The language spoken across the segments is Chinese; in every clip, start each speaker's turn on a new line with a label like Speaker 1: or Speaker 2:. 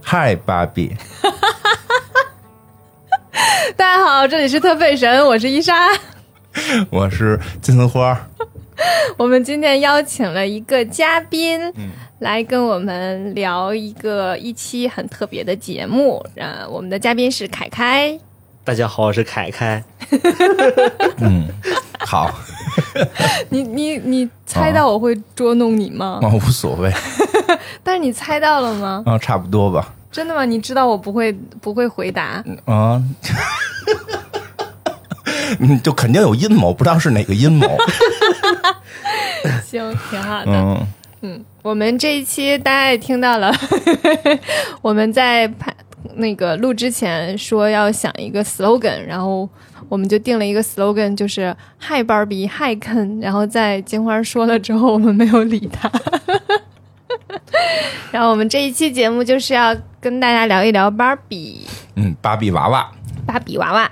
Speaker 1: 嗨，芭比，
Speaker 2: 大家好，这里是特费神，我是伊莎。
Speaker 1: 我是金丝花儿。
Speaker 2: 我们今天邀请了一个嘉宾，来跟我们聊一个一期很特别的节目。呃，我们的嘉宾是凯凯。
Speaker 3: 大家好，我是凯凯。
Speaker 1: 好，
Speaker 2: 你你你猜到我会捉弄你吗？
Speaker 1: 啊，无所谓，
Speaker 2: 但是你猜到了吗？
Speaker 1: 啊，差不多吧，
Speaker 2: 真的吗？你知道我不会不会回答？
Speaker 1: 啊， 嗯，就肯定有阴谋，不知道是哪个阴谋，
Speaker 2: 行，挺好的。
Speaker 1: 嗯，
Speaker 2: 我们这一期大家也听到了， 我们在拍那个录之前说要想一个 slogan，然后我们就定了一个 slogan，就是“嗨芭比，嗨 Ken”。然后在金花说了之后，我们没有理他。 然后我们这一期节目就是要跟大家聊一聊芭比、
Speaker 1: 嗯，芭比娃娃。
Speaker 2: 芭比娃娃。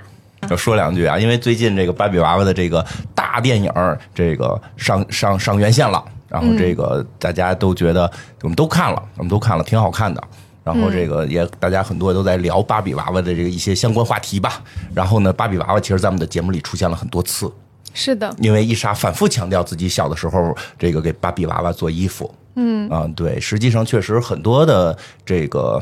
Speaker 1: 要说两句啊，因为最近这个芭比娃娃的这个大电影儿，这个上上上院线了，然后这个大家都觉得我们都看了，我们都看了，挺好看的。然后这个也大家很多都在聊芭比娃娃的这个一些相关话题吧。然后呢，芭比娃娃其实在我们的节目里出现了很多次，
Speaker 2: 是的，
Speaker 1: 因为伊莎反复强调自己小的时候这个给芭比娃娃做衣服，嗯啊，对，实际上确实很多的这个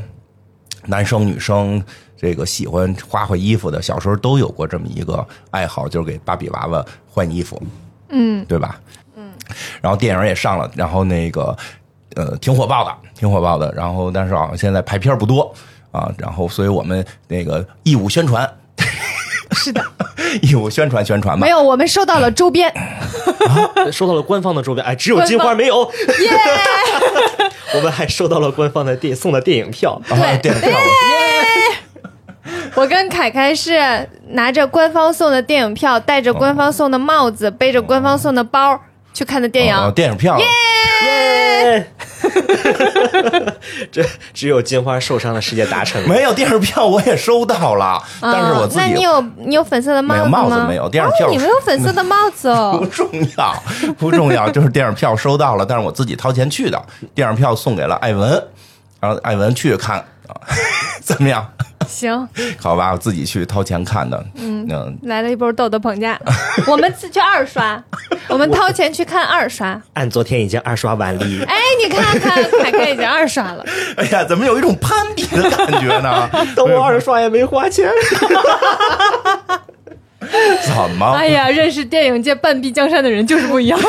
Speaker 1: 男生女生这个喜欢花花衣服的，小时候都有过这么一个爱好，就是给芭比娃娃换衣服，嗯，对吧？嗯，然后电影也上了，然后那个呃挺火爆的，挺火爆的，然后但是好像现在排片不多啊，然后所以我们那个义务宣传。是的， 义务宣传宣传吧
Speaker 2: 没。有，我们收到了周 边，
Speaker 3: 收到了官方的周边，哎，只有
Speaker 2: 官方
Speaker 3: 金花没有。 我们还收到了官方的电送的电影 票。
Speaker 1: 啊，对对，
Speaker 2: 我跟凯凯是拿着官方送的电影票，戴着官方送的帽子，背着官方送的包去看的电影。
Speaker 1: 哦电影票，
Speaker 3: 耶！ 这只有金花受伤的世界达成了。
Speaker 1: 没有电影票我也收到了，但是我自
Speaker 2: 嗯那
Speaker 1: 己
Speaker 2: 你有你有粉色的帽子吗？
Speaker 1: 没有帽子没有电影票
Speaker 2: 哦，你没有粉色的帽子
Speaker 1: 不
Speaker 2: 哦。
Speaker 1: 重要，不重要，就是电影票收到了，但是我自己掏钱去的，电影票送给了艾文，然后艾文去看啊， 怎么样？
Speaker 2: 行，
Speaker 1: 好吧，我自己去掏钱看的，嗯，
Speaker 2: 来了一波道德绑架，我们自去二 刷，我们掏钱去看二刷。
Speaker 3: 按昨天已经二刷完 了。
Speaker 2: 哎，你看看，凯凯已经二刷 了，
Speaker 1: 哎呀，怎么有一种攀比的感觉 呢？
Speaker 3: 等我二刷也没花钱。
Speaker 1: 怎么？
Speaker 2: 哎呀，认识电影界半壁江山的人就是不一 样。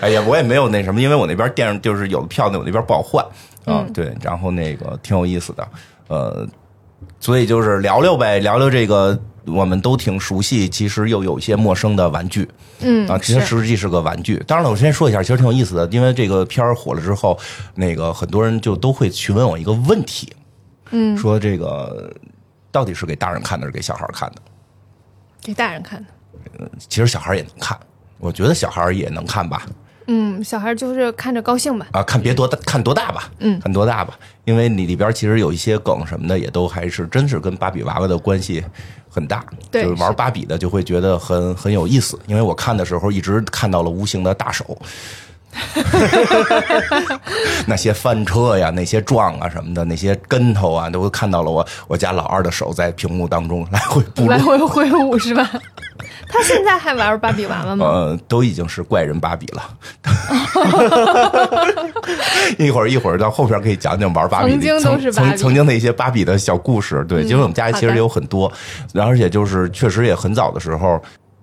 Speaker 1: 哎呀，我也没有那什么，因为我那边电视就是有的票呢，我那边不好换啊、对，然后那个挺有意思的，呃，所以就是聊聊呗，聊聊这个我们都挺熟悉，其实又有一些陌生的玩具。
Speaker 2: 嗯
Speaker 1: 啊，其实实际是个玩具。当然了，我先说一下，其实挺有意思的，因为这个片儿火了之后，那个很多人就都会询问我一个问题，嗯，说这个到底是给大人看的，还是给小孩儿看的？
Speaker 2: 给大人看的。
Speaker 1: 其实小孩儿也能看，我觉得小孩儿也能看吧。
Speaker 2: 嗯，小孩就是看着高兴吧。
Speaker 1: 啊，看别多大，看多大吧，嗯，看多大吧，因为你里边其实有一些梗什么的，也都还是真是跟芭比娃娃的关系很大，
Speaker 2: 对
Speaker 1: 就是玩
Speaker 2: 是
Speaker 1: 芭比的就会觉得很很有意思，因为我看的时候一直看到了无形的大 手。那些翻车呀，那些撞啊什么的，那些跟头啊，都看到了我我家老二的手在屏幕当中来回步
Speaker 2: 来
Speaker 1: 落，
Speaker 2: 回挥舞是吧？他现在还玩芭比娃娃吗？
Speaker 1: 呃，都已经是怪人芭比了。 一会儿一会儿到后边可以讲讲玩芭比的，
Speaker 2: 曾经都是芭
Speaker 1: 曾
Speaker 2: 比嗯
Speaker 1: 曾曾经的一些芭比的小故事。对，因为我们家其
Speaker 2: 好
Speaker 1: 实
Speaker 2: 的
Speaker 1: 有很多，然后而且就是确实也很早的时候，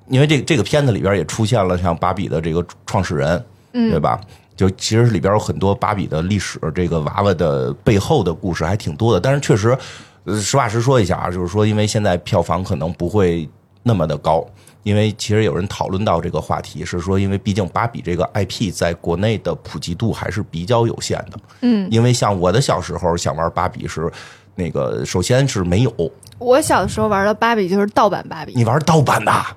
Speaker 1: 因为这这个片子里边也出现了像芭比的这个创始人，对吧？就其实里边有很多芭比的历史，这个娃娃的背后的故事还挺多的。但是确实，呃实话实说一下啊，就是说，因为现在票房可能不会那么的高，因为其实有人讨论到这个话题，是说，因为毕竟芭比这个 IP 在国内的普及度还是比较有限的。嗯，因为像我的小时候想玩芭比是那个，首先是没有，
Speaker 2: 我小的时候玩的芭比就是盗版芭比，
Speaker 1: 你玩盗版的啊。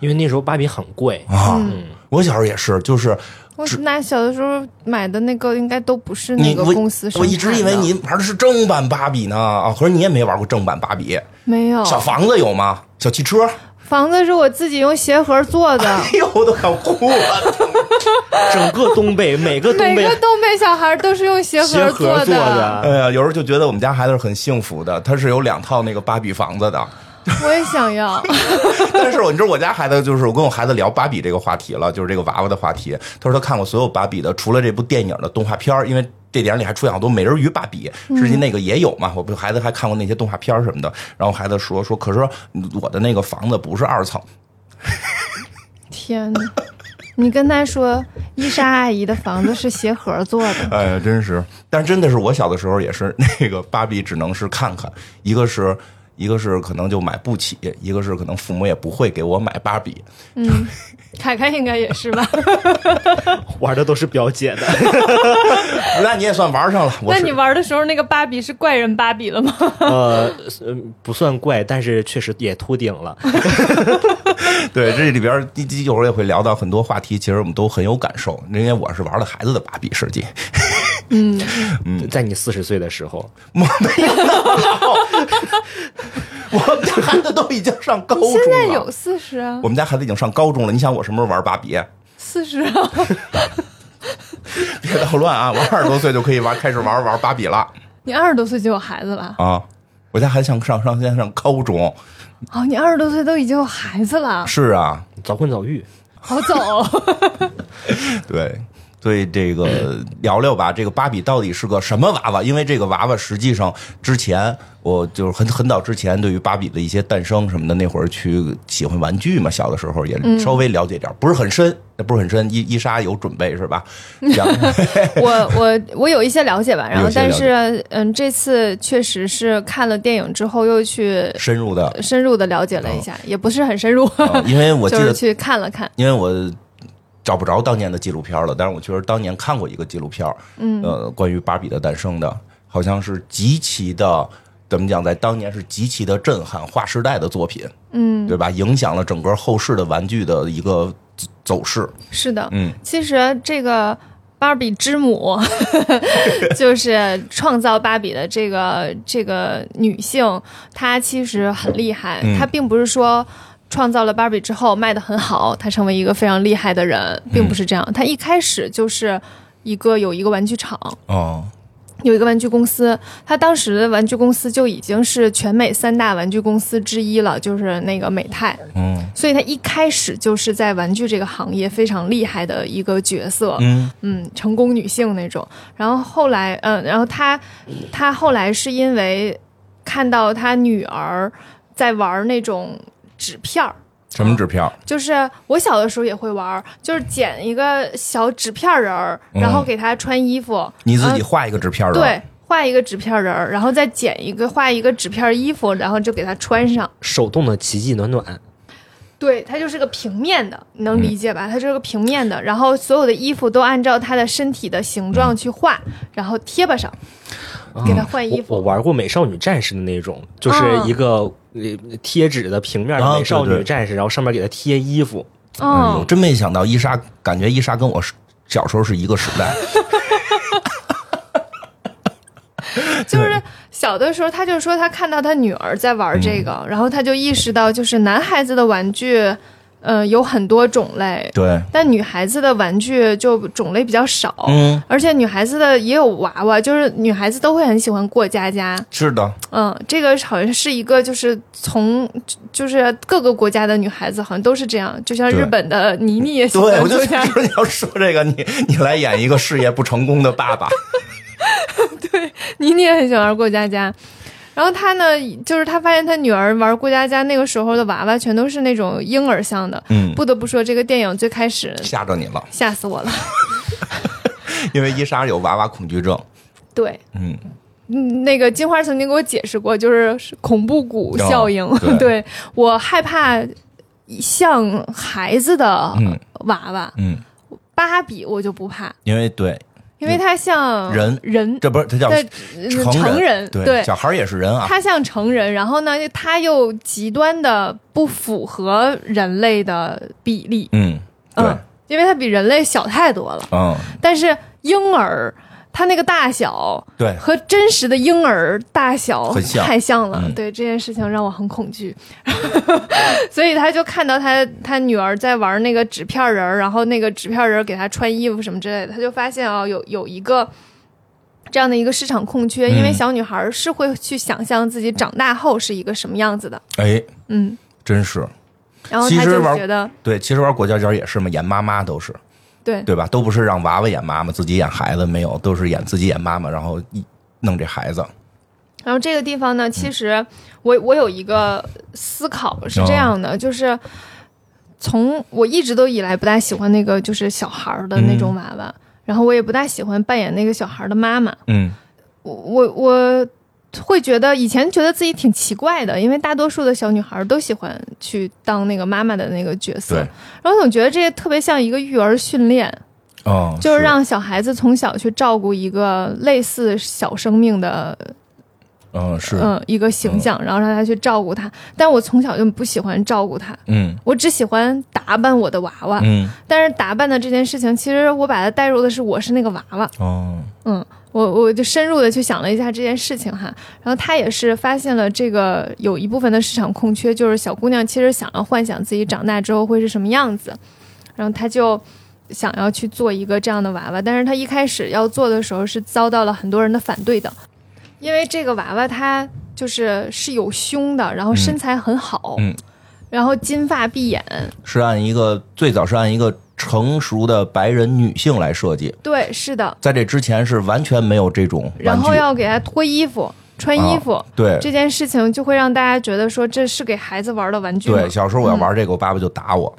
Speaker 3: 因为那时候芭比很贵，
Speaker 2: 啊
Speaker 1: 我小时候也是，就是
Speaker 2: 我那小的时候买的那个应该都不是那
Speaker 1: 你
Speaker 2: 个
Speaker 1: 我
Speaker 2: 公司生
Speaker 1: 我
Speaker 2: 产的
Speaker 1: 一直以为你玩的是正版芭比呢啊，可是你也没玩过正版芭比。
Speaker 2: 没有
Speaker 1: 小房子有吗？小汽车？ 哎
Speaker 2: 房子是我自己用鞋盒做的，
Speaker 1: 哎呦，我都想哭了。
Speaker 3: 整个东北每个东
Speaker 2: 每
Speaker 3: 北
Speaker 2: 个东北小孩都是用 鞋
Speaker 3: 鞋
Speaker 2: 盒
Speaker 3: 盒做
Speaker 2: 的。
Speaker 1: 哎呀，有时候就觉得我们家孩子是很幸福的，他是有两套那个芭比房子的。
Speaker 2: 我也想 要，
Speaker 1: 但是我你知道我家孩子就是我跟我孩子聊芭比这个话题了，就是这个娃娃的话题。他说他看过所有芭比的，除了这部电影的动画片儿，因为这电影里还出现好多美人鱼芭比，实际那个也有嘛。我不孩子还看过那些动画片儿什么的。然后孩子说说，可是我的那个房子不是二层，
Speaker 2: 天哪！你跟他说，伊莎阿姨的房子是鞋盒做的，
Speaker 1: 哎呀，真是。但真的是我小的时候也是 那个芭比，只能是看看，一个是。一个是可能就买不起，一个是可能父母也不会给我买芭比，
Speaker 2: 凯凯应该也是吧？
Speaker 3: 玩的都是表姐的，
Speaker 1: 那你也算玩上了。我
Speaker 2: 那
Speaker 1: 是
Speaker 2: 你玩的时候，那个芭比是怪人芭比了吗？
Speaker 3: 呃，嗯不算怪，但是确实也秃顶了。
Speaker 1: 对，这里边儿一一会儿也会聊到很多话题，其实我们都很有感受，因为我是玩了孩子的芭比世界，
Speaker 2: 嗯
Speaker 3: 在你四十岁的时候，
Speaker 1: 我没有那么老， 我们家孩子都已经上高中了，
Speaker 2: 现在有四十啊
Speaker 1: 我，们家孩子已经上高中了，你想我什么时候玩芭比？
Speaker 2: 四十啊，
Speaker 1: 别捣乱啊！我二十多岁就可以玩，开始玩玩芭比了
Speaker 2: 你二十多岁就有孩子了？
Speaker 1: 啊！我家孩子上上上现在上高中，
Speaker 2: 哦，你二十多岁都已经有孩子了，
Speaker 1: 是啊，
Speaker 3: 早婚早育，
Speaker 2: 好早。哦
Speaker 1: 对，所以这个聊聊吧，这个芭比到底是个什么娃娃？因为这个娃娃实际上之前我就是很很早之前对于芭比的一些诞生什么的，那会儿去喜欢玩具嘛，小的时候也稍微了解点儿，不是很深，不是很深。伊伊莎有准备是吧？讲
Speaker 2: 我我我有一些了解吧，然后
Speaker 1: 有一些了
Speaker 2: 但
Speaker 1: 解
Speaker 2: 是嗯，这次确实是看了电影之后又去
Speaker 1: 深入的，
Speaker 2: 深入的了解了一下，也不是很深入，
Speaker 1: 啊因为哦我记
Speaker 2: 就
Speaker 1: 得
Speaker 2: 是去看了看。
Speaker 1: 因为我找不着当年的纪录片了，但是我确实当年看过一个纪录片，嗯，呃，关于芭比的诞生的，好像是极其的。怎么讲，在当年是极其的震撼，划时代的作品，嗯，对吧？影响了整个后世的玩具的一个走走势，
Speaker 2: 是的，
Speaker 1: 嗯，
Speaker 2: 其实这个芭比之母 就是创造芭比的这个这个女性，她其实很厉害，
Speaker 1: 嗯
Speaker 2: 她并不是说。创造了芭比之后卖的很好，她成为一个非常厉害的人，并不是这样。
Speaker 1: 嗯
Speaker 2: 她一开始就是一个有一个玩具厂，
Speaker 1: 哦，
Speaker 2: 有一个玩具公司，它当时的玩具公司就已经是全美三大玩具公司之一了，就是那个美泰。
Speaker 1: 嗯
Speaker 2: 所以他一开始就是在玩具这个行业非常厉害的一个角色，
Speaker 1: 嗯
Speaker 2: 嗯，成功女性那种。然后后来，嗯，然后她，她后来是因为看到她女儿在玩那种纸片儿。
Speaker 1: 什么纸片？
Speaker 2: 就是我小的时候也会玩儿，就是剪一个小纸片人儿，然后给她穿衣服，
Speaker 1: 你自
Speaker 2: 然后
Speaker 1: 己画一个纸片儿的，
Speaker 2: 对，画一个纸片人儿，然后再剪一个画一个纸片衣服，然后就给它穿上。
Speaker 3: 手动的奇迹暖暖，
Speaker 2: 对，它就是个平面的，你能理解吧？它就是个平面的，然后所有的衣服都按照它的身体的形状去画，然后贴吧上，给它换衣
Speaker 3: 我我
Speaker 2: 服。
Speaker 3: 玩过美少女战士的那种，就是
Speaker 2: 嗯
Speaker 3: 一个呃贴纸的平面
Speaker 1: 啊
Speaker 3: 的美少
Speaker 1: 对
Speaker 3: 女
Speaker 1: 对
Speaker 3: 战士，然后上面给它贴衣服。
Speaker 1: 哎呦，
Speaker 2: 嗯，
Speaker 1: 真没想到伊莎，感觉伊莎跟我是小时候是一个时代，
Speaker 2: 就是小的时候，他就说他看到他女儿在玩这个，然后他就意识到，就是男孩子的玩具，呃，有很多种类，
Speaker 1: 对，
Speaker 2: 但女孩子的玩具就种类比较少。
Speaker 1: 嗯，
Speaker 2: 而且女孩子的也有娃娃，就是女孩子都会很喜欢过家家。
Speaker 1: 是的，
Speaker 2: 嗯，这个好像是一个，就是从就是各个国家的女孩子好像都是这样，就像
Speaker 1: 对
Speaker 2: 日本的妮妮也 喜
Speaker 1: 对，
Speaker 2: 欢
Speaker 1: 我就
Speaker 2: 过家
Speaker 1: 说你要说这个，你你来演一个事业不成功的爸爸，
Speaker 2: 妮妮也很喜欢玩过家家。然后她呢，就是她发现她女儿玩过家家那个时候的娃娃全都是那种婴儿像的。
Speaker 1: 嗯，
Speaker 2: 不得不说，这个电影最开始
Speaker 1: 吓着你了，
Speaker 2: 吓死我了。
Speaker 1: 因为伊莎有娃娃恐惧症，
Speaker 2: 对，
Speaker 1: 嗯，
Speaker 2: 嗯，那个金花曾经给我解释过，就是恐怖谷效应。
Speaker 1: 哦对
Speaker 2: 对我害怕像孩子的
Speaker 1: 嗯
Speaker 2: 娃娃，
Speaker 1: 嗯，
Speaker 2: 芭比我就不怕，
Speaker 1: 因为对，
Speaker 2: 因为它像
Speaker 1: 人
Speaker 2: 人，
Speaker 1: 这不是他叫
Speaker 2: 对
Speaker 1: 成
Speaker 2: 呃成人
Speaker 1: 对，
Speaker 2: 对
Speaker 1: 小孩儿也是人啊，
Speaker 2: 它像成人，然后呢，它又极端的不符合人类的比例，
Speaker 1: 嗯，对
Speaker 2: 嗯，因为它比人类小太多了。
Speaker 1: 嗯，
Speaker 2: 但是婴儿它那个大小
Speaker 1: 对，
Speaker 2: 和真实的婴儿大小
Speaker 1: 很像
Speaker 2: 太像了，
Speaker 1: 嗯
Speaker 2: 对这件事情让我很恐惧， 所以他就看到他他女儿在玩那个纸片人儿，然后那个纸片人儿给他穿衣服什么之类的，他就发现啊，有有一个这样的一个市场空缺，因为
Speaker 1: 嗯
Speaker 2: 小女孩儿是会去想象自己长大后是一个什么样子的，
Speaker 1: 哎，
Speaker 2: 嗯，
Speaker 1: 真是
Speaker 2: 然后
Speaker 1: 其
Speaker 2: 他
Speaker 1: 实
Speaker 2: 就
Speaker 1: 玩
Speaker 2: 觉得
Speaker 1: 对。其实玩国家角也是嘛，演妈妈都是
Speaker 2: 对
Speaker 1: 对吧？都不是让娃娃演妈妈，自己演孩子没有，都是演自己演妈妈，然后一弄这孩子。
Speaker 2: 然后这个地方呢，其实我我有一个思考是这样的，就是从我一直都以来不大喜欢那个就是小孩儿的那种娃娃，然后我也不大喜欢扮演那个小孩儿的妈妈，
Speaker 1: 嗯
Speaker 2: 我我我会觉得以前觉得自己挺奇怪的，因为大多数的小女孩儿都喜欢去当那个妈妈的那个角色，
Speaker 1: 对
Speaker 2: 然后总觉得这些特别像一个育儿训练，
Speaker 1: 哦，
Speaker 2: 就是让小孩子从小去照顾一个类似小生命的
Speaker 1: 嗯是
Speaker 2: 嗯一个形象，然后让他去照顾他。但我从小就不喜欢照顾他，
Speaker 1: 嗯
Speaker 2: 我只喜欢打扮我的娃娃。
Speaker 1: 嗯
Speaker 2: 但是打扮的这件事情，其实我把它带入的是我是那个娃娃。
Speaker 1: 哦
Speaker 2: 嗯，我我就深入的去想了一下这件事情哈，然后他也是发现了这个有一部分的市场空缺，就是小姑娘其实想要幻想自己长大之后会是什么样子，然后他就想要去做一个这样的娃娃，但是他一开始要做的时候是遭到了很多人的反对的，因为这个娃娃她就是是有胸的，然后身材很好，
Speaker 1: 嗯
Speaker 2: 然后金发碧眼，
Speaker 1: 是按一个最早是按一个成熟的白人女性来设计，
Speaker 2: 对，是的，
Speaker 1: 在这之前是完全没有这种玩具，
Speaker 2: 然后要给她脱衣服、穿衣服。
Speaker 1: 啊对
Speaker 2: 这件事情就会让大家觉得说这是给孩子玩的玩具嘛
Speaker 1: 对，小时候我要玩这个，我爸爸就打我。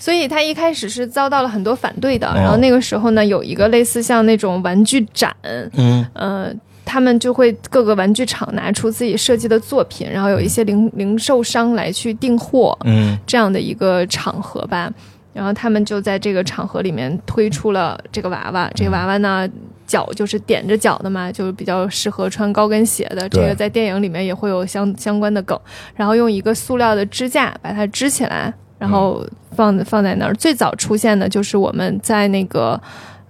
Speaker 2: 所以他一开始是遭到了很多反对的。
Speaker 1: 哦
Speaker 2: 然后那个时候呢，有一个类似像那种玩具展，
Speaker 1: 嗯
Speaker 2: 呃，他们就会各个玩具厂拿出自己设计的作品，然后有一些零零售商来去订货
Speaker 1: 嗯
Speaker 2: 这样的一个场合吧。然后他们就在这个场合里面推出了这个娃娃，这个娃娃呢。脚就是踮着脚的嘛，就是比较适合穿高跟鞋的。这
Speaker 1: 对
Speaker 2: 个在电影里面也会有相相关的梗。然后用一个塑料的支架把它支起来，然后放放在那儿。最早出现的就是我们在那个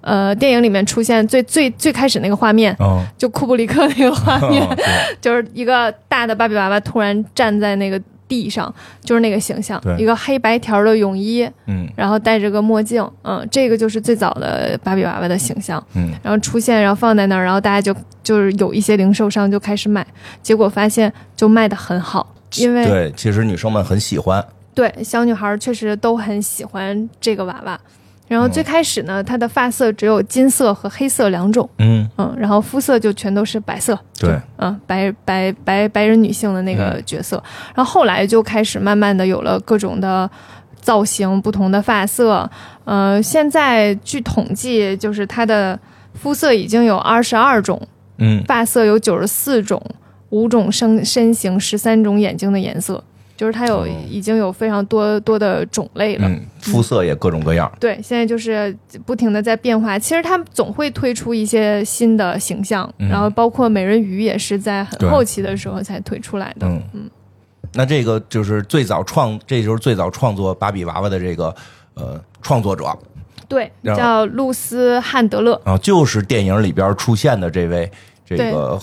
Speaker 2: 呃电影里面出现最最最开始那个画面，
Speaker 1: 哦，
Speaker 2: 就库布里克那个画面，
Speaker 1: 哦 对
Speaker 2: 就是一个大的芭比娃娃突然站在那个地上，就是那个形象，
Speaker 1: 对
Speaker 2: 一个黑白条的泳衣，
Speaker 1: 嗯
Speaker 2: 然后戴着个墨镜，嗯，这个就是最早的芭比娃娃的形象。
Speaker 1: 嗯，
Speaker 2: 然后出现，然后放在那儿，然后大家就就是有一些零售商就开始买，结果发现就卖的很好，因为
Speaker 1: 对，其实女生们很喜欢，
Speaker 2: 对小女孩儿确实都很喜欢这个娃娃。然
Speaker 1: 嗯
Speaker 2: 后最开始呢，她的发色只有金色和黑色两种，
Speaker 1: 嗯，
Speaker 2: 嗯，然后肤色就全都是白色，
Speaker 1: 对，
Speaker 2: 嗯，白白白白人女性的那个角色。然后后来就开始慢慢的有了各种的造型、不同的发色。呃，现在据统计，就是她的肤色已经有二十二种，
Speaker 1: 嗯，
Speaker 2: 发色有九十四种，五种身身形，十三种眼睛的颜色，就是它有、
Speaker 1: 哦
Speaker 2: 已经有非常多多的种类了。
Speaker 1: 嗯，肤色也各种各样，
Speaker 2: 对，现在就是不停的在变化。其实他们总会推出一些新的形象，
Speaker 1: 嗯
Speaker 2: 然后包括美人鱼也是在很
Speaker 1: 对
Speaker 2: 后期的时候才推出来的。
Speaker 1: 嗯那这个就是最早创，这就是最早创作芭比娃娃的这个呃创作者
Speaker 2: 对，
Speaker 1: 然后
Speaker 2: 叫露丝·汉德勒。
Speaker 1: 啊，就是电影里边出现的这位这个。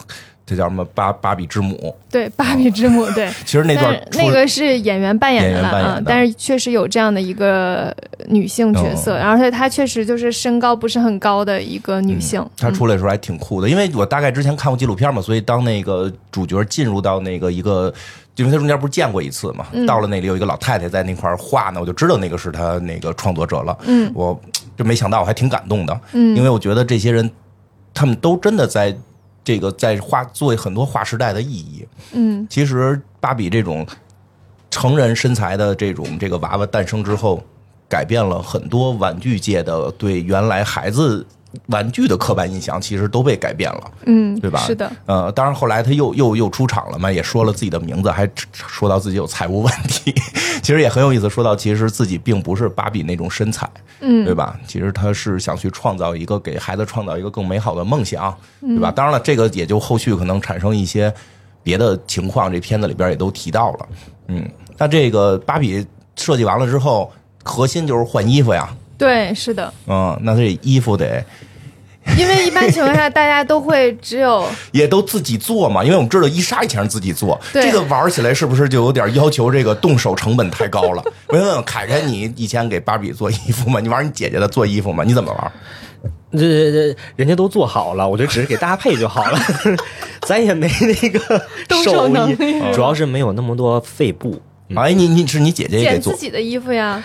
Speaker 1: 这叫什么芭芭比之母？
Speaker 2: 对，芭比之母。对，
Speaker 1: 其实哦 那
Speaker 2: 但
Speaker 1: 段
Speaker 2: 是
Speaker 1: 出
Speaker 2: 那个是演员扮演的了
Speaker 1: 演员扮演的
Speaker 2: 嗯，但是确实有这样的一个女性角色，
Speaker 1: 哦
Speaker 2: 而且她确实就是身高不是很高的一个女性。嗯
Speaker 1: 他嗯出来的时候还挺酷的，因为我大概之前看过纪录片嘛，所以当那个主角进入到那个一个，因为他中间不是见过一次嘛，
Speaker 2: 嗯
Speaker 1: 到了那里有一个老太太在那块儿画呢，我就知道那个是他那个创作者了。嗯，我就没想到，我还挺感动的。嗯，因为我觉得这些人他们都真的在这个在画做很多划时代的意义。
Speaker 2: 嗯，
Speaker 1: 其实芭比这种成人身材的这种这个娃娃诞生之后，改变了很多玩具界的对原来孩子玩具的刻板印象，其实都被改变了。
Speaker 2: 嗯，
Speaker 1: 对吧
Speaker 2: 是的，
Speaker 1: 呃，当然后来他又又又出场了嘛，也说了自己的名字，还说到自己有财务问题， 其实也很有意思。说到其实自己并不是芭比那种身材，
Speaker 2: 嗯
Speaker 1: 对吧？其实他是想去创造一个给孩子创造一个更美好的梦想，对
Speaker 2: 嗯
Speaker 1: 吧？当然了，这个也就后续可能产生一些别的情况，这片子里边也都提到了。嗯，那这个芭比设计完了之后，核心就是换衣服呀，
Speaker 2: 对，是的。
Speaker 1: 嗯，那这衣服得
Speaker 2: 因为一般情况下大家都会只有
Speaker 1: 也都自己做嘛，因为我们知道伊莎以前是自己做，
Speaker 2: 对
Speaker 1: 这个玩起来是不是就有点要求这个动手成本太高了？ 我想问问凯凯，你以前给芭比做衣服吗？你玩你姐姐的做衣服吗？你怎么玩？
Speaker 3: 这这这人家都做好了，我就只是给搭配就好 了，咱也没 那个
Speaker 2: 动手
Speaker 3: 手
Speaker 2: 能
Speaker 3: 艺
Speaker 2: 力，
Speaker 3: 哦主要是没有那么多废布。
Speaker 1: 哎，你你是你姐姐也给
Speaker 2: 嗯 剪
Speaker 1: 做
Speaker 2: 自，己的衣服 呀。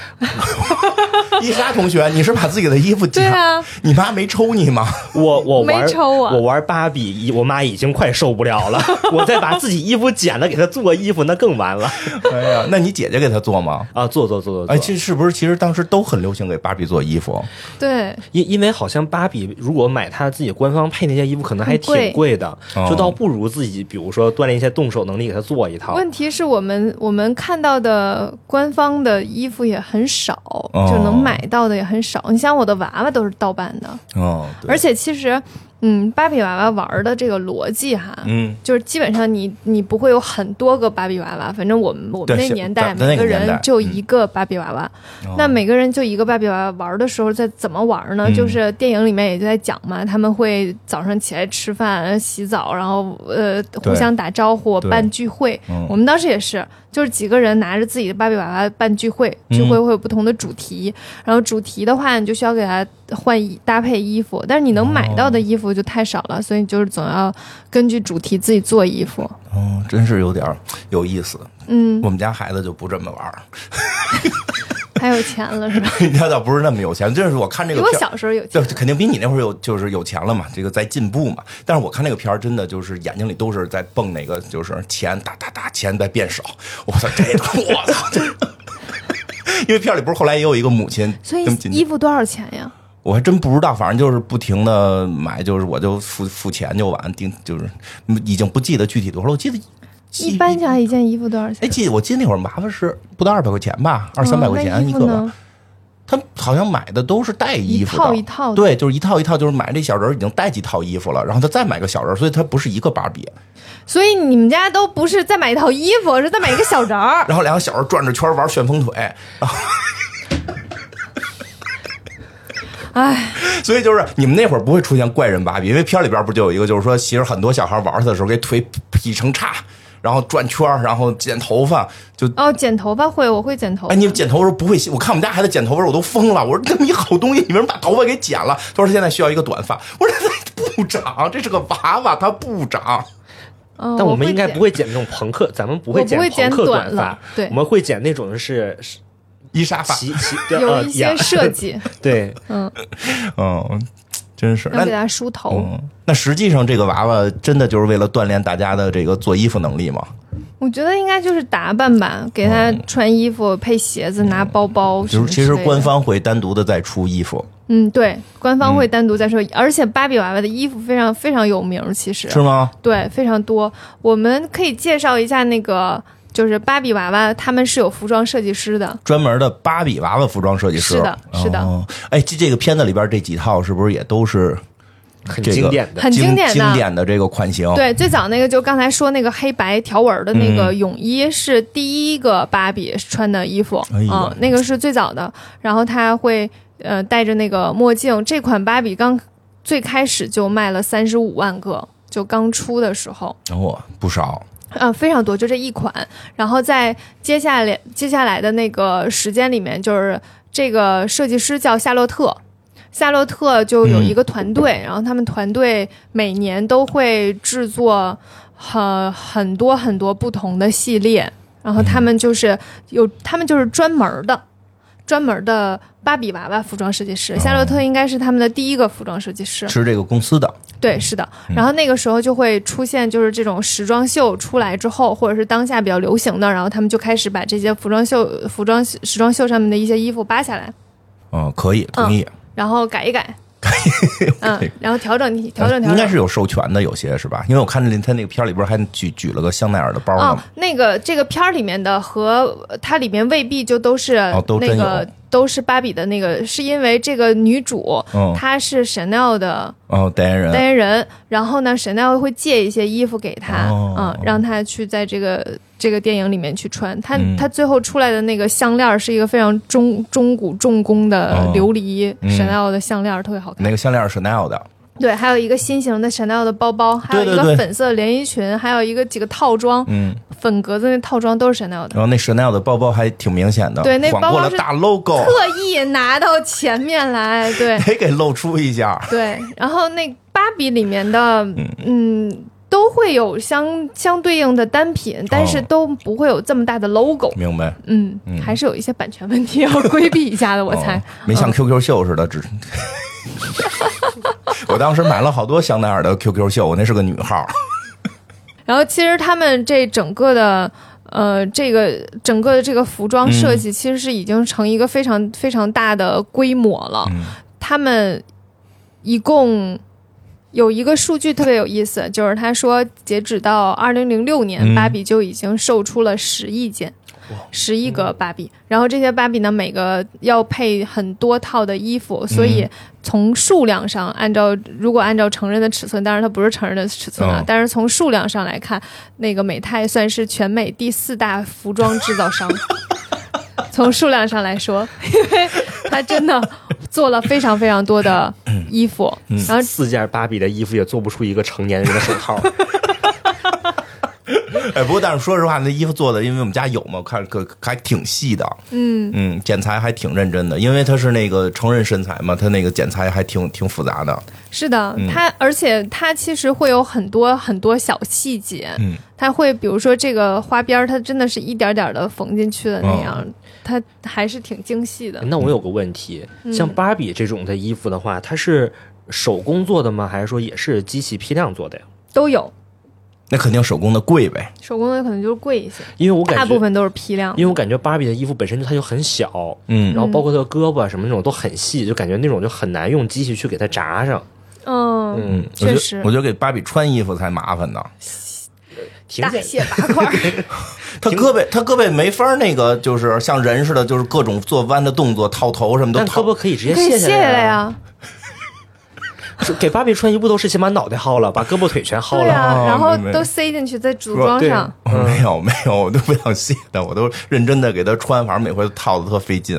Speaker 1: 伊莎同学，你是把自己的衣服剪
Speaker 2: 对啊，
Speaker 1: 你妈没抽你吗？
Speaker 3: 我我
Speaker 2: 没
Speaker 3: 玩
Speaker 2: 抽啊我
Speaker 3: 我玩芭比，已我妈已经快受不 了了，我再把自己衣服剪了给她做衣服，那更完了
Speaker 1: 哎呀，那你姐姐给她做吗？
Speaker 3: 啊！做做做做做，
Speaker 1: 哎，这是不是其实当时都很流行给芭比做衣服？
Speaker 2: 对，
Speaker 3: 因因为好像芭比如果买她自己官方配那件衣服，可能还
Speaker 2: 很贵
Speaker 3: 挺贵的，
Speaker 1: 哦
Speaker 3: 就倒不如自己，比如说锻炼一些动手能力，给她做一套。
Speaker 2: 问题是我们我们看到的官方的衣服也很少，
Speaker 1: 哦
Speaker 2: 就能买到的也很少。你像我的娃娃都是盗版的，
Speaker 1: 哦，对
Speaker 2: 而且其实，嗯，芭比娃娃玩的这个逻辑哈。
Speaker 1: 嗯，
Speaker 2: 就是基本上你你不会有很多个芭比娃娃，反正我们我们
Speaker 1: 对
Speaker 2: 那
Speaker 1: 是
Speaker 2: 年代
Speaker 1: 咱咱那
Speaker 2: 每
Speaker 1: 个
Speaker 2: 个
Speaker 1: 年代嗯哦
Speaker 2: 人就一个芭比娃娃，那每个人就一个芭比娃娃玩的时候，在怎么玩呢？
Speaker 1: 嗯
Speaker 2: 就是电影里面也就在讲嘛，他们会早上起来吃饭、洗澡，然后呃
Speaker 1: 对
Speaker 2: 互相打招呼、
Speaker 1: 对
Speaker 2: 办聚会
Speaker 1: 嗯。
Speaker 2: 我们当时也是，就是几个人拿着自己的芭比娃娃办聚会，
Speaker 1: 嗯
Speaker 2: 聚会会有不同的主题，然后主题的话，你就需要给它换衣搭配衣服，但是你能买到的衣服就太少了，所以就是总要根据主题自己做 衣服。
Speaker 1: 哦，真是有点儿有意思。
Speaker 2: 嗯，
Speaker 1: 我们家孩子就不这么玩儿，
Speaker 2: 太有钱了是吧？
Speaker 1: 他倒不是那么有钱，就是我看这
Speaker 2: 比
Speaker 1: 个
Speaker 2: 我
Speaker 1: 片儿
Speaker 2: 小时候有
Speaker 1: 就
Speaker 2: 钱。
Speaker 1: 肯定比你那会儿有就是有钱了嘛，这个在进步嘛。但是我看那个片儿，真的就是眼睛里都是在蹦那个，就是钱哒哒哒，钱在变少。我操，这个我操！这 个因为片儿里不是后来也有一个母亲
Speaker 2: 所以
Speaker 1: 跟进
Speaker 2: 衣服多少钱呀？
Speaker 1: 我还真不知道，反正就是不停的买，就是我就付付钱就完，定就是已经不记得具体多少了。我记得
Speaker 2: 一般下一件衣服多少
Speaker 1: 哎，
Speaker 2: 钱？
Speaker 1: 记得我记得那会儿麻烦是不到二百块钱吧，二三百
Speaker 2: 嗯
Speaker 1: 块
Speaker 2: 那
Speaker 1: 钱啊
Speaker 2: 衣
Speaker 1: 一
Speaker 2: 服
Speaker 1: 个吧
Speaker 2: 呢。
Speaker 1: 他好像买的都是带衣服的，
Speaker 2: 一套一套的
Speaker 1: 对，就是一套一套，就是买这小人儿已经带几套衣服了，然后他再买个小人儿，所以他不是一个芭比，
Speaker 2: 所以你们家都不是在买一套衣服，而是在买一个小 人儿。
Speaker 1: 然后两个小人儿转着圈儿玩旋风腿，
Speaker 2: 哎，
Speaker 1: 所以就是你们那会儿不会出现怪人芭比，因为片儿里边不就有一个，就是说其实很多小孩玩儿的时候给腿劈成叉，然后转圈儿，然后剪头发，就
Speaker 2: 哦，剪头发会，我会剪头发。
Speaker 1: 哎，你剪头发时候不会洗？我看我们家孩子剪头发时候我都疯了。我说这么一好东西，你为什么把头发给剪了？他说他现在需要一个短发。我说它不长，这是个娃娃，它不长。
Speaker 2: 哦
Speaker 3: 但我们应该
Speaker 2: 会剪
Speaker 3: 不会剪那种朋克，咱们不会
Speaker 2: 我不会
Speaker 3: 朋
Speaker 2: 剪
Speaker 3: 克
Speaker 2: 短
Speaker 3: 短
Speaker 2: 了
Speaker 3: 发，
Speaker 2: 对
Speaker 3: 我们会剪那种是是
Speaker 1: 一沙 发，
Speaker 3: 齐齐
Speaker 2: 有 一些设，
Speaker 3: 呃呀
Speaker 2: 计，
Speaker 3: 对，
Speaker 2: 嗯，
Speaker 1: 嗯，真是
Speaker 2: 要
Speaker 1: 那
Speaker 2: 给它梳头。
Speaker 1: 嗯，那实际上这个娃娃真的就是为了锻炼大家的这个做衣服能力吗？
Speaker 2: 我觉得应该就是打扮吧，给它穿衣服、配鞋子、拿包包什
Speaker 1: 嗯就
Speaker 2: 么
Speaker 1: 是
Speaker 2: 之
Speaker 1: 其
Speaker 2: 类的。
Speaker 1: 实官方会单独的再出衣服，
Speaker 2: 嗯，对，官方会单独再说。而且芭比娃娃的衣服非常非常有名，其实
Speaker 1: 是吗？
Speaker 2: 对，啊非常多。我们可以介绍一下那个，就是芭比娃娃，他们是有服装设计师的。
Speaker 1: 专门的芭比娃娃服装设计师
Speaker 2: 是的是的
Speaker 1: 哦哎，这这个片子里边这几套是不是也都是
Speaker 3: 很
Speaker 1: 这个
Speaker 3: 经典的。
Speaker 2: 很经典的
Speaker 1: 经典的这个款型？
Speaker 2: 对，最早那个就刚才说那个黑白条纹的那个泳衣是第一个芭比穿的衣服，
Speaker 1: 哎
Speaker 2: 嗯、
Speaker 1: 呀
Speaker 2: 那个是最早的。然后她会呃戴着那个墨镜，这款芭比刚最开始就卖了三十五万个，就刚出的时候，
Speaker 1: 哦，不少。
Speaker 2: 嗯，非常多，就这一款。然后在接下来接下来的那个时间里面，就是这个设计师叫夏洛特，夏洛特就有一个团队，然后他们团队每年都会制作很很多很多不同的系列，然后他们就是有他们就是专门儿的。专门儿的芭比娃娃服装设计师，夏洛特应该是他们的第一个服装设计师。
Speaker 1: 是这个公司的，
Speaker 2: 对，是的。
Speaker 1: 嗯
Speaker 2: 然后那个时候就会出现，就是这种时装秀出来之后，或者是当下比较流行的，然后他们就开始把这些服装秀、服装时装秀上面的一些衣服扒下来，
Speaker 1: 嗯，可以，同意，
Speaker 2: 然后改 一改，嗯，然后调整调整调
Speaker 1: 应该
Speaker 2: 整。
Speaker 1: 是有授权的，有些是吧？因为我看见他那个片儿里边还举举了个香奈儿的包呢
Speaker 2: 啊、
Speaker 1: 嘛，
Speaker 2: 那个这个片儿里面的和呃它里面未必就都是
Speaker 1: 哦都
Speaker 2: 那
Speaker 1: 真
Speaker 2: 个、
Speaker 1: 有
Speaker 2: 都是芭比的那个，是因为这个女主、
Speaker 1: 嗯
Speaker 2: 她是 Chanel 的
Speaker 1: 哦，代言
Speaker 2: 代
Speaker 1: 人，
Speaker 2: 言人，然后呢，沈奈会会借一些衣服给他，
Speaker 1: 哦
Speaker 2: 嗯，让他去在这个这个电影里面去穿。他、
Speaker 1: 嗯
Speaker 2: 他最后出来的那个项链儿是一个非常中中古重工的
Speaker 1: 哦
Speaker 2: 琉璃
Speaker 1: 嗯
Speaker 2: 沈奈的项链儿，特别好看。
Speaker 1: 那个项链是 Chanel 的，
Speaker 2: 对，还有一个新型的 Chanel 的包包，还有
Speaker 1: 对
Speaker 2: 一
Speaker 1: 对
Speaker 2: 个
Speaker 1: 对
Speaker 2: 粉色连衣裙，还有一个几个套装，
Speaker 1: 嗯，
Speaker 2: 粉格子那套装都是 Chanel 的，
Speaker 1: 然后那 Chanel 的包包还挺明显的，
Speaker 2: 对那
Speaker 1: 晃
Speaker 2: 包
Speaker 1: 过
Speaker 2: 包
Speaker 1: 了
Speaker 2: 是
Speaker 1: 大 logo，
Speaker 2: 特意拿到前面来，对，
Speaker 1: 得给露出一下。
Speaker 2: 对，然后那芭比里面的，嗯，都会有相相对应的单品，但是都不会有这么大的 logo。
Speaker 1: 明白，
Speaker 2: 哦嗯，还是有一些版权问题要规避一下的，我猜嗯
Speaker 1: 哦。没像 QQ 秀似的， 只。 我当时买了好多香奈儿的 QQ 秀，我那是个女号，
Speaker 2: 然后其实他们这整个的。呃，这个整个的这个服装
Speaker 1: 嗯
Speaker 2: 设计其实是已经成一个非常非常大的规模了。
Speaker 1: 嗯
Speaker 2: 他们一共有一个数据特别有意思，就是他说截止到二零零六年，
Speaker 1: 嗯
Speaker 2: 芭比就已经售出了十亿件，十亿个芭比。然后这些芭比呢，每个要配很多套的衣服，所
Speaker 1: 嗯
Speaker 2: 以从数量上，按照如果按照成人的尺寸，当然它不是成人的尺寸啊，
Speaker 1: 哦
Speaker 2: 但是从数量上来看，那个美泰算是全美第四大服装制造 商。从数量上来说，因为它真的做了非常非常多的衣服，
Speaker 1: 嗯
Speaker 2: 然后
Speaker 3: 四件芭比的衣服也做不出一个成年人的手 套。
Speaker 1: 哎，不过但是说实话，那衣服做的，因为我们家有嘛，看可还挺细的，嗯嗯，剪裁还挺认真的，因为它是那个成人身材嘛，它那个剪裁还挺挺复杂的，
Speaker 2: 是的，
Speaker 1: 嗯
Speaker 2: 它而且它其实会有很多很多小细节，
Speaker 1: 嗯
Speaker 2: 它会比如说这个花边儿，它真的是一点点儿的缝进去的
Speaker 1: 哦
Speaker 2: 那样，它还是挺精细的。
Speaker 3: 那我有个 问题，
Speaker 2: 嗯
Speaker 3: 像芭比这种的衣服的话，它是手工做的吗？还是说也是机器批量做的呀？
Speaker 2: 都有
Speaker 1: 那肯定手工的贵呗，
Speaker 2: 手工的可能就是贵一些，
Speaker 3: 因为我感觉
Speaker 2: 大部分都是批量的
Speaker 3: 因为我感觉芭比的衣服本身就它就很小，
Speaker 1: 嗯
Speaker 3: 然后包括它的胳膊什么那种都很细，就感觉那种就很难用机器去给它扎上，
Speaker 2: 嗯，
Speaker 1: 嗯，我觉
Speaker 2: 确
Speaker 1: 得
Speaker 2: 实
Speaker 1: 我觉得给芭比穿衣服才麻烦呢，
Speaker 3: 挺
Speaker 2: 大
Speaker 3: 简
Speaker 2: 卸八 块儿，
Speaker 1: 她胳膊她胳膊没法儿那个，就是像人似的，就是各种做弯的动作、套头什么都
Speaker 3: 但胳
Speaker 1: 套。
Speaker 3: 膊可以直接
Speaker 2: 可以
Speaker 3: 卸
Speaker 2: 卸
Speaker 3: 来
Speaker 2: 下来
Speaker 3: 啊！
Speaker 2: 啊，
Speaker 3: 是给芭比穿衣服都是先把脑袋薅了，把胳膊腿全薅
Speaker 2: 对
Speaker 3: 了。
Speaker 2: 啊，
Speaker 1: 哦
Speaker 2: 然后
Speaker 1: 明白
Speaker 2: 都塞进去再组
Speaker 1: 说
Speaker 2: 装
Speaker 3: 对
Speaker 2: 上。
Speaker 1: 我没有没有，我都不想卸的，我都认真的给她穿，反正每回都套的特费 劲，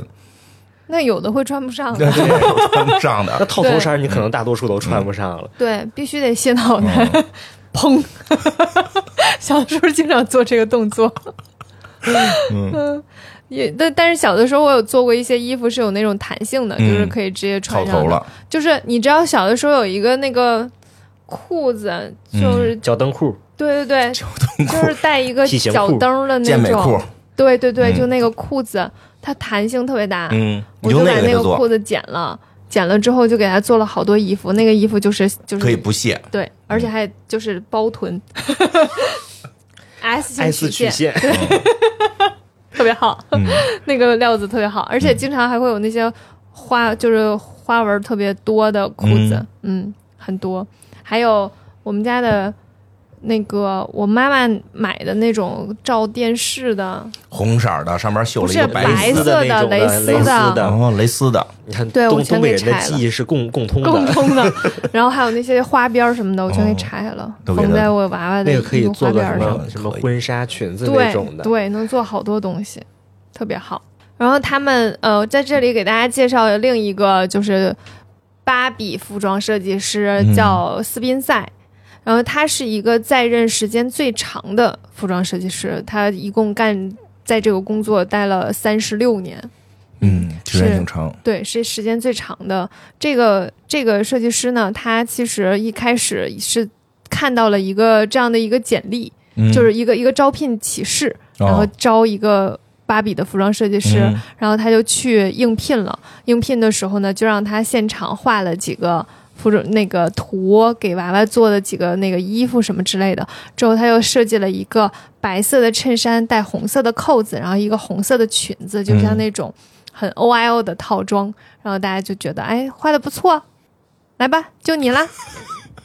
Speaker 2: 那有的会穿不上
Speaker 1: 对
Speaker 2: 的，
Speaker 1: 对，穿不上
Speaker 3: 那
Speaker 1: 的。
Speaker 3: 套头衫你可能大多数都穿不上了。
Speaker 2: 对，必须得卸脑袋，
Speaker 1: 哦
Speaker 2: 砰！小时候经常做这个动作。 嗯，也但但是小的时候我有做过一些衣服是有那种弹性的，
Speaker 1: 嗯
Speaker 2: 就是可以直接
Speaker 1: 套
Speaker 2: 穿上
Speaker 1: 头
Speaker 2: 的。
Speaker 1: 了，
Speaker 2: 就是你知道小的时候有一个那个裤子，就是、
Speaker 1: 嗯
Speaker 3: 脚蹬裤、
Speaker 2: 对对对， 就是带一个
Speaker 3: 梯形裤
Speaker 2: 脚蹬儿的
Speaker 1: 健
Speaker 2: 那
Speaker 1: 美裤
Speaker 2: 种，，啊对对对，
Speaker 1: 嗯
Speaker 2: 就那个裤子，它弹性特别大。
Speaker 1: 嗯，你
Speaker 2: 我就把
Speaker 1: 那个
Speaker 2: 那
Speaker 1: 去
Speaker 2: 个
Speaker 1: 做，
Speaker 2: 裤子剪了，剪了之后就给它做了好多衣服，那个衣服就是就是
Speaker 1: 可以嗯不卸。
Speaker 2: 对，而且还就是包臀 ，S 型
Speaker 3: S 曲
Speaker 2: 曲线
Speaker 3: 线，
Speaker 2: 特别好，
Speaker 3: 嗯
Speaker 2: 那个料子特别好，而且经常还会有那些花就是花纹特别多的裤子，嗯很多，还有我们家的。那个我妈妈买的那种照电视的，
Speaker 1: 红色儿的，上面绣
Speaker 2: 不
Speaker 1: 了一
Speaker 2: 是
Speaker 1: 个
Speaker 2: 白
Speaker 1: 白丝，
Speaker 2: 色的
Speaker 3: 的那种
Speaker 2: 蕾
Speaker 3: 蕾
Speaker 2: 丝
Speaker 3: 丝
Speaker 2: 的
Speaker 3: 的，
Speaker 1: 哦，蕾丝的，
Speaker 3: 你看
Speaker 2: 对我
Speaker 3: 东
Speaker 2: 全
Speaker 3: 东
Speaker 2: 给
Speaker 3: 北人的
Speaker 2: 拆了
Speaker 3: 记忆是共共通
Speaker 2: 共
Speaker 3: 的，
Speaker 2: 通 的，然后还有那些花边儿什么的，我全给
Speaker 1: 哦
Speaker 2: 拆下了，
Speaker 1: 都给
Speaker 2: 缝
Speaker 1: 它
Speaker 2: 在我娃娃的
Speaker 3: 那个可
Speaker 2: 衣
Speaker 3: 以
Speaker 2: 服
Speaker 3: 做
Speaker 2: 花
Speaker 3: 个
Speaker 2: 边
Speaker 3: 什
Speaker 2: 儿上。
Speaker 3: 么什么
Speaker 1: 可以
Speaker 3: 婚纱裙子那
Speaker 2: 对
Speaker 3: 种的。
Speaker 2: 对，能做好多东西，特别好。然后他们呃，在这里给大家介绍另一个就是芭比服装设计师
Speaker 1: 嗯
Speaker 2: 叫斯宾塞，然后他是一个在任时间最长的服装设计师，他一共干在这个工作待了三十六年。
Speaker 1: 嗯，其实
Speaker 2: 是
Speaker 1: 也挺长，
Speaker 2: 对，是时间最长的。这个这个设计师呢，他其实一开始是看到了一个这样的一个简历，
Speaker 1: 嗯
Speaker 2: 就是一个一个招聘启事，然后
Speaker 1: 哦
Speaker 2: 招一个芭比的服装设计师，
Speaker 1: 嗯
Speaker 2: 然后他就去应聘了。应聘的时候呢，就让他现场画了几个服装那个图，给娃娃做的几个那个衣服什么之类的。之后他又设计了一个白色的衬衫，带红色的扣子，然后一个红色的裙子，就像那种
Speaker 1: 嗯
Speaker 2: 很 O I O 的套装。然后大家就觉得，哎，画的不错。来吧，就你啦！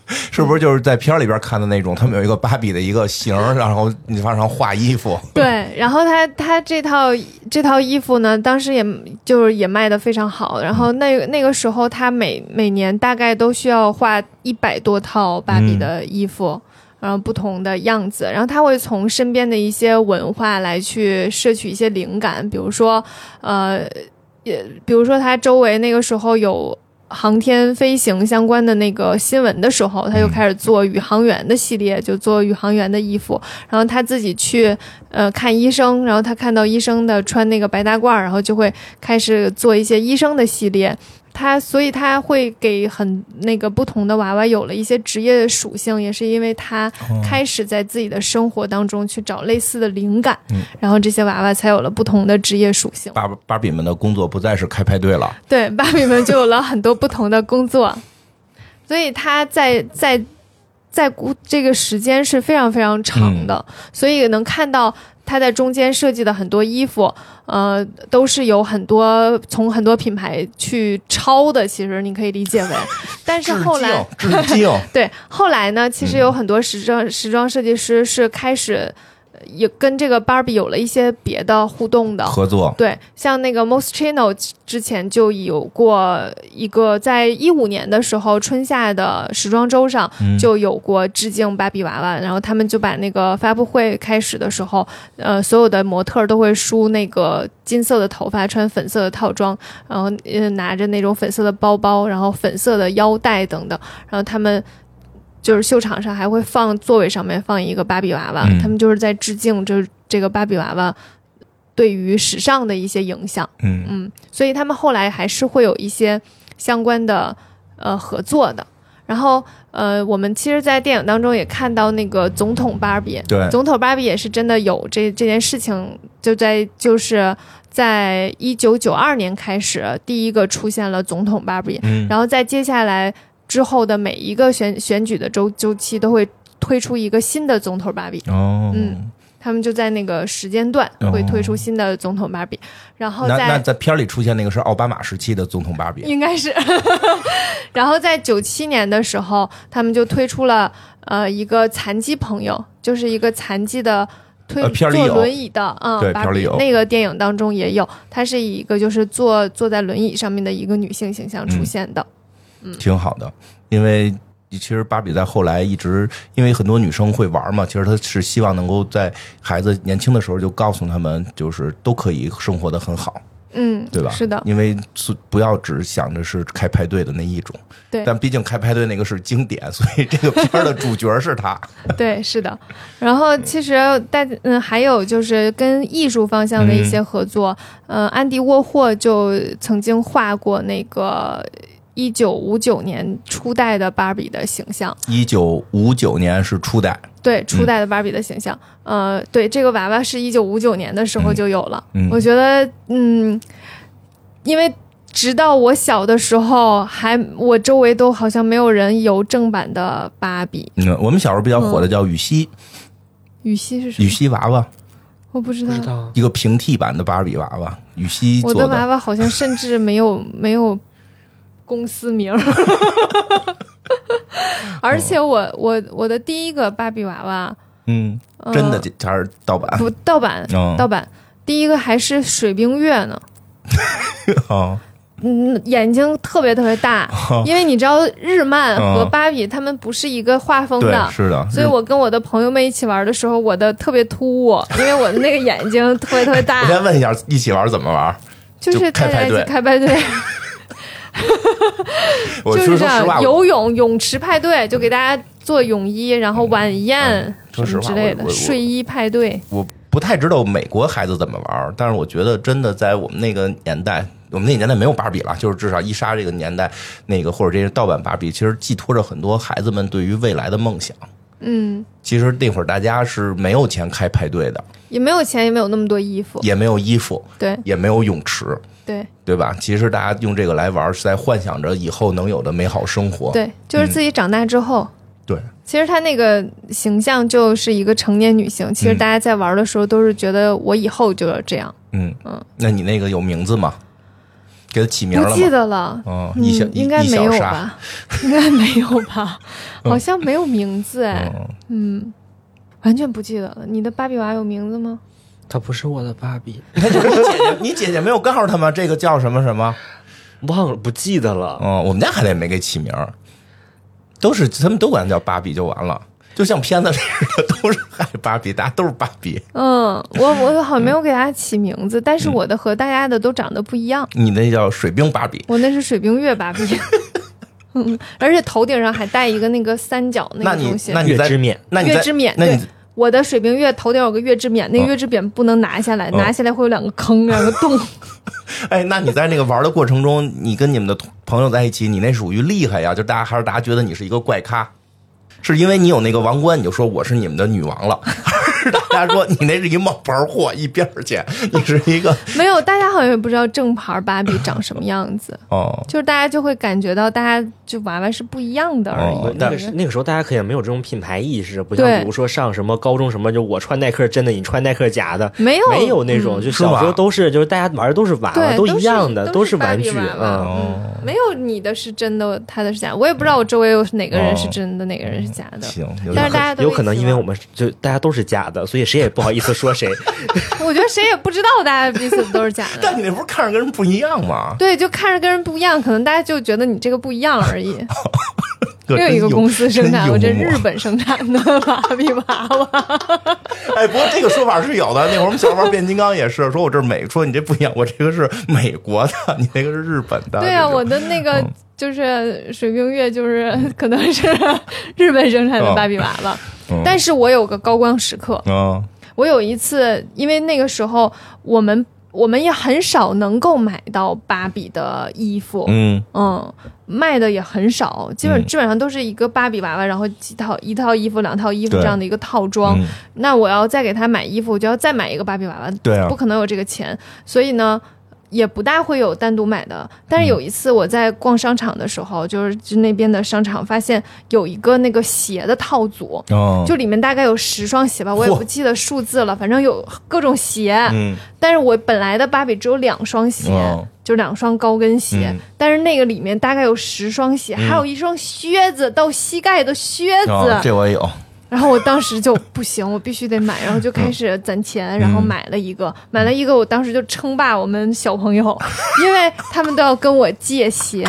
Speaker 1: 是不是就是在片儿里边看的那种？他们有一个芭比的一个型儿，然后你往上画衣服，
Speaker 2: 对，然后他他这套这套衣服呢，当时也就是也卖的非常好。然后那那个时候，他每每年大概都需要画一百多套芭比的衣服，然后不同的样子。然后他会从身边的一些文化来去摄取一些灵感，比如说，呃，也比如说他周围那个时候有航天飞行相关的那个新闻的时候，他就开始做宇航员的系列，就做宇航员的衣服。然后他自己去呃看医生，然后他看到医生的穿那个白大褂，然后就会开始做一些医生的系列。他所以他会给很那个不同的娃娃有了一些职业属性，也是因为他
Speaker 1: 哦
Speaker 2: 开始在自己的生活当中去找类似的灵感，
Speaker 1: 嗯
Speaker 2: 然后这些娃娃才有了不同的职业属性。
Speaker 1: 芭芭比们的工作不再是开派对了，
Speaker 2: 对，芭比们就有了很多不同的工作，所以他在在在估这个时间是非常非常长的，所以能看到他在中间设计的很多衣服，呃，都是有很多从很多品牌去抄的，其实你可以理解为，但是
Speaker 1: 致
Speaker 2: 后来
Speaker 1: 敬，致 敬，
Speaker 2: 对，后来呢，其实有很多时装、时装设计师是开始呃也跟这个芭比有了一些别的互动的，
Speaker 1: 合作，
Speaker 2: 对，像那个 Moschino 之前就有过一个，在一五年的时候春夏的时装周上
Speaker 1: 嗯
Speaker 2: 就有过致敬芭比娃娃，然后他们就把那个发布会开始的时候，呃，所有的模特儿都会梳那个金色的头发，穿粉色的套装，然后呃拿着那种粉色的包包，然后粉色的腰带等等，然后他们。就是秀场上还会放座位上面放一个芭比娃娃，
Speaker 1: 嗯
Speaker 2: 他们就是在致敬这这个芭比娃娃对于时尚的一些影响，
Speaker 1: 嗯
Speaker 2: 嗯，所以他们后来还是会有一些相关的呃合作的。然后呃，我们其实，在电影当中也看到那个总统芭比，
Speaker 1: 对
Speaker 2: 总统芭比也是真的有这这件事情，就在就是在一九九二年开始，第一个出现了总统芭比，
Speaker 1: 嗯
Speaker 2: 然后在接下来之后的每一个选选举的周周期都会推出一个新的总统芭比，
Speaker 1: 哦，
Speaker 2: 嗯他们就在那个时间段会推出新的总统芭比，然后
Speaker 1: 那那
Speaker 2: 在
Speaker 1: 在片儿里出现那个是奥巴马时期的总统芭比，
Speaker 2: 应该是， 然后在九七年的时候，他们就推出了呃一个残疾朋友，就是一个残疾的。推
Speaker 1: 呃片儿里
Speaker 2: 坐
Speaker 1: 有
Speaker 2: 轮椅的，嗯，
Speaker 1: 对
Speaker 2: 芭
Speaker 1: 片儿里
Speaker 2: 比
Speaker 1: 有
Speaker 2: 那个电影当中也有，她是以一个就是坐坐在轮椅上面的一个女性形象出
Speaker 1: 嗯
Speaker 2: 现的，
Speaker 1: 挺好的，因为。其实芭比在后来一直，因为很多女生会玩嘛，其实她是希望能够在孩子年轻的时候就告诉他们，就是都可以生活的很好，
Speaker 2: 嗯，
Speaker 1: 对吧？
Speaker 2: 是的，
Speaker 1: 因为是不要只想着是开派对的那一种，
Speaker 2: 对
Speaker 1: 但毕竟开派对那个是经典，所以这个片儿的主角是他。
Speaker 2: 对，是的。然后其实大嗯，还有就是跟艺术方向的一些合作，嗯、呃，安迪沃霍就曾经画过那个一九五九年初代的芭比的形象，
Speaker 1: 一九五九年是初代，
Speaker 2: 对，初代的芭比的形象，呃，对，这个娃娃是一九五九年的时候就有了，
Speaker 1: 嗯嗯
Speaker 2: 我觉得嗯，因为。直到我小的时候，还我周围都好像没有人有正版的芭比。
Speaker 1: 嗯，我们小时候比较火的叫羽西，
Speaker 2: 羽西是什
Speaker 1: 羽
Speaker 2: 么？
Speaker 1: 西娃娃，
Speaker 2: 我不知
Speaker 3: 不
Speaker 2: 道
Speaker 3: 知。道
Speaker 1: 一个平替版的芭比娃娃，羽西
Speaker 2: 我
Speaker 1: 做
Speaker 2: 的娃娃好像甚至没有没有公司名儿， 而且我我我的第一个芭比娃娃，
Speaker 1: 嗯，
Speaker 2: 呃、
Speaker 1: 真的这还是盗版，
Speaker 2: 不盗版，
Speaker 1: 啊嗯，
Speaker 2: 盗版第一个还是水冰月呢，
Speaker 1: 哦
Speaker 2: 嗯，眼睛特别特 别大，因为你知道日漫和
Speaker 1: 嗯
Speaker 2: 芭比他们不是一个画风的
Speaker 1: 对，。是的，
Speaker 2: 所以，我跟我的朋友们一起玩的时候，我的特别突兀，因为我的那个眼睛特别特别大。
Speaker 1: 我先问一下，一起玩怎么玩？
Speaker 2: 就是
Speaker 1: 就
Speaker 2: 大
Speaker 1: 开
Speaker 2: 家
Speaker 1: 派
Speaker 2: 一
Speaker 1: 对
Speaker 2: 起开派对，
Speaker 1: 我
Speaker 2: 就
Speaker 1: 其
Speaker 2: 是
Speaker 1: 实
Speaker 2: 这
Speaker 1: 说实话，
Speaker 2: 样，
Speaker 1: 我
Speaker 2: 游泳泳池派对就给大家做泳衣，然后晚宴
Speaker 1: 嗯说
Speaker 2: 什
Speaker 1: 实
Speaker 2: 么
Speaker 1: 话
Speaker 2: 之类
Speaker 1: 我
Speaker 2: 的，
Speaker 1: 我
Speaker 2: 睡衣派对。
Speaker 1: 我不太知道美国孩子怎么玩，但是我觉得真的在我们那个年代，我们那个年代没有芭比了，就是至少伊莎这个年代，那个或者这些盗版芭比，其实寄托着很多孩子们对于未来的梦想。
Speaker 2: 嗯，
Speaker 1: 其实那会儿大家是没有钱开派对的，
Speaker 2: 也没有钱，也没有那么多衣服。
Speaker 1: 也没哦有衣服，
Speaker 2: 对
Speaker 1: 也没有泳池，
Speaker 2: 对
Speaker 1: 对吧？其实大家用这个来玩，是在幻想着以后能有的美好生活。
Speaker 2: 对，就是自己长大之后，
Speaker 1: 嗯对
Speaker 2: 其实她那个形象就是一个成年女性。其实
Speaker 1: 嗯
Speaker 2: 大家在玩的时候都是觉得我以后就要这样，
Speaker 1: 嗯
Speaker 2: 嗯，
Speaker 1: 那你那个有名字吗？给它起名
Speaker 2: 不
Speaker 1: 了
Speaker 2: 记
Speaker 1: 吗？
Speaker 2: 得了。
Speaker 1: 嗯，
Speaker 2: 嗯
Speaker 1: 一小，
Speaker 2: 应该
Speaker 1: 一
Speaker 2: 没
Speaker 1: 小
Speaker 2: 有
Speaker 1: 沙，
Speaker 2: 吧？应该没有吧？好像没有名字哎，
Speaker 1: 嗯，
Speaker 2: 嗯，完全不记得了。你的芭比娃有名字吗？
Speaker 3: 她不是我的芭比，
Speaker 1: 那就是你姐姐，你姐姐没有告诉他吗？这个叫什么什么？
Speaker 3: 忘了不记得了。
Speaker 1: 哦嗯，我们家孩子也没给起名儿，都是他们都管她叫芭比就完了。就像片子里的都是嗨芭比，大家都是芭比。
Speaker 2: 嗯，我我好像没有给它起名字， 但是我的和大家的都长得不一样，
Speaker 1: 你那叫水兵芭比，
Speaker 2: 我那是水冰月芭比。 嗯，而且头顶上还戴一个那个三角
Speaker 1: 那
Speaker 2: 个
Speaker 1: 你
Speaker 2: 东西，
Speaker 1: 那你
Speaker 3: 月
Speaker 1: 在
Speaker 3: 之冕，
Speaker 1: 那你
Speaker 2: 月
Speaker 1: 在
Speaker 2: 之冕。
Speaker 1: 那
Speaker 2: 对
Speaker 1: 你，
Speaker 2: 我的水冰月头顶有个月之冕，那个
Speaker 1: 嗯
Speaker 2: 月之冕不能拿下来，
Speaker 1: 嗯
Speaker 2: 拿下来会有两个坑，两个 洞。
Speaker 1: 哎，那你在那个玩的过程中，你跟你们的同朋友在一起，你那属于厉害呀，就大家还是大家觉得你是一个怪咖，是因为你有那个王冠，你就说我是你们的女王了， 还是大家说你那是一冒牌货，一边儿去，你是一个
Speaker 2: 没有，大家好像也不知道正牌芭比长什么样子，
Speaker 1: 哦，
Speaker 2: 就是大家就会感觉到大家就娃娃是不一样的而已。
Speaker 1: 哦
Speaker 3: 那
Speaker 1: 但
Speaker 3: 个时那个时候大家可也没有这种品牌意识，不像
Speaker 2: 对
Speaker 3: 比如说上什么高中什么，就我穿耐克真的，你穿耐克假的，
Speaker 2: 没有嗯
Speaker 3: 没有那种，就小时
Speaker 1: 是
Speaker 3: 候
Speaker 1: 吧
Speaker 3: 都是就是大家啊玩的都是娃娃，
Speaker 2: 对，
Speaker 3: 一样的，
Speaker 2: 都
Speaker 3: 都是
Speaker 2: 芭
Speaker 3: 玩
Speaker 2: 比
Speaker 3: 具，
Speaker 2: 娃娃
Speaker 3: 嗯。
Speaker 1: 哦
Speaker 2: 嗯，没有你的是真的，他的是假的。我也不知道我周围有哪个人是真的，哪个人是假的。
Speaker 1: 哦行，有
Speaker 2: 但
Speaker 1: 点
Speaker 2: 是大家都
Speaker 3: 有可能因为我
Speaker 2: 我，
Speaker 3: 们就大家都是假的，所以谁也不好意思说 谁。
Speaker 2: 我觉得谁也不知道大家彼此都是假的。
Speaker 1: 但你那不是看着跟人不一样吗？
Speaker 2: 对，就看着跟人不一样，可能大家就觉得你这个不一样 而已。又
Speaker 1: 哥
Speaker 2: 有一个
Speaker 1: 真
Speaker 2: 公司生产，
Speaker 1: 真
Speaker 2: 我这
Speaker 1: 幽默
Speaker 2: 日本生产的芭比娃娃，
Speaker 1: 哎，不过这个说法是有的。那会儿我们小时候玩变形金刚也是，说我这是美，说你这不一样，我这个是美国的，你那个是日本的。
Speaker 2: 对啊，
Speaker 1: 这种
Speaker 2: 我的那个
Speaker 1: 嗯
Speaker 2: 就是水冰月，就是 可能是日本生产的芭比娃娃。
Speaker 1: 哦嗯
Speaker 2: 但是我有个高光时刻，
Speaker 1: 嗯
Speaker 2: 我有一次，因为那个时候我们我们也很少能够买到芭比的衣服，
Speaker 1: 嗯
Speaker 2: 嗯，卖的也很少，基本
Speaker 1: 嗯
Speaker 2: 基本上都是一个芭比娃娃，然后几套一套衣服、两套衣服
Speaker 1: 对
Speaker 2: 这样的一个套装。
Speaker 1: 嗯，
Speaker 2: 那我要再给他买衣服，我就要再买一个芭比娃娃，
Speaker 1: 对啊
Speaker 2: 不，可能有这个钱，所以呢。也不大会有单独买的，
Speaker 1: 嗯
Speaker 2: 但是有一次我在逛商场的时候，就是就那边的商场，发现有一个那个鞋的套组，
Speaker 1: 哦
Speaker 2: 就里面大概有十双鞋吧，我也不记得数字了，反正有各种鞋。
Speaker 1: 嗯
Speaker 2: 但是我本来的芭比只有两双鞋，
Speaker 1: 哦
Speaker 2: 就两双高跟鞋，
Speaker 1: 嗯
Speaker 2: 但是那个里面大概有十双鞋，还有一双靴子到膝盖的靴子。
Speaker 1: 哦，这我也有。
Speaker 2: 然后我当时就不行，我必须得买，然后就开始攒钱，然后买了一
Speaker 1: 嗯
Speaker 2: 个，买了一个，我当时就称霸我们小朋友，因为他们都要跟我借鞋。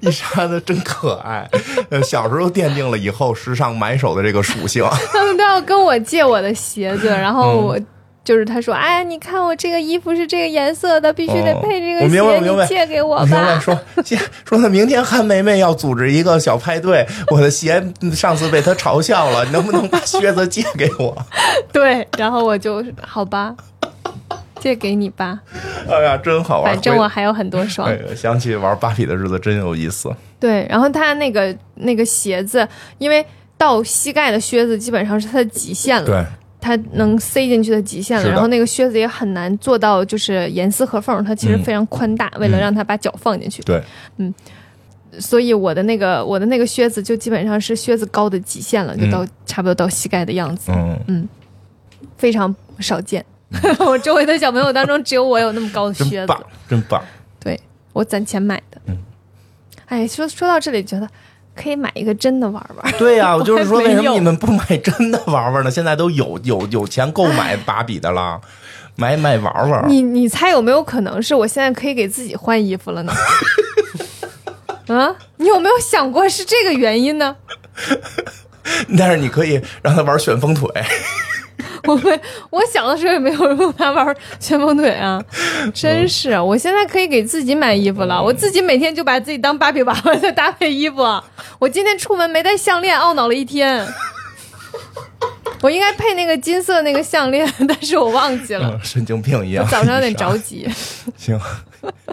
Speaker 1: 一沙子真可爱，呃小时候奠定了以后时尚买手的这个属性。
Speaker 2: 他们都要跟我借我的鞋子，然后
Speaker 1: 嗯
Speaker 2: 我。就是他说，哎，你看我这个衣服是这个颜色的，必须得配这
Speaker 1: 哦
Speaker 2: 个
Speaker 1: 我
Speaker 2: 鞋，
Speaker 1: 明白我明白
Speaker 2: 你借给我
Speaker 1: 明白
Speaker 2: 吧。
Speaker 1: 说，说说那明天韩梅梅要组织一个小派对，我的鞋上次被她嘲笑了，你能不能把靴子借给我？
Speaker 2: 对，然后我就好吧，借给你吧，
Speaker 1: 哎呀，真好玩。
Speaker 2: 反正我
Speaker 1: 回
Speaker 2: 还有很多双
Speaker 1: 哎。呀，想起玩芭比的日子真有意思。
Speaker 2: 对，然后他那个那个鞋子，因为到膝盖的靴子基本上是它的极限了，
Speaker 1: 对，
Speaker 2: 它能塞进去的极限
Speaker 1: 是
Speaker 2: 了。
Speaker 1: 的
Speaker 2: 然后那个靴子也很难做到就是严丝合缝，它其实
Speaker 1: 嗯
Speaker 2: 非常宽大，为了让它把脚放进去。
Speaker 1: 对，
Speaker 2: 嗯，所以我的那个我的那个靴子就基本上是靴子高的极限了，就到、差不多到膝盖的样子，
Speaker 1: 嗯，
Speaker 2: 非常少见。 我周围的小朋友当中，只有我有那么高的靴
Speaker 1: 真
Speaker 2: 子
Speaker 1: 棒。，真 棒。
Speaker 2: 对我攒钱买的。
Speaker 1: 嗯，
Speaker 2: 哎，说说到这里，觉得可以买一个真的玩玩。
Speaker 1: 对呀、我就是说，
Speaker 2: 还没
Speaker 1: 为
Speaker 2: 有
Speaker 1: 什么你们不买真的玩玩呢？现在都有有有钱购买芭比的了，买买玩玩。
Speaker 2: 你你猜有没有可能是我现在可以给自己换衣服了 呢？啊，你有没有想过是这个原因呢？
Speaker 1: 但是你可以让他玩旋风腿，
Speaker 2: 我们我小的时候也没有用它玩旋风腿 啊，
Speaker 1: 嗯
Speaker 2: 真是！我现在可以给自己买衣服了，我自己每天就把自己当芭比娃娃在搭配衣服。我今天出门没带项链，懊恼了一天。我应该配那个金色那个项链，但是我忘记了。
Speaker 1: 嗯 神经病一样。啊
Speaker 2: 早 上有点着
Speaker 1: 急。
Speaker 2: 急，
Speaker 1: 行，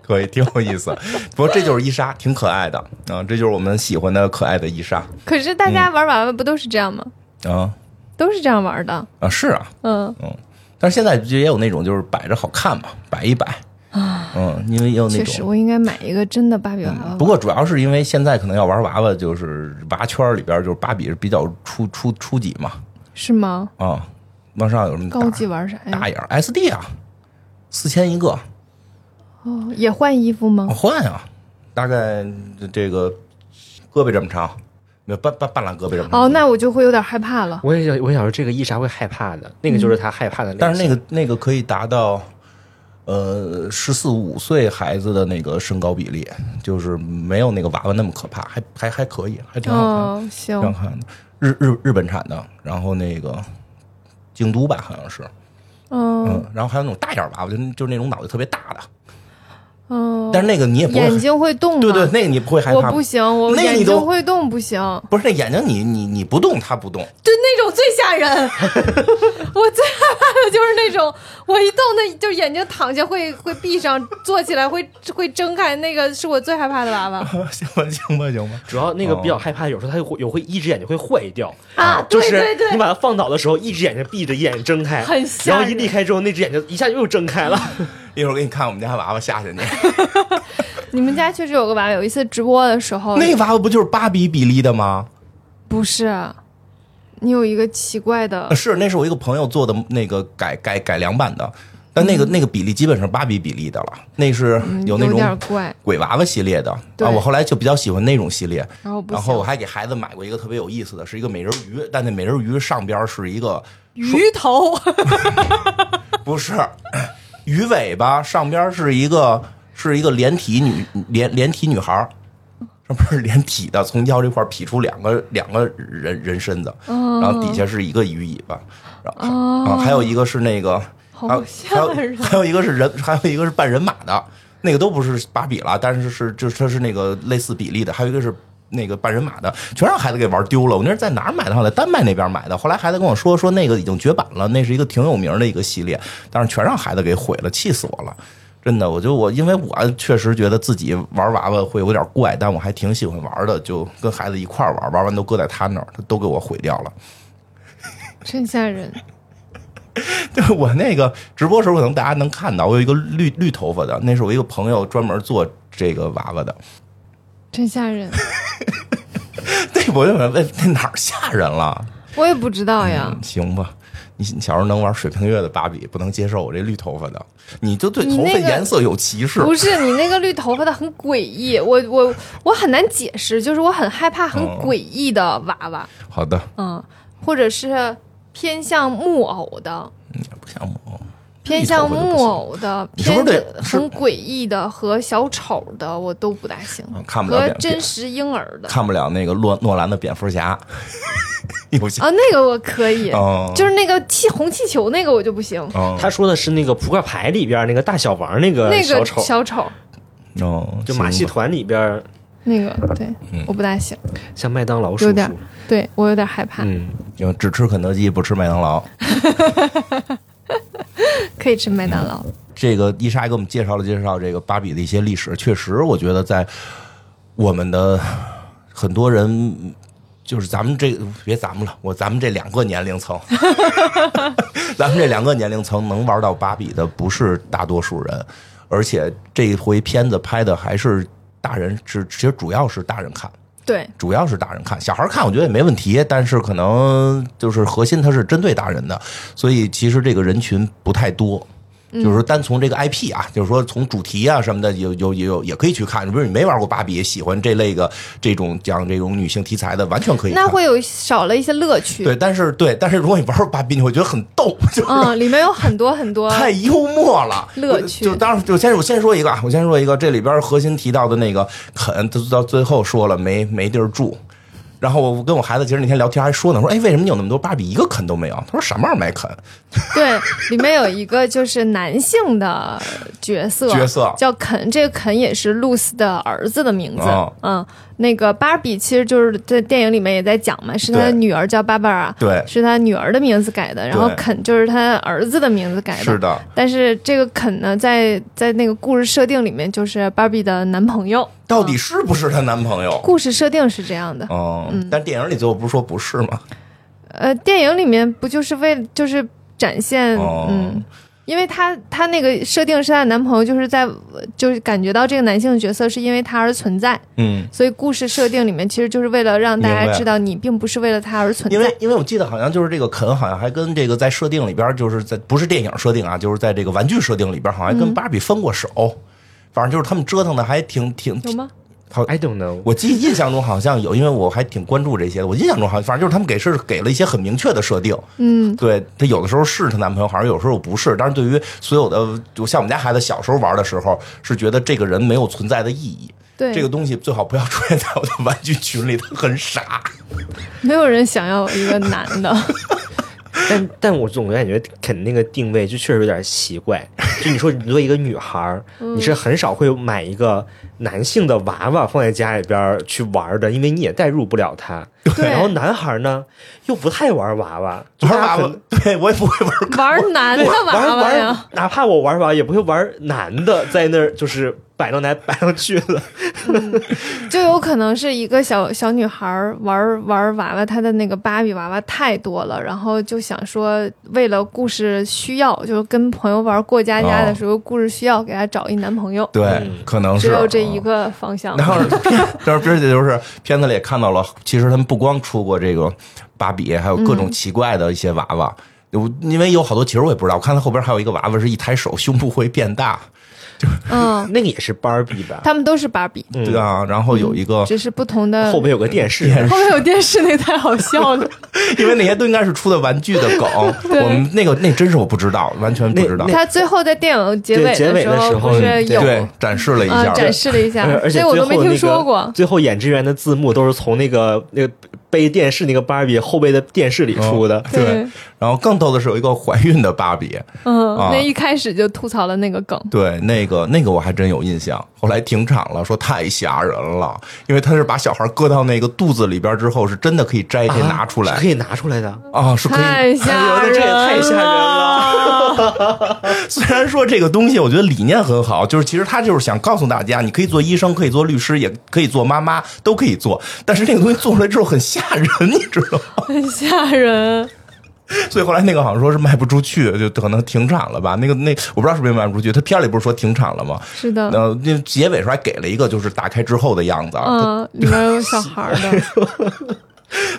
Speaker 1: 可以，挺有意思。不过这就是伊莎，挺可爱的啊，这就是我们喜欢的可爱的伊莎
Speaker 2: 可是大
Speaker 1: 嗯
Speaker 2: 家玩娃娃不都是这样吗？
Speaker 1: 啊
Speaker 2: 都是这样玩的，
Speaker 1: 啊，是啊，
Speaker 2: 嗯，
Speaker 1: 嗯。但是现在也有那种就是摆着好看嘛，摆一摆啊，嗯，因为也有那
Speaker 2: 确实，
Speaker 1: 种。嗯
Speaker 2: 我应该买一个真的芭比娃娃。
Speaker 1: 不过主要是因为现在可能要玩娃娃，就是娃圈里边就是芭比是比较初初初级嘛，
Speaker 2: 是吗？
Speaker 1: 啊，往上有什么
Speaker 2: 高
Speaker 1: 大
Speaker 2: 级玩啥呀
Speaker 1: 大？眼儿 SD 啊，四千一个，
Speaker 2: 哦，也换衣服吗
Speaker 1: 我？换啊，大概这个胳膊这么长，没有半半半拉胳膊这么长。
Speaker 2: 哦，那我就会有点害怕了。
Speaker 3: 我也想，我想说这个伊莎会害怕的，那个就是她害怕的类型。
Speaker 1: 但是那个那个可以达到，呃十四五岁孩子的那个身高比例，就是没有那个娃娃那么可怕，还还还可以，还挺好看的。
Speaker 2: 哦，行
Speaker 1: 挺好，看的，日日日本产的，然后那个京都吧，好像是，
Speaker 2: 嗯
Speaker 1: 嗯，然后还有那种大眼儿娃娃，就就是那种脑袋特别大的，
Speaker 2: 嗯，
Speaker 1: 但是那个你也不会，
Speaker 2: 眼睛会动吗？
Speaker 1: 对对，那个你不会害
Speaker 2: 我
Speaker 1: 怕，
Speaker 2: 不行，我
Speaker 1: 那
Speaker 2: 眼
Speaker 1: 你都
Speaker 2: 睛会动不行，
Speaker 1: 不是那眼睛你你你不动它不动，
Speaker 2: 对那种最吓人，我最害怕的就是那种我一动那就眼睛躺下会会闭上，坐起来会会睁开，那个是我最害怕的 娃娃
Speaker 1: 行吧行吧行吧，
Speaker 3: 主要那个比较害怕，有时候它会有会一只眼睛会坏掉，
Speaker 2: 啊！
Speaker 3: 就
Speaker 2: 对
Speaker 3: 是
Speaker 2: 对
Speaker 3: 你
Speaker 2: 对，
Speaker 3: 把它放倒的时候，一只眼睛闭着，一眼睛睁开，
Speaker 2: 很吓
Speaker 3: 然
Speaker 2: 人
Speaker 3: 后一离开之后，那只眼睛一下又 睁开了。
Speaker 1: 一会儿给你看我们家娃娃吓吓你，
Speaker 2: 你们家确实有个娃娃，有一次直播的时候，
Speaker 1: 那娃娃不就是芭比比例的吗？
Speaker 2: 不是你有一个奇怪的
Speaker 1: 呃，是，那是我一个朋友做的那个改改改良版的，但那个、那个比例基本上芭比比例的了，那是
Speaker 2: 嗯
Speaker 1: 有那种
Speaker 2: 点怪，
Speaker 1: 鬼娃娃系列的
Speaker 2: 对
Speaker 1: 啊，我后来就比较喜欢那种系列。
Speaker 2: 然后不
Speaker 1: 然后我
Speaker 2: 行，
Speaker 1: 还给孩子买过一个特别有意思的，是一个美人鱼，但那美人鱼上边是一个
Speaker 2: 鱼头
Speaker 1: 不是 鱼尾巴，上边是一个是一个连体女连连体女孩儿，上边是连体的，从腰这块儿劈出两个两个人人身子，
Speaker 2: 嗯
Speaker 1: 然后底下是一个鱼尾巴，然后、啊还有一个是那个还有
Speaker 2: 哦好
Speaker 1: 还
Speaker 2: 吓
Speaker 1: 有
Speaker 2: 人，啊
Speaker 1: 还有一个是人，还有一个是半人马的，那个都不是芭比了，但是是就是它是那个类似比例的，还有一个是。那个半人马的全让孩子给玩丢了。我那是在哪儿买的？后来丹 麦那边买的。后来孩子跟我说说那个已经绝版了，那是一个挺有名的一个系列，但是全让孩子给毁了，气死我了！真的，我就我因为我确实觉得自己玩娃娃会有点怪，但我还挺喜欢玩的，就跟孩子一块儿玩，玩完都搁在他那儿，他都给我毁掉了。
Speaker 2: 真吓人。
Speaker 1: 对我那个直播时候，可能大家能看到，我有一个绿绿头发的，那是我一个朋友专门做这个娃娃的。
Speaker 2: 真吓人，
Speaker 1: 对，我就想问，哎那哪儿吓人了？
Speaker 2: 我也不知道呀。
Speaker 1: 嗯行吧，你你小时候能玩水平月的芭比，不能接受我这绿头发的，你就对
Speaker 2: 你
Speaker 1: 头发
Speaker 2: 那个
Speaker 1: 颜色有歧视。
Speaker 2: 不是你那个绿头发的很诡异，我我我很难解释，就是我很害怕很
Speaker 1: 哦
Speaker 2: 诡异的娃娃，
Speaker 1: 好的，
Speaker 2: 嗯，或者是偏向木偶的，
Speaker 1: 也不像我。
Speaker 2: 偏向木偶的，
Speaker 1: 你是不
Speaker 2: 偏
Speaker 1: 是得是
Speaker 2: 很诡异的和小丑的我都不大行
Speaker 1: 嗯，看不了
Speaker 2: 和
Speaker 1: 脸
Speaker 2: 真实婴儿的
Speaker 1: 看不了那个诺诺兰的蝙蝠侠， 有些
Speaker 2: 啊，那个我可以，
Speaker 1: 哦
Speaker 2: 就是那个气红气球那个我就不行，
Speaker 1: 哦
Speaker 3: 他说的是那个扑克牌里边那个大小王那个
Speaker 2: 那
Speaker 3: 小
Speaker 2: 个
Speaker 3: 丑，
Speaker 2: 小丑
Speaker 1: 哦，
Speaker 3: 就马戏
Speaker 1: 行吧
Speaker 3: 团里边
Speaker 2: 那个对
Speaker 1: 嗯，
Speaker 2: 我不大行，
Speaker 3: 像麦当劳叔
Speaker 2: 有
Speaker 3: 叔，
Speaker 2: 点对我有点害怕，
Speaker 3: 嗯，
Speaker 1: 行只吃肯德基不吃麦当劳。
Speaker 2: 可以吃麦当劳，
Speaker 1: 这个伊莎给我们介绍了介绍这个芭比的一些历史，确实，我觉得在我们的很多人，就是咱们这别咱们了，我咱们这两个年龄层， 咱们这两个年龄层能玩到芭比的不是大多数人，而且这一回片子拍的还是大人，是其实主要是大人看。
Speaker 2: 对，
Speaker 1: 主要是大人看，小孩看我觉得也没问题，但是可能就是核心它是针对大人的，所以其实这个人群不太多。
Speaker 2: 嗯
Speaker 1: 就是说，单从这个 IP 啊，就是说从主题啊什么的，有有有也可以去看。比如你没玩过芭比，喜欢这类个这种讲这种女性题材的，完全可以看。
Speaker 2: 那会有少了一些乐趣，
Speaker 1: 对，但是对，但是如果你玩过芭比，你会觉得很逗， 就是
Speaker 2: 嗯，里面有很多很多，
Speaker 1: 太幽默了，
Speaker 2: 乐趣
Speaker 1: 就当然，就先我先说一个啊，我先说一个，这里边核心提到的那个肯，都到最后说了没没地儿住。然后我跟我孩子其实那天聊天还说呢，说哎，为什么你有那么多芭比，一个肯都没有？他说什么玩意儿没肯？
Speaker 2: 对，里面有一个就是男性的角色，
Speaker 1: 角色
Speaker 2: 叫肯，这个肯也是露丝的儿子的名字，
Speaker 1: 哦
Speaker 2: 嗯，那个芭比其实就是在电影里面也在讲嘛，是他的
Speaker 1: 对
Speaker 2: 女儿叫芭芭拉，
Speaker 1: 对
Speaker 2: 是他女儿的名字改的，然后
Speaker 1: 对
Speaker 2: 肯就是他儿子的名字改的，
Speaker 1: 是的，
Speaker 2: 但是这个肯呢，在在那个故事设定里面就是芭比的男朋友，
Speaker 1: 到底是不是她男朋友？
Speaker 2: 故事设定是这样的，
Speaker 1: 哦，但电影里最后不是说不是吗？
Speaker 2: 呃，电影里面不就是为了就是展现、
Speaker 1: 哦
Speaker 2: 嗯。因为她她那个设定是她男朋友，就是在就是感觉到这个男性角色是因为他而存在，
Speaker 1: 嗯，
Speaker 2: 所以故事设定里面其实就是为了让大
Speaker 1: 明
Speaker 2: 家
Speaker 1: 白
Speaker 2: 知道你并不是为了他而存
Speaker 1: 因为
Speaker 2: 在。
Speaker 1: 因为我记得好像就是这个肯好像还跟这个在设定里边，就是在不是电影设定啊，就是在这
Speaker 3: 嗯
Speaker 1: 个玩具设定里边，好像还跟芭比分过手。反正就是他们折腾的还挺挺
Speaker 2: 有吗？
Speaker 1: 他
Speaker 3: I don't know，
Speaker 1: 我记印象中好像有，因为我还挺关注这些的。我印象中好像，反正就是他们给是给了一些很明确的设定。
Speaker 2: 嗯，
Speaker 1: 对她有的时候是她男朋友，好像有时候不是。但是对于所有的，就像我们家孩子小时候玩的时候，是觉得这个人没有存在的意义。
Speaker 2: 对，
Speaker 1: 这个东西最好不要出现在我的玩具群里，他很傻。
Speaker 2: 没有人想要一个男的，
Speaker 3: 但但我总感觉肯那个定位就确实有点奇怪。就你说，你作为一个女 孩儿，你是很少会买一个男性的娃娃放在家里边儿去玩儿的，因为你也代入不了他。
Speaker 2: 对啊
Speaker 3: 然后男孩儿呢，又不太玩娃娃，就
Speaker 1: 玩
Speaker 3: 大家
Speaker 1: 娃
Speaker 3: 可
Speaker 1: 娃
Speaker 3: 能，
Speaker 1: 对我也不会玩。
Speaker 2: 玩男的
Speaker 3: 对，玩
Speaker 2: 娃娃
Speaker 3: 玩
Speaker 2: 呀，，
Speaker 3: 哪怕我玩娃，也不会玩男的在那儿就是摆弄来摆弄去的。
Speaker 2: 就有可能是一个小小女孩儿玩玩娃娃，她的那个芭比娃娃太多了，然后就想说，为了故事需要，就是跟朋友玩过家
Speaker 3: 哦
Speaker 2: 家的时候，故事需要给她找一男朋友，
Speaker 1: 对
Speaker 3: 嗯，
Speaker 1: 可能
Speaker 2: 只
Speaker 1: 是
Speaker 2: 有这一
Speaker 1: 嗯
Speaker 2: 个方向。
Speaker 1: 然后， 但是而且就是片子里也看到了，其实他们不光出过这个芭比，还有各种奇怪的一些娃娃。我因为有好多，其实我也不知道。我看他后边还有一个娃娃是一抬手胸部会变大，
Speaker 2: 嗯，
Speaker 3: 那个也是芭比吧？
Speaker 2: 他们都是芭比，
Speaker 3: 嗯
Speaker 1: 对啊，然后有一个，
Speaker 2: 只是不同的
Speaker 3: 哦后。边有个嗯电视，
Speaker 2: 后面有电视，那太好笑 了。
Speaker 1: 因为那些都应该是出的玩具的梗，
Speaker 2: 对
Speaker 1: 我们 那个那真是我不知道，完全不知道。
Speaker 2: 他最后在电影结
Speaker 3: 对结
Speaker 2: 尾
Speaker 3: 尾的时
Speaker 2: 时
Speaker 3: 候
Speaker 2: 不是
Speaker 3: 对
Speaker 2: 有
Speaker 1: 对，展示了一
Speaker 2: 啊
Speaker 1: 下，
Speaker 2: 展示了一下
Speaker 3: 而，而
Speaker 2: 所
Speaker 3: 且
Speaker 2: 以我
Speaker 3: 最
Speaker 2: 都
Speaker 3: 后
Speaker 2: 没
Speaker 3: 那
Speaker 2: 听
Speaker 3: 个
Speaker 2: 说过。
Speaker 3: 最后演职员的字幕都是从那个那个背电视那个芭比后背的电视里出的。
Speaker 1: 对，然后更逗的是有一个怀孕的芭比，
Speaker 2: 嗯，
Speaker 1: 啊
Speaker 2: 那一开始就吐槽了那个
Speaker 3: 啊
Speaker 2: 梗，
Speaker 1: 对，那个那个我还真有印象。后来停场了，说太吓人了，因为他是把小孩搁到那个肚子里边之后，是真的可以摘开
Speaker 3: 啊
Speaker 1: 拿出来
Speaker 3: 是可以拿出来的，
Speaker 1: 啊，是可以。
Speaker 2: 太吓
Speaker 3: 哎
Speaker 2: 人啊了，
Speaker 3: 呦那这也太吓人
Speaker 2: 啊
Speaker 3: 了
Speaker 1: 虽然说这个东西，我觉得理念很好，就是其实他就是想告诉大家，你可以做医生，可以做律师，也可以做妈妈，都可以做。但是那个东西做出来之后很吓人，你知道吗？
Speaker 2: 很吓人。
Speaker 1: 所以后来那个好像说是卖不出去，就可能停产了吧？那个那我不知道是不是卖不出去。他片儿里不是说停产了吗？
Speaker 2: 是
Speaker 3: 嗯
Speaker 2: 的，
Speaker 1: 呃，那结尾时候还给了一个就是打开之后的样子啊，
Speaker 2: 嗯，里面有小孩儿 的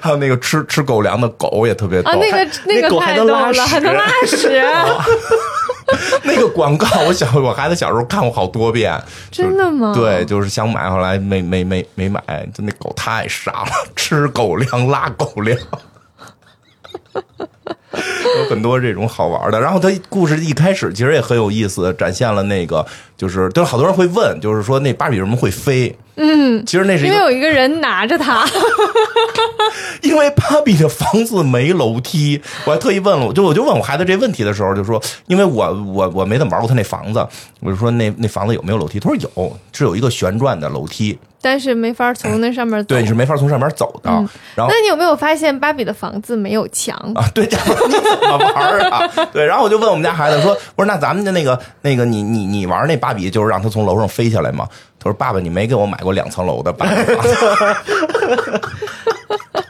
Speaker 1: 还有那个吃吃狗粮的狗也特别逗，
Speaker 2: 啊，那个
Speaker 3: 那狗
Speaker 2: 个
Speaker 3: 还
Speaker 2: 太
Speaker 3: 能
Speaker 2: 逗
Speaker 3: 拉
Speaker 2: 了，
Speaker 3: 屎
Speaker 2: 还能拉屎，
Speaker 1: 那个广告，我小我孩子小时候看过好多遍，就是
Speaker 2: 真的吗？
Speaker 1: 对，，就是想买，后来没没没没买，就那狗太傻了， 吃狗粮拉狗粮。 有很多这种好玩的，然后它故事一开始其实也很有意思，展现了那个就是，就是好多人会问，就是说那芭比为什么会飞？嗯，其实那是一
Speaker 2: 因
Speaker 1: 个
Speaker 2: 为有一个人拿着 它，
Speaker 1: 因为芭比的房子没楼梯，我还特意问了，我就我就问我孩子这问题的时候，就说，因为我我我没怎么玩过他那房子，我就说那那房子有没有楼梯？他说有，是有一个旋转的楼梯，
Speaker 2: 但是没法从那上面走
Speaker 1: 对，。你是没法从上面走的。然后
Speaker 2: 那你有没有发现芭比的房子没有墙？
Speaker 1: 啊，对，这样你怎么玩啊？对，然后我就问我们家孩子说，我说那咱们的那个那个你你你玩那芭比，就是让他从楼上飞下来吗？他说爸爸，你没给我买过两层楼的芭比房子。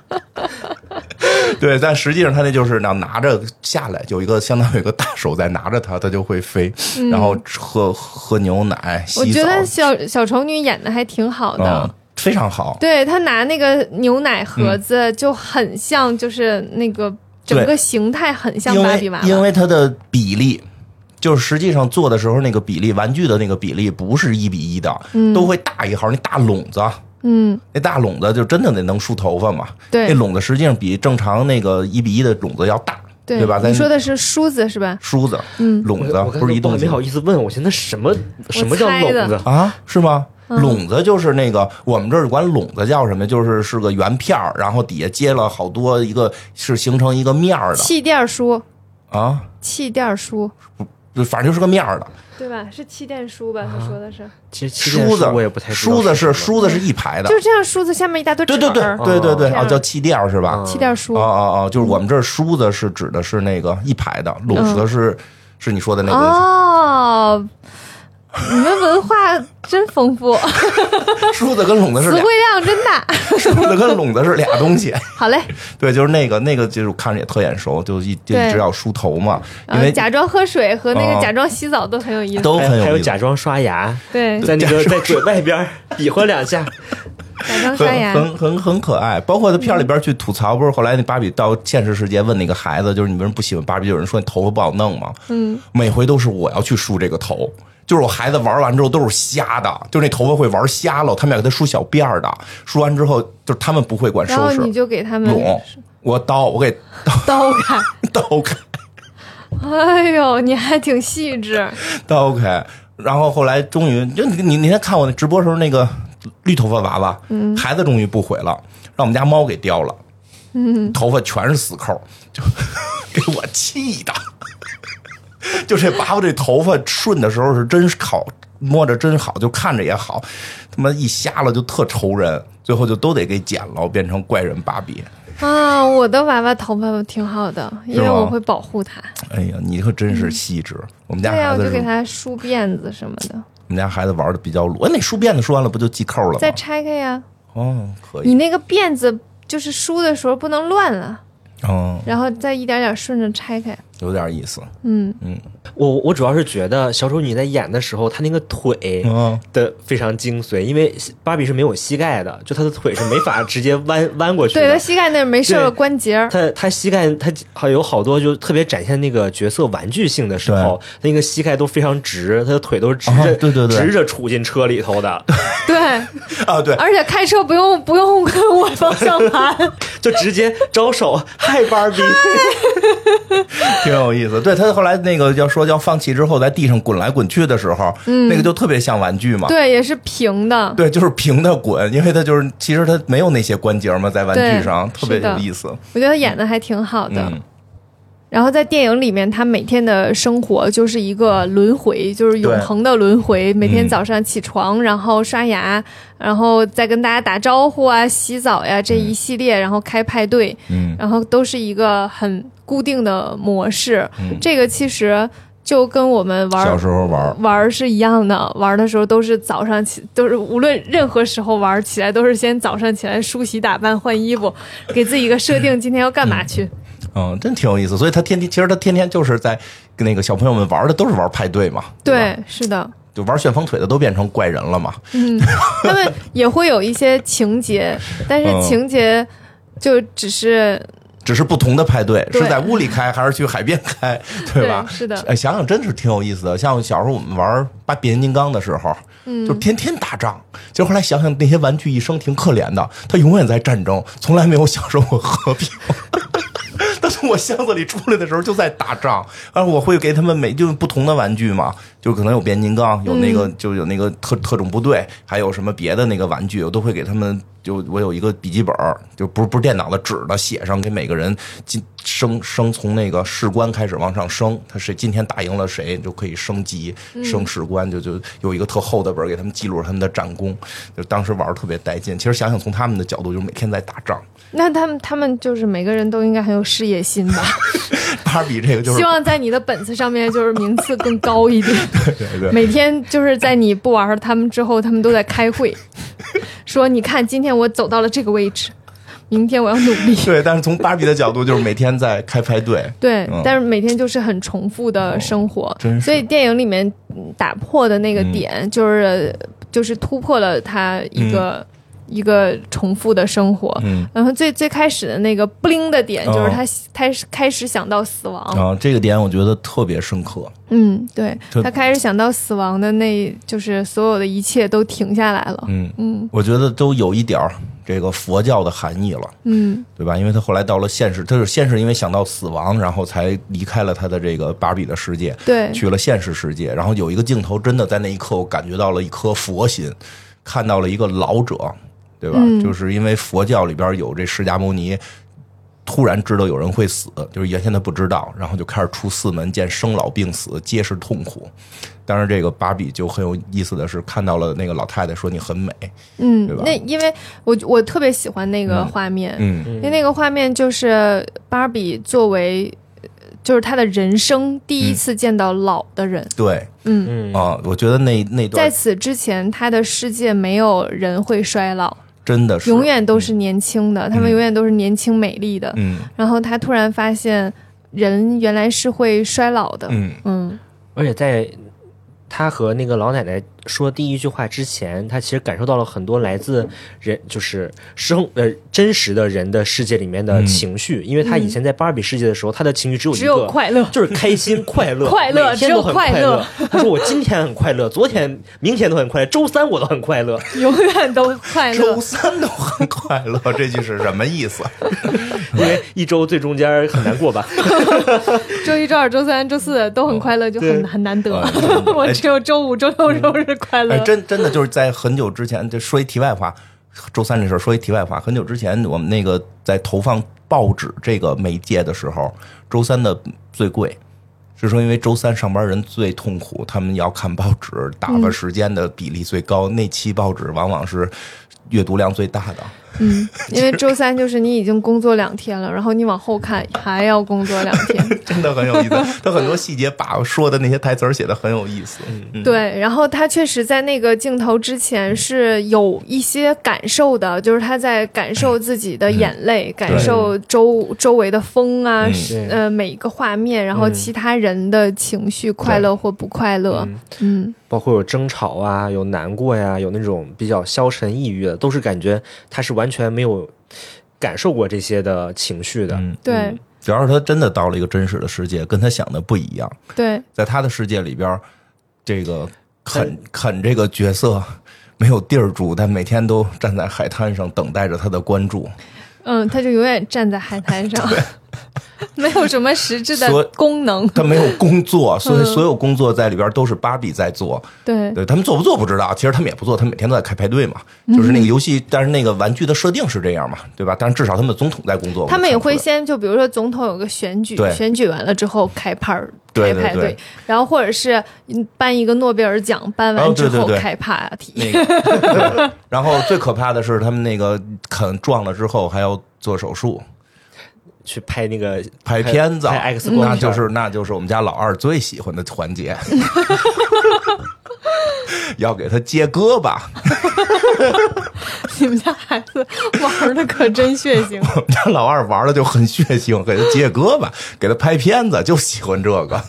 Speaker 1: 对，但实际上他那就是那拿着下来，有一个相当于有一个大手在拿着它，它就会飞，然后喝喝牛奶、
Speaker 2: 嗯我
Speaker 1: 洗
Speaker 2: 觉
Speaker 1: 澡，
Speaker 2: 得小小丑女演的还挺好的
Speaker 1: 嗯，，非常好。
Speaker 2: 对她拿那个牛奶盒
Speaker 1: 嗯
Speaker 2: 子就很像，就是那个整个形态很像
Speaker 1: 因
Speaker 2: 芭
Speaker 1: 为
Speaker 2: 比娃
Speaker 1: 因
Speaker 2: 娃。
Speaker 1: 为它的比例，就是实际上做的时候那个比例，玩具的那个比例不是一比一的，都会大一号。那大笼子，
Speaker 2: 嗯，
Speaker 1: 那大笼子就真的得能梳头发嘛？那
Speaker 2: 对
Speaker 1: 笼子实际上比正常那个一比一的笼子要大，对吧？咱
Speaker 2: 你说的是梳子是吧？
Speaker 1: 梳子，
Speaker 2: 嗯
Speaker 1: 笼子
Speaker 3: 我我刚
Speaker 1: 不是一
Speaker 3: 刚
Speaker 1: 动
Speaker 3: 没好意思问，我现在什么什么叫笼
Speaker 2: 我猜
Speaker 3: 子？
Speaker 1: 啊？是吗？
Speaker 2: 嗯
Speaker 1: 笼子就是那个，我们这儿管笼子叫什么？就是是个圆片儿，然后底下接了好多一个，是形成一个面儿的
Speaker 2: 气垫梳，
Speaker 1: 啊，
Speaker 2: 气垫梳，
Speaker 1: 就反正就是个面儿的。
Speaker 2: 对吧？是气垫梳
Speaker 1: 啊
Speaker 2: 吧？他说的是，
Speaker 3: 其实气垫
Speaker 1: 梳子
Speaker 3: 我也不太知道
Speaker 1: 梳子是
Speaker 3: 什么
Speaker 1: 梳子是一排的，
Speaker 2: 就是这样，梳子下面一大堆
Speaker 1: 对
Speaker 2: 齿
Speaker 1: 对对
Speaker 2: 儿，
Speaker 1: 对对对，
Speaker 2: 这
Speaker 1: 哦，
Speaker 2: 样
Speaker 1: 叫气垫儿是
Speaker 3: 嗯
Speaker 1: 吧？
Speaker 2: 气垫梳
Speaker 1: 哦。哦哦，就是我们这儿梳子是指的是那个一排的，拢子是是你说的那个
Speaker 2: 哦，你们文化真丰富，词
Speaker 1: 梳子跟拢子是
Speaker 2: 汇
Speaker 1: 俩，
Speaker 2: 量真大。
Speaker 1: 梳子跟拢子是俩东西。
Speaker 2: 好嘞，
Speaker 1: 对，就是那个那个，就是看着也特眼熟，就一就一直
Speaker 2: 对
Speaker 1: 要梳头嘛，因
Speaker 2: 呃
Speaker 1: 为
Speaker 2: 假装喝水和那
Speaker 1: 哦
Speaker 2: 个假装洗澡都很有意思。
Speaker 1: 都
Speaker 3: 还
Speaker 1: 很
Speaker 3: 还
Speaker 1: 有
Speaker 3: 有
Speaker 1: 意思
Speaker 3: 假。装刷牙，
Speaker 2: 对，
Speaker 3: 在那个在嘴外边比划两下，
Speaker 2: 假装
Speaker 1: 很
Speaker 2: 刷牙。
Speaker 1: 很很很可爱，包括他片儿里边去吐槽，不是后来那芭比到现实世界问那个孩子，就是你为什么不喜欢芭比？有人说你头发不好弄吗？
Speaker 2: 嗯，
Speaker 1: 每回都是我要去梳这个头，就是我孩子玩完之后都是瞎的，就是那头发会玩瞎了，他们要给他梳小辫儿的，梳完之后就是他们不会管
Speaker 2: 然
Speaker 1: 收
Speaker 2: 后
Speaker 1: 拾
Speaker 2: 你，就给他们
Speaker 1: 拢，我刀我给
Speaker 2: 刀砍，
Speaker 1: 刀砍
Speaker 2: 哎呦，你还挺细致，
Speaker 1: 刀砍，然后后来终于就你你那天看我那直播时候那个绿头发娃娃，
Speaker 2: 嗯
Speaker 1: 孩子终于不毁了，让我们家猫给叼了，嗯，头发全是死扣，就 给我气的。就这娃娃这头发顺的时候是真好，摸着真好，就看着也好，他妈一瞎了就特愁人，最后就都得给剪了，变成怪人芭比。
Speaker 2: 啊，我的娃娃头发挺好的，因为
Speaker 1: 是吗
Speaker 2: 我会保护它。
Speaker 1: 哎呀，你可真是细致。我们家
Speaker 2: 嗯对呀、
Speaker 1: 孩
Speaker 2: 我
Speaker 1: 子，
Speaker 2: 就是给它梳辫子什么的，
Speaker 3: 哦
Speaker 1: 我们家孩子玩的比较鲁。哎，那梳辫子梳完了不就系扣了
Speaker 2: 再
Speaker 1: 吗？
Speaker 2: 拆开呀。
Speaker 1: 哦，可
Speaker 2: 你
Speaker 1: 以。
Speaker 2: 那个辫子就是梳的时候不能乱了，
Speaker 1: 嗯，
Speaker 2: 然后再一点点顺着拆开。
Speaker 1: 有点意思。
Speaker 2: 嗯，
Speaker 3: 我我主要是觉得小丑女在演的时候，她那个腿
Speaker 1: 嗯，
Speaker 3: 的非常精髓，因为芭比是没有膝盖的，就她的腿是没法直接 弯弯过去
Speaker 2: 对，它
Speaker 3: 的。
Speaker 2: 膝盖那儿没事儿
Speaker 3: 对
Speaker 2: 了关节儿。
Speaker 3: 她她膝盖，她好有好多就特别展现那个角色玩具性的时候，她那个膝盖都非常直，她的腿都是直着、
Speaker 1: 啊对对对
Speaker 3: 直着杵进车里头 的，
Speaker 2: 对，
Speaker 1: 啊，对，
Speaker 2: 而且开车不用不用跟我方向盘。
Speaker 3: 就直接招手嗨芭比，
Speaker 1: 挺有意思。对他后来那个要说要放弃之后，在地上滚来滚去的时候，那个就特别像玩具嘛。
Speaker 2: 嗯对，也是平的。
Speaker 1: 对，就是平的滚，因为它就是其实它没有那些关节嘛，在玩具
Speaker 2: 对
Speaker 1: 上特别
Speaker 2: 是的
Speaker 1: 有意思。
Speaker 2: 我觉得演的还挺好的。
Speaker 1: 嗯，
Speaker 2: 然后在电影里面，他每天的生活就是一个轮回，就是永恒的轮回。每
Speaker 3: 嗯
Speaker 2: 天早上起床，然后刷牙，然后再跟大家打招呼啊、洗澡呀
Speaker 3: 嗯
Speaker 2: 这一系列，然后开派对，
Speaker 1: 嗯，
Speaker 2: 然后都是一个很固定的模式。这个其实就跟我们玩
Speaker 1: 嗯小时候玩儿，
Speaker 2: 玩儿是一样的，玩儿的时候都是早上起，都是无论任何时候玩儿起来，都是先早上起来梳洗打扮、换衣服，给自己一个设定，今天要干嘛去。
Speaker 1: 嗯，真挺有意思。所以他天天其实他天天就是在跟那个小朋友们玩的都是玩派对嘛，吧
Speaker 2: 对，是的，
Speaker 1: 就玩旋风腿的都变成怪人了嘛。
Speaker 2: 他们也会有一些情节，但是
Speaker 1: 嗯
Speaker 2: 情节就只是
Speaker 1: 只是不同的派对，
Speaker 2: 对
Speaker 1: 是在屋里开还是去海边开， 对吧？
Speaker 2: 对是的
Speaker 1: 哎，想想真是挺有意思的。像小时候我们玩八变形金刚的时候，嗯，就天天打仗。就后来想想，那些玩具一生挺可怜的，他永远在战争，从来没有享受过和平。 他从我箱子里出来的时候就在打仗，而我会给他们每就是不同的玩具嘛，就可能有变形金刚，有那个、
Speaker 2: 嗯
Speaker 1: 就有那个特特种部队，还有什么别的那个玩具，我都会给他们。就我有一个笔记本儿，就不是不是电脑的纸的，写上给每个人进升升从那个士官开始往上升，他谁今天打赢了谁就可以升级
Speaker 2: 嗯
Speaker 1: 升士官，就就有一个特厚的本儿给他们记录他们的战功，就当时玩儿特别带劲。其实想想从他们的角度，就是每天在打仗。
Speaker 2: 那他们他们就是每个人都应该很有事业心吧，
Speaker 1: 芭比这个就是
Speaker 2: 希望在你的本子上面就是名次更高 一点。
Speaker 1: 对对对
Speaker 2: 每天就是在你不玩他们之后，他们都在开 会，说你看今天我走到了这个位置，明天我要努 力。
Speaker 1: 对，但是从芭比的角度，就是每天在开派对。
Speaker 2: 对
Speaker 1: 嗯，哦
Speaker 2: 但是每天就是很重复的生活，
Speaker 1: 真是嗯
Speaker 2: 所以电影里面嗯打破的那个点就是、就是突破了他一个、一个重复的生活。
Speaker 1: 嗯，哦
Speaker 2: 然后最最开始的那个不灵的点就是他、开始开始想到死亡，
Speaker 1: 啊，这个点我觉得特别深刻。
Speaker 2: 嗯，对
Speaker 1: 特
Speaker 2: 他开始想到死亡的那，就是所有的一切都停下来了。
Speaker 1: 嗯嗯，我觉得都有一点儿这个佛教的含义了，
Speaker 2: 嗯，
Speaker 1: 对吧？因为他后来到了现实，他是先是因为想到死亡，然后才离开了他的这个芭比的世界，
Speaker 2: 对，
Speaker 1: 去了现实世界。然后有一个镜头，真的在那一刻，我感觉到了一颗佛心，看到了一个老者，对吧？
Speaker 2: 嗯
Speaker 1: 就是因为佛教里边有这释迦牟尼。突然知道有人会死，就是原先他不知道，然后就开始出四门，见生老病死皆是痛苦。但是这个芭比就很有意思的是，看到了那个老太太说你很美，
Speaker 2: 嗯
Speaker 1: 对吧，
Speaker 2: 那因为我我特别喜欢那个
Speaker 1: 嗯
Speaker 2: 画面，
Speaker 1: 嗯
Speaker 2: 因为那个画面就是芭比作为，呃就是她的人生第
Speaker 1: 嗯
Speaker 2: 一次见到老的人。
Speaker 1: 对，
Speaker 2: 嗯，
Speaker 3: 嗯
Speaker 1: 啊、我觉得那那
Speaker 2: 在
Speaker 1: 段
Speaker 2: 此之前，她的世界没有人会衰老，
Speaker 1: 真的是
Speaker 2: 永，远都是年轻的，他们永远都是年轻美丽的。
Speaker 1: 嗯
Speaker 2: 然后她突然发现，人原来是会衰老的。
Speaker 1: 嗯，
Speaker 2: 嗯
Speaker 3: 而且在他和那个老奶奶说第一句话之前，他其实感受到了很多来自人就是生呃真实的人的世界里面的情绪，因为他以前在芭比世界的时候，他的情绪只有一个
Speaker 2: 嗯只有快乐
Speaker 3: 就是开心快乐，
Speaker 2: 快乐
Speaker 3: 每天都很快
Speaker 2: 只有快。
Speaker 3: 他说我今天很快乐，昨天、明天都很快乐，周三我都很快乐。
Speaker 2: 永远都快乐
Speaker 1: 周。三都很快乐，这句是什么意思？
Speaker 3: 因为一周最中间很难过吧？
Speaker 2: 周一、周二、周三、周四都
Speaker 1: 哦
Speaker 2: 很快乐，就
Speaker 3: 对
Speaker 2: 很很难 得
Speaker 1: 哎。
Speaker 2: 我只有周五、周六、周日快乐
Speaker 1: 哎，。真真的就是在很久之前，就说一题外话，周三这事儿说一题外话。很久之前，我们那个在投放报纸这个媒介的时候，周三的最贵，是说因为周三上班人最痛苦，他们要看报纸，打发时间的比例最高，那期报纸往往是阅读量最大的。
Speaker 2: 嗯，因为周三就是你已经工作两天了，然后你往后看还要工作两 天。
Speaker 1: 真的很有意思，他很多细节把说的那些台词儿写的很有意思。嗯，
Speaker 2: 对，然后他确实在那个镜头之前是有一些感受的，就是他在感受自己的眼泪，感受周周围的风啊，
Speaker 1: 嗯
Speaker 2: 是
Speaker 3: 对
Speaker 2: 呃每一个画面，然后
Speaker 3: 嗯
Speaker 2: 其他人的情绪，快乐或不快乐。嗯，
Speaker 3: 包括有争吵啊，有难过呀、有那种比较消沉抑郁的，都是感觉他是完全没有感受过这些的情绪的。
Speaker 1: 嗯
Speaker 2: 对、
Speaker 1: 主要是他真的到了一个真实的世界，跟他想的不一样。
Speaker 2: 对，
Speaker 1: 在他的世界里边儿，这个肯肯这个角色没有地儿住，但每天都站在海滩上等待着他的关注。
Speaker 2: 嗯，他就永远站在海 滩上，没有什么实质
Speaker 1: 所
Speaker 2: 的功能。
Speaker 1: 他没有工 作，所以所有工作在里边儿都是芭比在做。
Speaker 2: 嗯对，嗯
Speaker 1: 对他们做不做不知道，其实他们也不做，他们每天都在开派对嘛，就是那个游戏，但是那个玩具的设定是这样嘛，对吧？但是至少他们的总统在工作，
Speaker 2: 他们也会
Speaker 1: 我看出来
Speaker 2: 先就比如说总统有个选举
Speaker 1: 对，
Speaker 2: 选举完了之后开派儿
Speaker 1: 对
Speaker 2: 开
Speaker 1: 对
Speaker 2: 派
Speaker 1: 对
Speaker 2: 对，然后或者是嗯颁一个诺贝尔奖，颁
Speaker 1: 哦对
Speaker 2: 完之
Speaker 1: 对
Speaker 2: 后
Speaker 1: 对
Speaker 2: 开啊 party。
Speaker 1: 那个，对然后最可怕的是他们那个肯撞了之后还要做手术。
Speaker 3: 去拍那个
Speaker 1: 拍片子，
Speaker 3: 拍 X 光
Speaker 1: 那
Speaker 3: 片
Speaker 1: 就
Speaker 3: 儿
Speaker 1: 是那就是我们家老二最喜欢的环节， 要给他接胳膊。
Speaker 2: 你们家孩子玩的可真血 腥。
Speaker 1: 我们家老二玩的就很血腥，给他接胳膊，给他拍片子，就喜欢这个。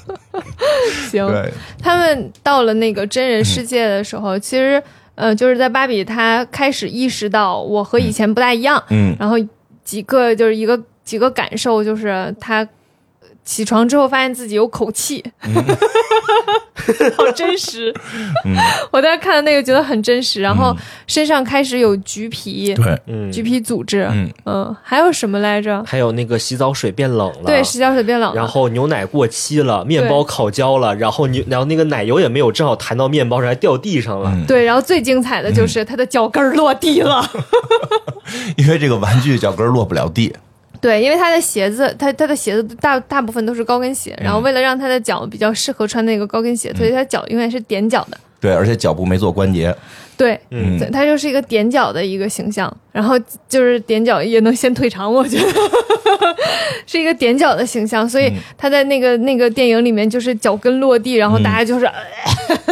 Speaker 2: 行，
Speaker 1: 对，嗯
Speaker 2: 他们到了那个真人世界的时候，其实呃，就是在芭比她开始意识到我和以前不大一样，
Speaker 1: 嗯
Speaker 2: 然后几个就是一个几个感受，就是她起床之后发现自己有口气， 好真实。我当时看的那个觉得很真实，然后身上开始有橘皮，
Speaker 1: 对，
Speaker 3: 嗯，
Speaker 2: 橘皮组织，
Speaker 1: 嗯
Speaker 2: 还有什么来着？
Speaker 3: 还有那个洗澡水变冷了，
Speaker 2: 对，洗脚水变冷
Speaker 3: 然
Speaker 2: 了。
Speaker 3: 后牛奶过期了，面包烤焦了，然后牛然后那个奶油也没有，正好弹到面包上，还掉地上了。
Speaker 1: 嗯
Speaker 2: 对，然后最精彩的就是她的脚跟儿落地了。
Speaker 3: 嗯
Speaker 1: 因为这个玩具脚跟落不了地，
Speaker 2: 对，因为他的鞋子，他他的鞋子大大部分都是高跟鞋，然后为了让他的脚比较适合穿那个高跟鞋，所以他脚永远是踮脚的。
Speaker 1: 对，而且脚部没做关节，
Speaker 2: 对，
Speaker 1: 嗯
Speaker 2: 对他就是一个踮脚的一个形象，然后就是踮脚也能先退场，我觉得 是一个踮脚的形象，所
Speaker 1: 嗯
Speaker 2: 以他在那个那个电影里面就是脚跟落地，然后大家就是、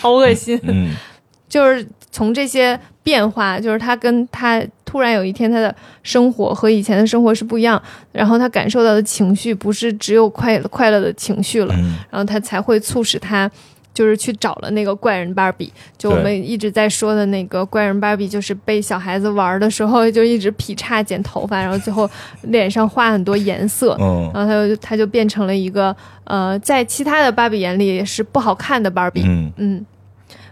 Speaker 2: 好恶心，
Speaker 1: 嗯，
Speaker 2: 就是从这些变化，就是他跟他突然有一天他的生活和以前的生活是不一样，然后他感受到的情绪不是只有快乐快乐的情绪了，
Speaker 1: 嗯
Speaker 2: 然后他才会促使他。就是去找了那个怪人芭比，就我们一直在说的那个怪人芭比，就是被小孩子玩的时候就一直劈叉剪头发，然后最后脸上画很多颜色，
Speaker 1: 嗯
Speaker 2: 然后他就他就变成了一个呃，在其他的芭比眼里是不好看的芭比，
Speaker 1: 嗯
Speaker 2: 嗯，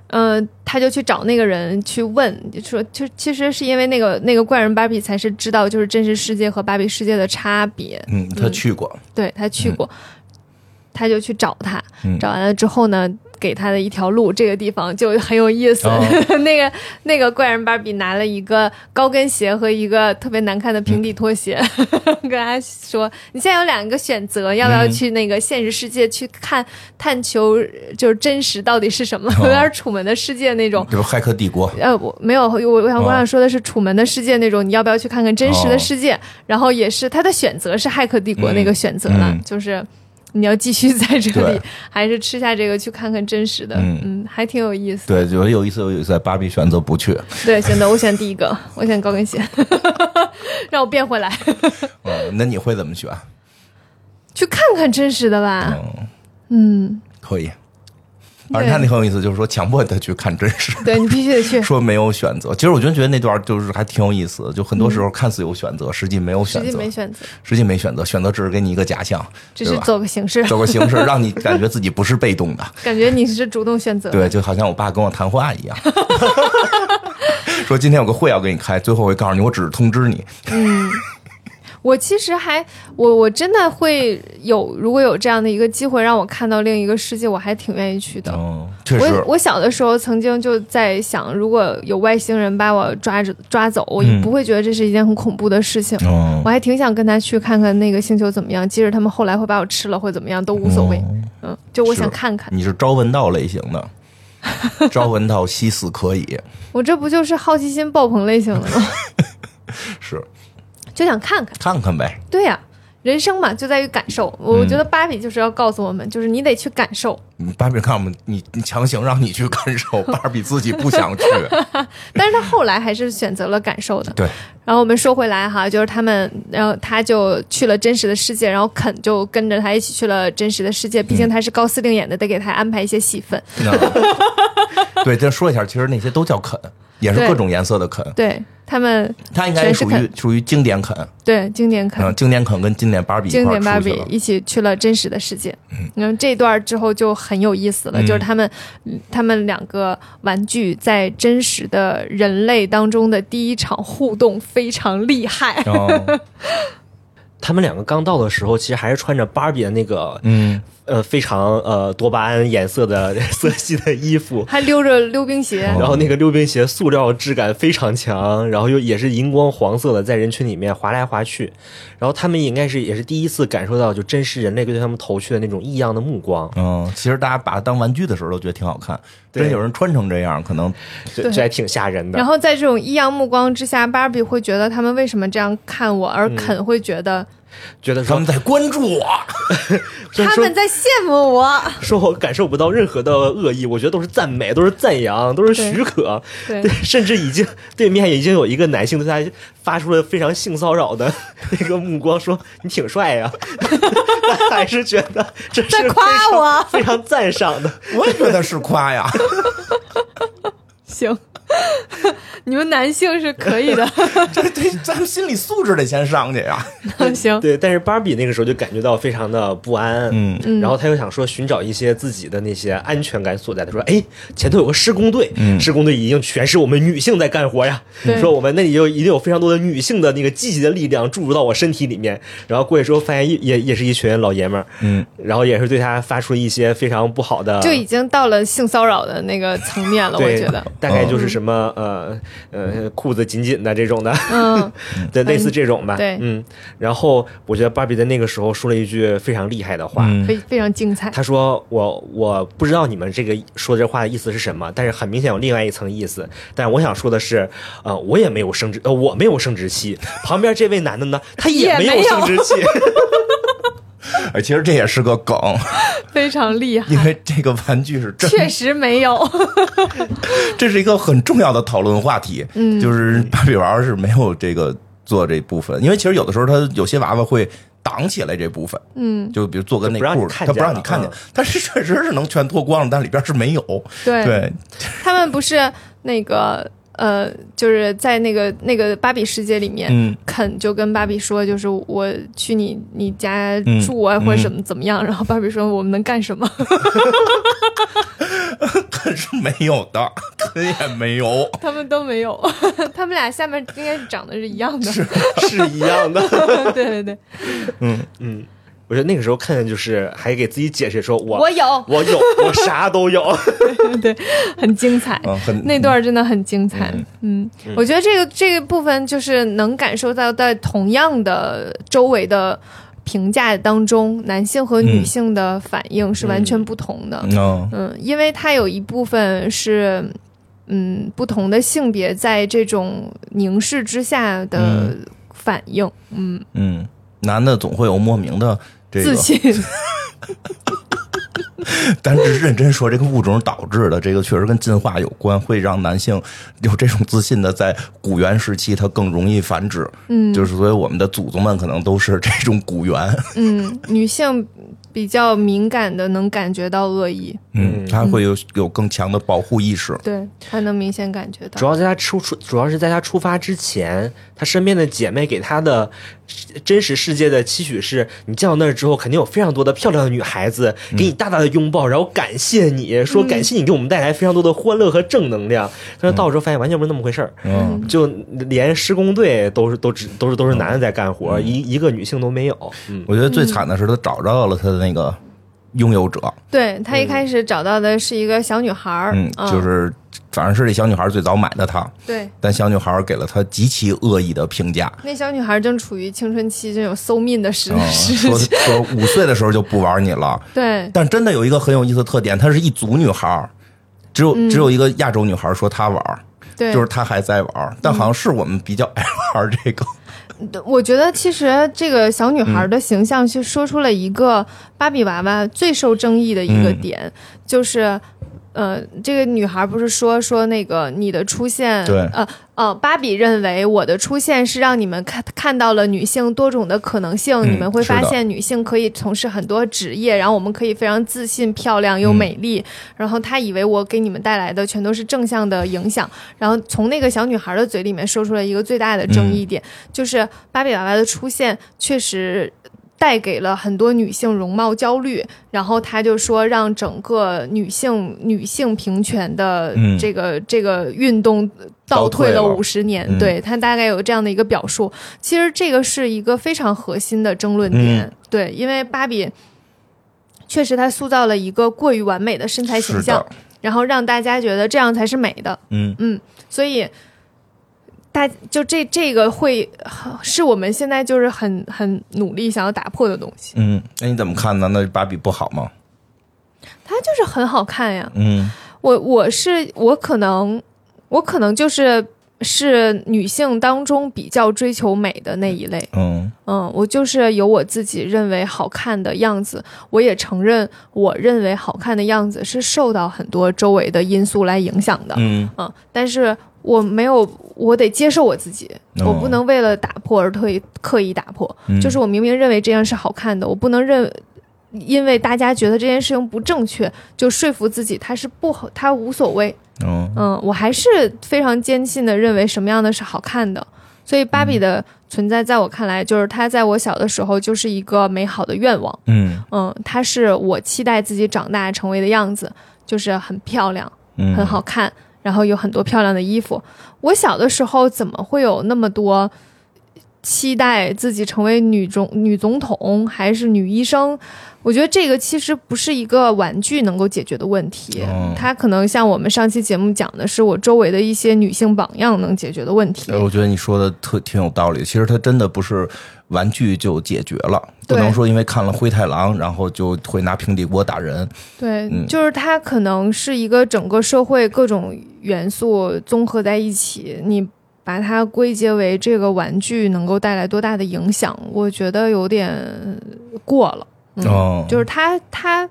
Speaker 2: 呃，他就去找那个人去问，就说就其实是因为那个那个怪人芭比才是知道就是真实世界和芭比世界的差别，
Speaker 1: 嗯，他去过，
Speaker 2: 对他去过，他就去找他，
Speaker 1: 嗯
Speaker 2: 找完了之后呢。给他的一条路，这个地方就很有意思。
Speaker 1: 哦
Speaker 2: 那个那个怪人芭比拿了一个高跟鞋和一个特别难看的平底 拖鞋，跟他说：“你现在有两个选择，要不要
Speaker 1: 嗯
Speaker 2: 去那个现实世界去看探求，就是真实到底是什么？
Speaker 1: 哦
Speaker 2: 有点楚门的世界那种。”
Speaker 1: 就是《骇客帝国》，
Speaker 2: 呃，我没有，我我
Speaker 1: 哦
Speaker 2: 想我想说的是《楚门的世界》那种，你要不要去看看真实的世界？然后也是他的选择是《骇客帝国》那个选择了，
Speaker 1: 嗯嗯
Speaker 2: 就是你要继续在这
Speaker 1: 对
Speaker 2: 里， 还是吃下这个去看看真实的？
Speaker 1: 嗯
Speaker 2: 嗯还挺有意思。
Speaker 1: 对，有有一次有一次芭比选择不去，
Speaker 2: 对，选择我选第一个，我选高跟鞋， 让我变回来，
Speaker 1: 嗯，那你会怎么选？
Speaker 2: 去看看真实的吧。
Speaker 1: 嗯，
Speaker 2: 嗯，
Speaker 1: 可以，而且他那很有意思，就是说强迫他去看真实，
Speaker 2: 对你必须得去，
Speaker 1: 说没有选择。其实我就觉得那段就是还挺有意思的，就很多时候看似有选择，实际没有
Speaker 2: 嗯实
Speaker 1: 选
Speaker 2: 际
Speaker 1: 择，
Speaker 2: 没选择，
Speaker 1: 实际没选择，选择只是给你一个假象，
Speaker 2: 只
Speaker 1: 对
Speaker 2: 是
Speaker 1: 吧
Speaker 2: 走个形式，
Speaker 1: 走个形式，让你感觉自己不是被 动的。
Speaker 2: 感觉你是主动选择。
Speaker 1: 对，就好像我爸跟我谈话 一样，说今天有个会要给你开，最后会告诉你，我只是通知你。
Speaker 2: 我其实还我我真的会有，如果有这样的一个机会让我看到另一个世界，我还挺愿意去的。
Speaker 1: 嗯，确
Speaker 2: 我
Speaker 1: 实，
Speaker 2: 我小的时候曾经就在想，如果有外星人把我抓着抓走，我
Speaker 1: 嗯
Speaker 2: 也不会觉得这是一件很恐怖的事情。
Speaker 1: 嗯
Speaker 2: 我，还挺想跟他去看看那个星球怎么样，即使他们后来会把我吃了，会怎么样都无所谓。嗯，就我想
Speaker 1: 哦是
Speaker 2: 看看。
Speaker 1: 你是朝闻道类型 的，朝闻道夕死可矣，
Speaker 2: 我这不就是好奇心爆棚类型的吗？
Speaker 1: 是嗯
Speaker 2: 就想看看。
Speaker 1: 看看呗。
Speaker 2: 对呀、人生嘛，就在于感受。我觉得芭比就是要告诉我们，就是你得去感受。
Speaker 1: 嗯芭比看我们，你你强行让你去感 受，芭比自己不想去。
Speaker 2: 但是他后来还是选择了感受的。
Speaker 1: 对，
Speaker 2: 然后我们说回来哈，就是他们，然后他就去了真实的世界，然后肯就跟着他一起去了真实的世界。毕竟他是高司令演的，得给他安排一些戏份。
Speaker 1: 嗯那对，再说一下，其实那些都叫肯，也是
Speaker 2: 对
Speaker 1: 各种颜色的肯，
Speaker 2: 对他们，
Speaker 1: 它应该
Speaker 2: 全是
Speaker 1: 属
Speaker 2: 肯
Speaker 1: 于属于经典肯，
Speaker 2: 对经典肯，
Speaker 1: 嗯，经典肯跟经典芭比一
Speaker 2: 经
Speaker 1: 块
Speaker 2: 典芭
Speaker 1: 儿出去
Speaker 2: 比
Speaker 1: 了。
Speaker 2: 一起去了真实的世界。嗯，这段之后就很有意思了，
Speaker 1: 嗯
Speaker 2: 就是他们他们两个玩具在真实的人类当中的第一场互动非常厉害。
Speaker 1: 哦，
Speaker 3: 他们两个刚到的时候，其实还是穿着芭比的那个
Speaker 1: 嗯，
Speaker 3: 呃非常呃多巴胺颜色的 色系的衣服，
Speaker 2: 还溜着溜冰鞋，
Speaker 1: 哦
Speaker 3: 然后那个溜冰鞋塑料质感非常强，然后又也是荧光黄色的，在人群里面滑来滑去。然后他们应该是也是第一次感受到，就真实人类对他们投去的那种异样的目光，
Speaker 1: 嗯，其实大家把它当玩具的时候都觉得挺好看，
Speaker 3: 对
Speaker 1: 真有人穿成这样，可能
Speaker 3: 这
Speaker 2: 对
Speaker 3: 这还挺吓人
Speaker 2: 然
Speaker 3: 的。
Speaker 2: 后在这种异样目光之下，芭比会觉得他们为什么这样看我，而
Speaker 3: 嗯
Speaker 2: 肯会觉得
Speaker 3: 觉得
Speaker 1: 他
Speaker 3: 说
Speaker 1: 们在关注我。
Speaker 3: 虽然
Speaker 2: 他
Speaker 3: 说
Speaker 2: 们在羡慕我。
Speaker 3: 说我感受不到任何的恶意，我觉得都是赞美，都是赞扬，都是许可。
Speaker 2: 对
Speaker 3: 对，甚至已经对面已经有一个男性对他发出了非常性骚扰的那个目光，说你挺帅呀、 他还是觉得这是
Speaker 2: 在夸
Speaker 3: 非常
Speaker 2: 我
Speaker 3: 非常赞赏的。
Speaker 1: 我也觉得是夸呀，
Speaker 2: 行， 你们男性是可以的。
Speaker 1: 这这咱们心理素质得先上去呀。
Speaker 2: 行，
Speaker 3: 对，但是芭比那个时候就感觉到非常的不安，
Speaker 1: 嗯
Speaker 3: 然后他又想说寻找一些自己的那些安全感所在。他说：“哎，前头有个施工队，
Speaker 1: 嗯
Speaker 3: 施工队已经全是我们女性在干活呀。
Speaker 2: 对
Speaker 3: 说我们那里有一定有非常多的女性的那个积极的力量注入到我身体里面。然后过去之后发现也也也是一群老爷们儿，
Speaker 1: 嗯，
Speaker 3: 然后也是对他发出一些非常不好的，
Speaker 2: 就已经到了性骚扰的那个层面了，我
Speaker 3: 对
Speaker 2: 觉得。
Speaker 3: 大概就是什么、呃呃裤子紧紧的这种的，
Speaker 2: 嗯，
Speaker 3: 对，类似这种吧。
Speaker 2: 对
Speaker 3: 嗯。然后我觉得芭比在那个时候说了一句非常厉害的话，
Speaker 2: 非非常精彩。
Speaker 3: 嗯他说我我不知道你们这个说这话的意思是什么，但是很明显有另外一层意思。但我想说的是，呃，我也没有生殖，呃，我没有生殖器，旁边这位男的 呢，他也没有生殖器。
Speaker 1: 哎，其实这也是个梗，
Speaker 2: 非常厉害，
Speaker 1: 因为这个玩具是真，
Speaker 2: 确实没有。
Speaker 1: 这是一个很重要的讨论话题。嗯，就是芭比娃娃是没有这个做这部分，因为其实有的时候它有些娃娃会。挡起来这部分，嗯，就比如做个内
Speaker 3: 就不让
Speaker 1: 裤，
Speaker 3: 你
Speaker 1: 它
Speaker 3: 看
Speaker 1: 不让
Speaker 3: 见
Speaker 1: 你看见
Speaker 3: 了，嗯
Speaker 1: 但是确实是能全脱光了，但里边是没有。
Speaker 2: 对，
Speaker 1: 对，
Speaker 2: 他们不是那个呃，就是在那个那个芭比世界里面，
Speaker 1: 嗯
Speaker 2: 肯就跟芭比说，就是我去你你家
Speaker 1: 嗯
Speaker 2: 住啊，或者什么怎么样？然后芭比说，我们能干什么？
Speaker 1: 肯是没有的，肯也没有。
Speaker 2: 他们都没有， 他们俩下面应该是长得是一样的。
Speaker 3: 是一样的，
Speaker 2: 对对对，
Speaker 3: 嗯，我觉得那个时候看见就是还给自己解释说我
Speaker 2: 我有，
Speaker 3: 我有我啥都有，
Speaker 2: 很精彩。
Speaker 1: 嗯，很
Speaker 2: 那段真的很精彩，嗯，我觉得这个这个部分就是能感受到，在同样的周围的评价当中，男性和女性的反应是完全不同的，
Speaker 1: 嗯
Speaker 2: 嗯，因为它有一部分是，嗯，不同的性别在这种凝视之下的
Speaker 1: 嗯
Speaker 2: 反应，嗯，
Speaker 1: 嗯，男的总会有莫名的这
Speaker 2: 自
Speaker 1: 个，
Speaker 2: 信，
Speaker 1: 但是认真说，这个物种导致的，这个确实跟进化有关，会让男性有这种自信的，在古猿时期它更容易繁殖。
Speaker 2: 嗯
Speaker 1: 就是所以我们的祖宗们可能都是这种古猿。
Speaker 2: 嗯，女性比较敏感的能感觉到恶意，
Speaker 1: 嗯，他会有有更强的保护意识。
Speaker 2: 对，他能明显感觉
Speaker 3: 主
Speaker 2: 到。
Speaker 3: 要在他出出，主要是在他出发之前，他身边的姐妹给他的真实世界的期许是：你见到那儿之后，肯定有非常多的漂亮的女孩子给你大大的拥抱，然后感谢你说感谢你给我们带来非常多的欢乐和正能量。但是到时候发现完全不是那么回事儿，
Speaker 1: 嗯，
Speaker 3: 就连施工队都是都只都是都是男的在干活，一一个女性都没有。嗯，
Speaker 1: 我觉得最惨的是他找到了他的那个拥有者，
Speaker 2: 对他一开始找到的是一个小女孩儿，
Speaker 1: 嗯，就是反正是这小女孩最早买的他，
Speaker 2: 对。
Speaker 1: 但小女孩给了他极其恶意的评价，
Speaker 2: 那小女孩正处于青春期这种搜命的时
Speaker 1: 嗯、
Speaker 2: 时
Speaker 1: 说
Speaker 2: 期，
Speaker 1: 说五岁的时候就不玩你了。
Speaker 2: 对，
Speaker 1: 但真的有一个很有意思的特点，她是一族女孩儿，只有只有一个亚洲女孩说她玩儿，
Speaker 2: 嗯对，嗯
Speaker 1: 就是她还在玩儿，但好像是我们比较爱玩儿这个，
Speaker 2: 我觉得其实这个小女孩的形象是说出了一个芭比娃娃最受争议的一个
Speaker 1: 嗯
Speaker 2: 点，就是。呃，这个女孩不是说说那个你的出现，
Speaker 1: 对
Speaker 2: 呃呃，芭比认为我的出现是让你们看看到了女性多种的可能性，
Speaker 1: 嗯
Speaker 2: 你们会
Speaker 1: 是的
Speaker 2: 发现女性可以从事很多职业，然后我们可以非常自信、漂亮
Speaker 1: 嗯
Speaker 2: 又美丽。然后她以为我给你们带来的全都是正向的影响，然后从那个小女孩的嘴里面说出了一个最大的争议点，
Speaker 1: 嗯
Speaker 2: 就是芭比娃娃的出现确实带给了很多女性容貌焦虑，然后他就说让整个女性女性平权的
Speaker 1: 嗯
Speaker 2: 这个、这个运动
Speaker 1: 倒
Speaker 2: 倒
Speaker 1: 退
Speaker 2: 退
Speaker 1: 了
Speaker 2: 了五十年，
Speaker 1: 嗯
Speaker 2: 对他大概有这样的一个表述。其实这个是一个非常核心的争论点，对，因为芭比。确实，她塑造了一个过于完美的身材形
Speaker 1: 是
Speaker 2: 象
Speaker 1: 的，，
Speaker 2: 然后让大家觉得这样才是美的。
Speaker 1: 嗯，
Speaker 2: 所以大就这这个会是我们现在就是很很努力想要打破的东西，
Speaker 1: 嗯，那你怎么看呢？那芭比不好吗？
Speaker 2: 它就是很好看呀。
Speaker 1: 嗯
Speaker 2: 我我是我可能我可能就是是女性当中比较追求美的那一类，
Speaker 1: 嗯
Speaker 2: 嗯，我就是有我自己认为好看的样子，我也承认我认为好看的样子是受到很多周围的因素来影响的，
Speaker 1: 嗯，
Speaker 2: 嗯，但是我没有，我得接受我自己，
Speaker 1: 哦
Speaker 2: 我不能为了打破而特意刻意打破。
Speaker 1: 嗯
Speaker 2: 就是我明明认为这样是好看的，我不能认，因为大家觉得这件事情不正确，就说服自己它是不好，它无所谓。
Speaker 1: 嗯
Speaker 2: 嗯，我还是非常坚信的认为什么样的是好看的。所以芭比
Speaker 1: 嗯
Speaker 2: 的存在，在我看来，就是它在我小的时候就是一个美好的愿望。
Speaker 1: 嗯
Speaker 2: 嗯，它是我期待自己长大成为的样子，就是很漂亮。
Speaker 1: 嗯，
Speaker 2: 很好，看，然后有很多漂亮的衣服。我小的时候怎么会有那么多期待自己成为女总女总统还是女医生？我觉得这个其实不是一个玩具能够解决的问题，
Speaker 1: 哦
Speaker 2: 它可能像我们上期节目讲的是我周围的一些女性榜样能解决的问题。
Speaker 1: 呃我觉得你说的特挺有道理。其实它真的不是玩具就解决了，不
Speaker 2: 对
Speaker 1: 能说因为看了灰太狼，然后就会拿平底锅打人。
Speaker 2: 对，
Speaker 1: 嗯
Speaker 2: 就是它可能是一个整个社会各种元素综合在一起，你把它归结为这个玩具能够带来多大的影响，我觉得有点过了。嗯，
Speaker 1: 哦
Speaker 2: 就是它它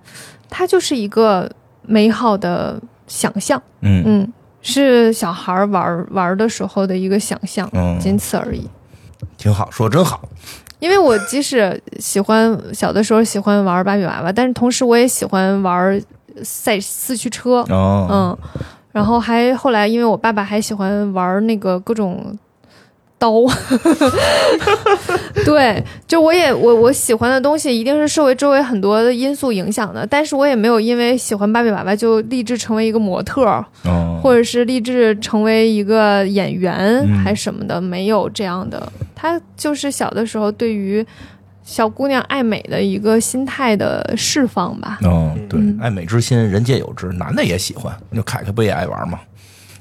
Speaker 2: 它就是一个美好的想象，
Speaker 1: 嗯
Speaker 2: 嗯，是小孩儿玩儿玩儿的时候的一个想象，
Speaker 1: 嗯，
Speaker 2: 仅此而已。
Speaker 1: 挺好，说得真好。
Speaker 2: 因为我即使喜欢小的时候喜欢玩芭比娃娃，但是同时我也喜欢玩赛四驱车，
Speaker 1: 哦，
Speaker 2: 嗯，然后还后来因为我爸爸还喜欢玩那个各种刀， 对，就我也我我喜欢的东西一定是受为周围很多的因素影响的，但是我也没有因为喜欢芭比娃娃就立志成为一个模特儿，
Speaker 1: 哦，
Speaker 2: 或者是立志成为一个演员
Speaker 1: 嗯
Speaker 2: 还什么的，没有这样的。他就是小的时候对于小姑娘爱美的一个心态的释放吧。
Speaker 1: 哦，对
Speaker 2: 嗯，
Speaker 1: 爱美之心，人皆有之，男的也喜欢。就凯凯不也爱玩吗？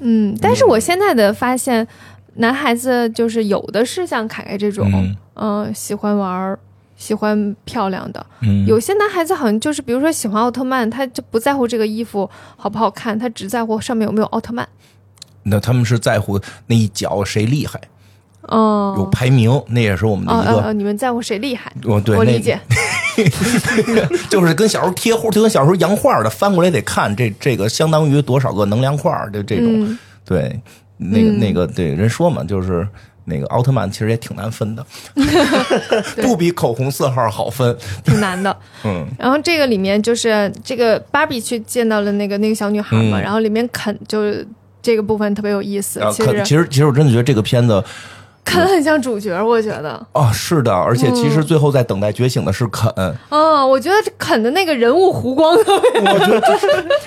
Speaker 2: 嗯，但是我现在的发现，男孩子就是有的是像凯凯这种，嗯、喜欢玩儿。喜欢漂亮的，
Speaker 1: 嗯，
Speaker 2: 有些男孩子好像就是，比如说喜欢奥特曼，他就不在乎这个衣服好不好看，他只在乎上面有没有奥特曼。
Speaker 1: 那他们是在乎那一脚谁厉害，
Speaker 2: 哦，
Speaker 1: 有排名，那也是我们的
Speaker 2: 哦
Speaker 1: 一
Speaker 2: 哦哦，
Speaker 1: 个。
Speaker 2: 你们在乎谁厉害？
Speaker 1: 我对，
Speaker 2: 我
Speaker 1: 那
Speaker 2: 理解。
Speaker 1: 就是跟小时候贴画，就跟小时候洋画的翻过来得看这这个相当于多少个能量块，就这种。
Speaker 2: 嗯
Speaker 1: 对，那个
Speaker 2: 嗯
Speaker 1: 那个对人说嘛，就是那个奥特曼其实也挺难 分的， 不比口红色号好分。
Speaker 2: 挺难的。
Speaker 1: 嗯，
Speaker 2: 然后这个里面就是这个芭比去见到了那个那个小女孩嘛，
Speaker 1: 嗯
Speaker 2: 然后里面肯就是这个部分特别有意思
Speaker 1: 然，后
Speaker 2: 其
Speaker 1: 肯
Speaker 2: 实
Speaker 1: 呃其实其实我真的觉得这个片子
Speaker 2: 肯很像主角，我觉得，
Speaker 1: 啊、是的，而且其实最后在等待觉醒的是肯，
Speaker 2: 嗯，我觉得肯的那个人物弧光 特别
Speaker 1: 哦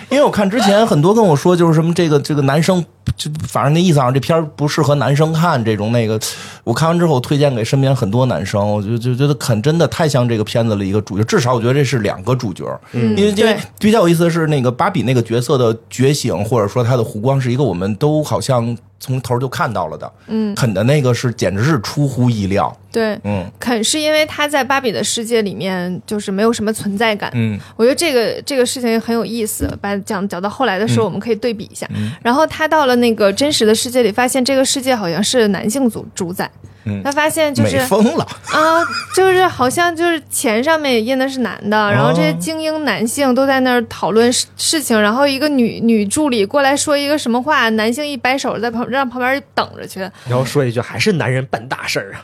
Speaker 1: 因为我看之前很多跟我说，就是什么这个这个男生，就反正那意思啊，这片儿不适合男生看这种那个。我看完之后推荐给身边很多男生，我就就觉得肯真的太像这个片子的一个主角，至少我觉得这是两个主角。
Speaker 2: 嗯
Speaker 1: 因为因为
Speaker 2: 对
Speaker 1: 比较有意思的是，那个芭比那个角色的觉醒，或者说他的弧光，是一个我们都好像从头就看到了的。
Speaker 2: 嗯，
Speaker 1: 肯的那个是简直是出乎意料。
Speaker 2: 对。
Speaker 1: 嗯
Speaker 2: 肯是因为他在芭比的世界里面就是没有什么存在感，
Speaker 1: 嗯
Speaker 2: 我觉得这个这个事情很有意思，把讲讲到后来的时候，我们可以对比一下。然后他到了那个真实的世界里，发现这个世界好像是男性主主宰。
Speaker 1: 嗯
Speaker 2: 他发现就是
Speaker 1: 美疯了。
Speaker 2: 啊，就是好像就是钱上面也印的是男的，然后这些精英男性都在那儿讨论事事情，然后一个女女助理过来说一个什么话，男性一摆手在旁让旁边等着去，
Speaker 3: 然后说一句还是男人办大事儿啊，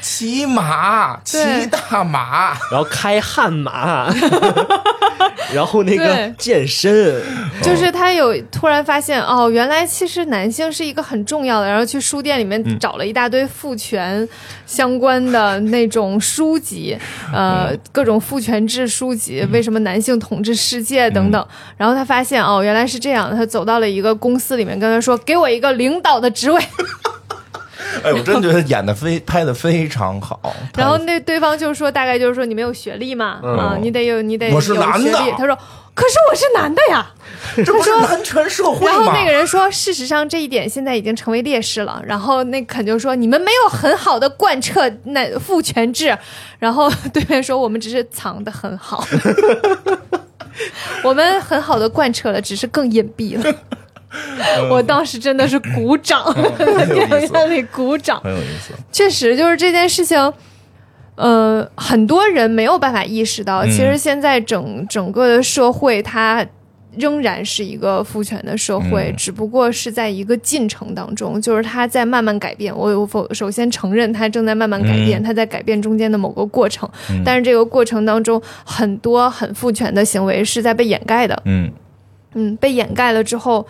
Speaker 1: 骑马，骑
Speaker 2: 对
Speaker 1: 大马，
Speaker 3: 然后开悍马， 然后那个
Speaker 2: 对
Speaker 3: 健身，
Speaker 1: 嗯
Speaker 2: 就是他有突然发现哦，原来其实男性是一个很重要的，然后去书店里
Speaker 1: 嗯
Speaker 2: 面找了一大堆父权相关的那种书籍，呃，
Speaker 1: 嗯
Speaker 2: 各种父权制书籍，为什么男性统治世界等等。
Speaker 1: 嗯
Speaker 2: 然后他发现哦，原来是这样的。他走到了一个公司里面，跟他说：“给我一个领导的职 位。
Speaker 1: 哎，我真觉得演的非拍的非常好。”
Speaker 2: 然后那对方就说：“大概就是说你没有学历嘛，啊，你得有，你得有
Speaker 1: 嗯我
Speaker 2: 学
Speaker 1: 是
Speaker 2: 历。
Speaker 1: 男的”
Speaker 2: 他说：“可是我是男的呀。”
Speaker 1: 这不是男权社会
Speaker 2: 然后
Speaker 1: 吗？
Speaker 2: 那个人说，事实上这一点现在已经成为劣势了。然后那肯就说，你们没有很好的贯彻那父权制。 然后对面说，我们只是藏得很好， 我们很好的贯彻了，只是更隐蔽了。我当时真的是鼓掌，在电影 院里鼓掌。
Speaker 1: 很有意思，
Speaker 2: 确实，就是这件事情，呃，很多人没有办法意识到，
Speaker 1: 嗯
Speaker 2: 其实现在整整个的社会它。仍然是一个父权的社会，
Speaker 1: 嗯
Speaker 2: 只不过是在一个进程当中，就是它在慢慢改变。我我否首先承认它正在慢慢改
Speaker 1: 嗯
Speaker 2: 变，它在改变中间的某个过程，
Speaker 1: 嗯
Speaker 2: 但是这个过程当中，很多很父权的行为是在被掩盖的。
Speaker 1: 嗯
Speaker 2: 嗯，被掩盖了之后，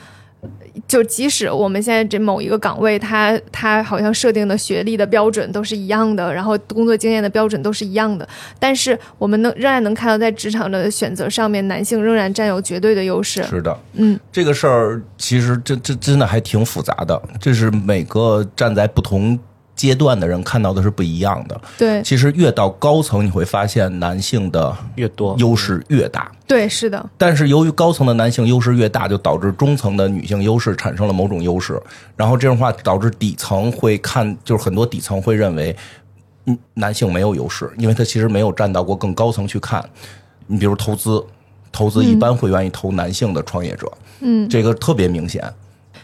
Speaker 2: 就即使我们现在这某一个岗位，它它好像设定的学历的标准都是一样的，然后工作经验的标准都是一样的，但是我们能仍然能看到，在职场的选择上面，男性仍然占有绝对的优势。
Speaker 1: 是的，
Speaker 2: 嗯，
Speaker 1: 这个事儿其实这这真的还挺复杂的，这是每个站在不同阶段的人看到的是不一样的。
Speaker 2: 对
Speaker 1: 其实越到高层，你会发现男性的
Speaker 3: 越多
Speaker 1: 优势越大，
Speaker 2: 对，是的，
Speaker 1: 但是由于高层的男性优势越大，就导致中层的女性优势产生了某种优势，然后这种话导致底层会看，就是很多底层会认为，嗯，男性没有优势，因为他其实没有站到过更高层去看。你比如投资，投资一般会愿意投男性的创业者，
Speaker 2: 嗯，
Speaker 1: 这个特别明显。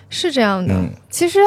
Speaker 2: 是这样的。
Speaker 1: 嗯
Speaker 2: 其实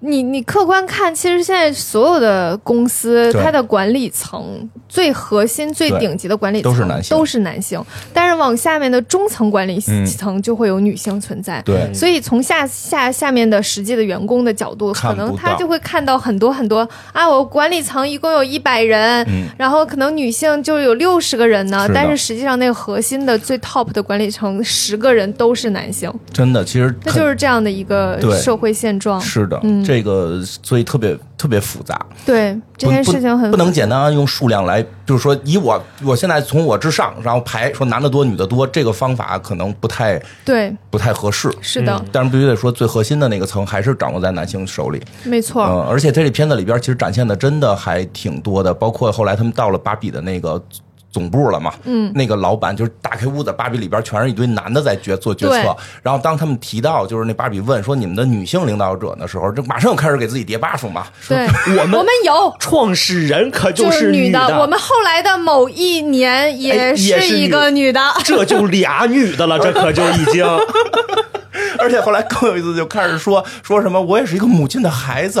Speaker 2: 你你客观看，其实现在所有的公司，
Speaker 1: 对
Speaker 2: 它的管理层最核心、最
Speaker 1: 对
Speaker 2: 顶级的管理层
Speaker 1: 都是男性
Speaker 2: 都是男性。但是往下面的中层管理
Speaker 1: 嗯
Speaker 2: 层就会有女性存在。
Speaker 1: 对，
Speaker 2: 所以从下下下面的实际的员工的角度，可
Speaker 1: 看不
Speaker 2: 能他
Speaker 1: 到
Speaker 2: 就会看到很多很多啊，我管理层一共有一百人，
Speaker 1: 嗯
Speaker 2: 然后可能女性就有六十个人呢，
Speaker 1: 是的
Speaker 2: 但是实际上那个核心的最 top 的管理层十个人都是男性，
Speaker 1: 真的，其实
Speaker 2: 那
Speaker 1: 肯
Speaker 2: 就是这样的一个
Speaker 1: 对
Speaker 2: 社会现状。
Speaker 1: 是的，
Speaker 2: 嗯
Speaker 1: 这个所以特别特别复杂。
Speaker 2: 对这
Speaker 1: 不
Speaker 2: 件事情很
Speaker 1: 不不能简单用数量来，就是说以我我现在从我之上，然后排说男的多女的多，这个方法可能不太
Speaker 2: 对，
Speaker 1: 不太合适。
Speaker 2: 是的，
Speaker 1: 但是必须得说，最核心的那个层还是掌握在男性手里。
Speaker 2: 没错。
Speaker 1: 嗯，而且这里片子里边其实展现的真的还挺多的，包括后来他们到了芭比的那个总部了嘛，嗯，那个老板就是打开屋子，芭比里边全是一堆男的在决做决
Speaker 2: 对
Speaker 1: 策。然后当他们提到就是那芭比问说你们的女性领导者的时候，这马上又开始给自己叠 buff 嘛，
Speaker 2: 对，
Speaker 3: 我们
Speaker 2: 我们有。
Speaker 3: 创始人可
Speaker 2: 就
Speaker 3: 就是
Speaker 2: 女
Speaker 3: 的，
Speaker 2: 我们后来的某一年
Speaker 3: 哎
Speaker 2: 也
Speaker 3: 也是
Speaker 2: 一
Speaker 3: 女
Speaker 2: 个女的，
Speaker 3: 这就俩女的了，这可就已 经
Speaker 1: 而且后来更有意思，就开始说说什么我也是一个母亲的孩子，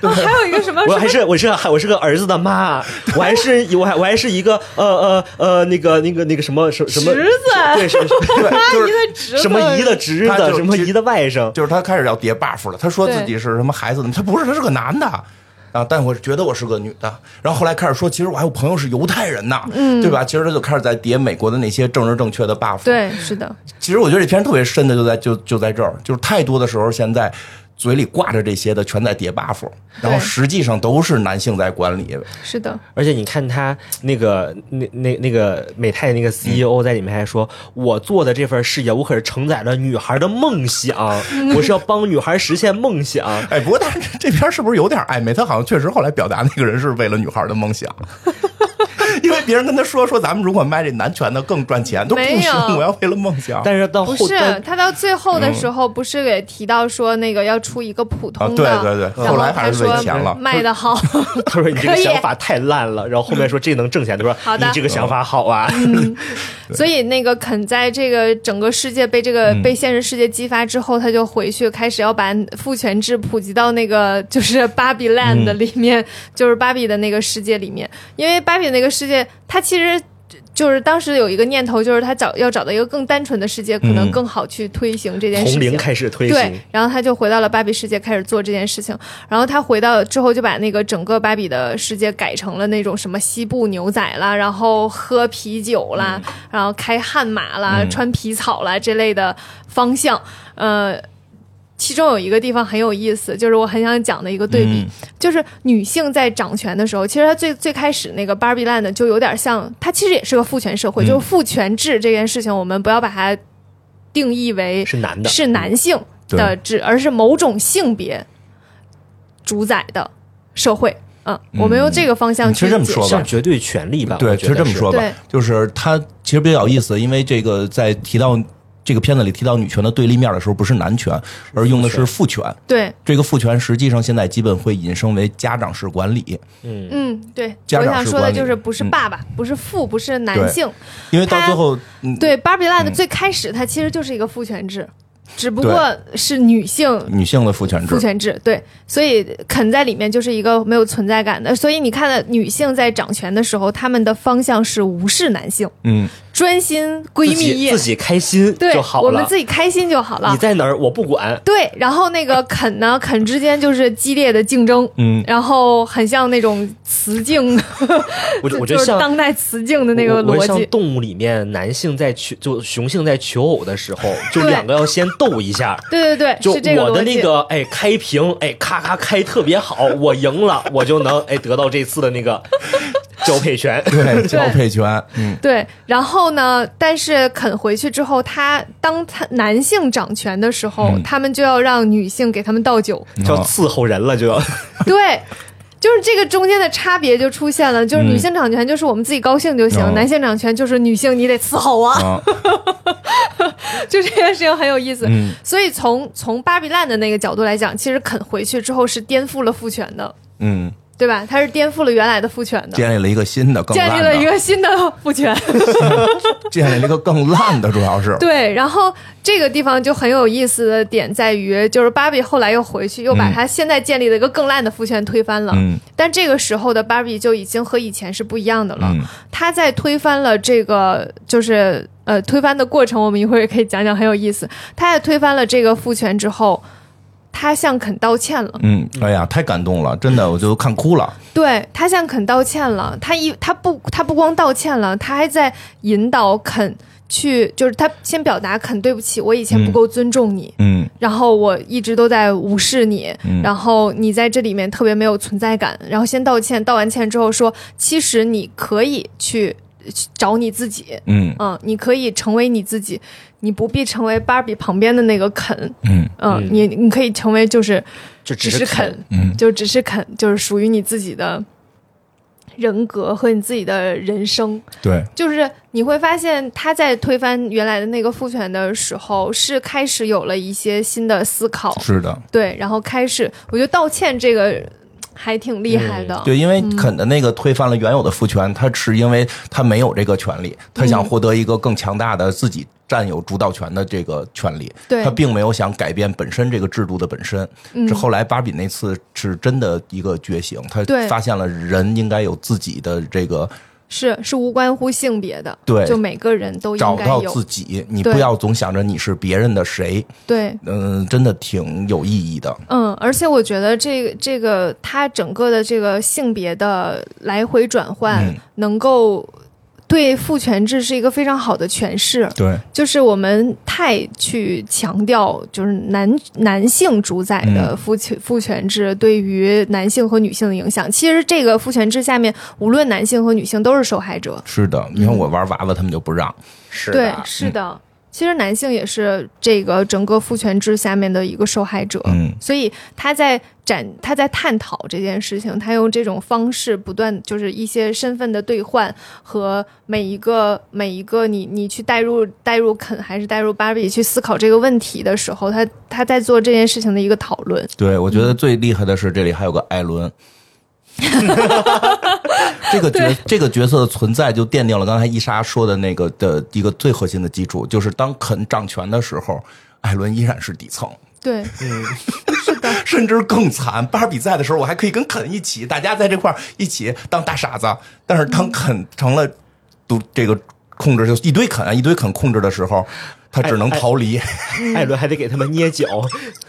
Speaker 1: 对
Speaker 2: 还有一个什么
Speaker 3: 我还是我是我是个儿子的妈，我还是我还我还是一个呃呃呃那个那个那个什么什什么
Speaker 2: 侄子
Speaker 3: 对什
Speaker 1: 对，就是
Speaker 2: 侄
Speaker 3: 什什么姨的侄
Speaker 1: 他
Speaker 3: 子，
Speaker 1: 就
Speaker 3: 什么姨的外甥，
Speaker 1: 就是他开始要叠 buff 了，他说自己是什么孩子的，他不是，他是个男的。啊，但我觉得我是个女的。然后后来开始说，其实我还有朋友是犹太人呐，
Speaker 2: 嗯
Speaker 1: 对吧？其实他就开始在叠美国的那些政治正确的 buff。，
Speaker 2: 对，是的，
Speaker 1: 其实我觉得这片特别深的就在就就在这儿，就是太多的时候现在。嘴里挂着这些的，全在叠 buff，然后
Speaker 2: 对
Speaker 1: 实际上都是男性在管理。
Speaker 2: 是的，
Speaker 3: 而且你看他那个那那那个美泰
Speaker 2: 嗯
Speaker 3: 那个 CEO 在里面还说，我做的这份事业，我可是承载了女孩的梦想，
Speaker 2: 嗯
Speaker 3: 我是要帮女孩实现 梦想。
Speaker 1: 哎，不过但是这片儿是不是有点暧昧？他好像确实后来表达那个人是为了女孩的梦 想，因为别人跟他说说咱们如果卖这男权的更赚钱，都不
Speaker 2: 没
Speaker 1: 行，
Speaker 2: 有
Speaker 1: 我要为了梦想。嗯
Speaker 3: 但是到
Speaker 2: 不
Speaker 3: 后
Speaker 2: 是
Speaker 3: 端
Speaker 2: 他到最后的时候，不是也提到说那个要出一个普
Speaker 1: 啊，
Speaker 2: 通
Speaker 1: 对
Speaker 2: 的，
Speaker 1: 对对，后
Speaker 2: 然后
Speaker 1: 来
Speaker 2: 他
Speaker 1: 还是
Speaker 2: 说
Speaker 1: 为钱了。
Speaker 2: 卖的好，
Speaker 3: 他说你这个
Speaker 2: 可以
Speaker 3: 想法太烂了，然后后面说这能挣钱，他说
Speaker 2: 好
Speaker 3: 你
Speaker 2: 的嗯
Speaker 3: 这个想法好啊，
Speaker 2: 所以那个肯在这个整个世界被这个、被现实世界激发之后，他就回去开始要把父权制普及到那个 就是芭比 land 里面，就是芭比的那个世界里面。因为芭比那个世界，他其实就是当时有一个念头，就是他找要找到一个更单纯的世界，可能更好去推行这件事
Speaker 3: 从零
Speaker 2: 情。
Speaker 3: 开始推
Speaker 2: 对
Speaker 3: 行。，
Speaker 2: 然后他就回到了芭比世界，开始做这件事情。然后他回到之后，就把那个整个芭比的世界改成了那种什么西部牛仔啦，然后喝啤酒啦，然后开悍马啦、穿皮草啦这类的方向。呃，其中有一个地方很有意思，就是我很想讲的一个对比，
Speaker 1: 嗯
Speaker 2: 就是女性在掌权的时候，其实她最最开始那个 Barbie Land 就有点像，它其实也是个父权社会，就是父权制这件事情，我们不要把它定义为
Speaker 3: 是男的，
Speaker 2: 是男性的制，而是某种性别主宰的社会。嗯，我们用这个方向
Speaker 1: 嗯其
Speaker 2: 去
Speaker 1: 实这么
Speaker 2: 解
Speaker 1: 说吧
Speaker 3: 像绝对权力吧？
Speaker 1: 对，
Speaker 3: 我
Speaker 1: 其
Speaker 3: 觉得
Speaker 1: 实这么说吧
Speaker 2: 对，
Speaker 1: 就是他其实比较有意思，因为这个在提到这个片子里提到女权的对立面的时候，不是男权，而用的是父权。
Speaker 2: 对，
Speaker 1: 这个父权实际上现在基本会引申为家长式管理，
Speaker 2: 嗯，对，
Speaker 1: 家
Speaker 2: 我
Speaker 1: 长
Speaker 2: 想
Speaker 1: 是
Speaker 2: 说的
Speaker 1: 管理
Speaker 2: 就是不是
Speaker 1: 嗯
Speaker 2: 爸爸，不是父，不是男
Speaker 1: 对
Speaker 2: 性。
Speaker 1: 因为到
Speaker 2: 他
Speaker 1: 最后，嗯，
Speaker 2: 对，芭比 land 最开始它其实就是一个父权制，只不
Speaker 1: 对
Speaker 2: 过是女性
Speaker 1: 女性的父权制
Speaker 2: 父，权制，对，所以肯在里面就是一个没有存在感的。所以你看的女性在掌权的时候，她们的方向是无视男性，
Speaker 1: 嗯，
Speaker 2: 专心
Speaker 3: 自
Speaker 2: 闺蜜
Speaker 3: 己
Speaker 2: 夜
Speaker 3: 自，己开心
Speaker 2: 对
Speaker 3: 就好，了。
Speaker 2: 我们自己开心就好了
Speaker 3: 你。在哪儿我不 管，
Speaker 2: 对，然后那个肯呢，肯之间就是激烈的竞争，
Speaker 1: 嗯
Speaker 2: 然后很像那种雌竞，
Speaker 3: 我就我 觉
Speaker 2: 就
Speaker 3: 得
Speaker 2: 是
Speaker 3: 像
Speaker 2: 当代雌竞的那个
Speaker 3: 我我
Speaker 2: 逻
Speaker 3: 像
Speaker 2: 辑，
Speaker 3: 动物里面男性在求就雄性在求偶的时候， 就
Speaker 2: 对
Speaker 3: 两个要先斗一 下。
Speaker 2: 对对对，
Speaker 3: 就是
Speaker 2: 这个
Speaker 3: 我
Speaker 2: 逻
Speaker 3: 的
Speaker 2: 辑。
Speaker 3: 那个哎，开屏哎，咔咔开特别好， 我赢了，我就能哎得到这次的那个交配权。
Speaker 1: 对，交配权，嗯，
Speaker 2: 对，然后呢？但是肯回去之后，他当他男性掌权的时候，
Speaker 1: 嗯
Speaker 2: 他们就要让女性给他们倒 酒。
Speaker 3: 就要伺候人了，就要
Speaker 2: 对，就是这个中间的差别就出现了，就是
Speaker 1: 嗯
Speaker 2: 女性掌权就是我们自己高兴就行，
Speaker 1: 哦
Speaker 2: 男性掌权就是女性你得伺候啊。
Speaker 1: 啊，
Speaker 2: 就这件事情很有意思。
Speaker 1: 嗯
Speaker 2: 所以从从芭比 land 的那个角度来讲，其实肯回去之后是颠覆了父权的，
Speaker 1: 嗯，
Speaker 2: 对吧？他是颠覆了原来的父权的，
Speaker 1: 建立了一个新的更
Speaker 2: 建
Speaker 1: 烂
Speaker 2: 立了一
Speaker 1: 的，
Speaker 2: 个新 的父权。
Speaker 1: 建立了一个 更烂的，主要是，
Speaker 2: 对，然后这个地方就很有意思的点在于，就是芭比后来又回去，又把
Speaker 1: 嗯
Speaker 2: 他现在建立的一个更烂的父权推翻了。
Speaker 1: 嗯
Speaker 2: 但这个时候的芭比就已经和以前是不一样的了。
Speaker 1: 嗯
Speaker 2: 他在推翻了这个，就是呃，推翻的过程，我们一会儿也可以讲讲，很有意思。他在推翻了这个父权之后，他向肯道歉了。
Speaker 1: 嗯，哎呀，太感动了，真的，我就看哭了，
Speaker 2: 对他向肯道歉了，他一他不他不光道歉了，他还在引导肯去，就是他先表达肯对不起，我以前不够尊重你，
Speaker 1: 嗯
Speaker 2: 然后我一直都在无视你，
Speaker 1: 嗯
Speaker 2: 然后你在这里面特别没有存在感，然后先道歉，道完歉之后说，其实你可以去去找你自己，
Speaker 1: 嗯
Speaker 2: 嗯，你可以成为你自己，你不必成为芭比旁边的那个肯，
Speaker 1: 嗯
Speaker 2: 嗯，
Speaker 3: 嗯
Speaker 2: 你你可以成为就是
Speaker 3: 就只
Speaker 2: 只是
Speaker 3: 是
Speaker 2: 肯，
Speaker 1: 嗯
Speaker 2: 就只是肯，就是属于你自己的人格和你自己的人生。
Speaker 1: 对，
Speaker 2: 就是你会发现，他在推翻原来的那个父权的时候，是开始有了一些新的思考，
Speaker 1: 是的，
Speaker 2: 对，然后开始，我觉得道歉这个还挺厉害的，
Speaker 1: 嗯对，因为
Speaker 2: 嗯
Speaker 1: 肯的那个推翻了原有的父权，他是因为他没有这个权利，他
Speaker 2: 嗯
Speaker 1: 想获得一个更强大的自己占有主导权的这个权利，
Speaker 2: 对嗯
Speaker 1: 他并没有想改变本身这个制度的本身。是后来巴比那次是真的一个觉醒，他
Speaker 2: 对
Speaker 1: 发现了人应该有自己的这个。
Speaker 2: 是是无关乎性别的，
Speaker 1: 对
Speaker 2: 就每个人都应
Speaker 1: 找
Speaker 2: 该
Speaker 1: 到
Speaker 2: 有
Speaker 1: 自，己，你
Speaker 2: 对
Speaker 1: 不要总想着你是别人的谁，
Speaker 2: 对，
Speaker 1: 嗯、真的挺有意义的。
Speaker 2: 嗯，而且我觉得这个这个它整个的这个性别的来回转换，
Speaker 1: 嗯
Speaker 2: 能够对父权制是一个非常好的诠释。
Speaker 1: 对，
Speaker 2: 就是我们太去强调就是男男性主宰的父权父权制对于男性和女性的影响，其实这个父权制下面，无论男性和女性都是受害者。
Speaker 1: 是的，你
Speaker 2: 嗯
Speaker 1: 看我玩娃娃，他们就不让。
Speaker 3: 是
Speaker 2: 对
Speaker 3: 的，，
Speaker 2: 是的。其实男性也是这个整个父权制下面的一个受害者，
Speaker 1: 嗯
Speaker 2: 所以他在展他在探讨这件事情，他用这种方式不断就是一些身份的兑换和每一个每一个你你去带入带入肯还是带入芭比去思考这个问题的时候，他他在做这件事情的一个讨论，
Speaker 1: 对，我觉
Speaker 2: 嗯
Speaker 1: 得最厉害的是这里还有个艾 伦。这个角这个角色的存在就奠定了刚才伊莎说的那个的一个最核心的基础，就是当肯掌权的时候，艾伦依然是底层，
Speaker 2: 对，
Speaker 1: 甚至更惨。芭比在的时候，我还可以跟肯一起，大家在这块儿一起当大傻子。但是当肯成了独这个控制，就一堆肯啊一堆肯控制的时候，他只能逃离。
Speaker 3: 艾
Speaker 2: 嗯
Speaker 3: 伦还得给他们 捏脚，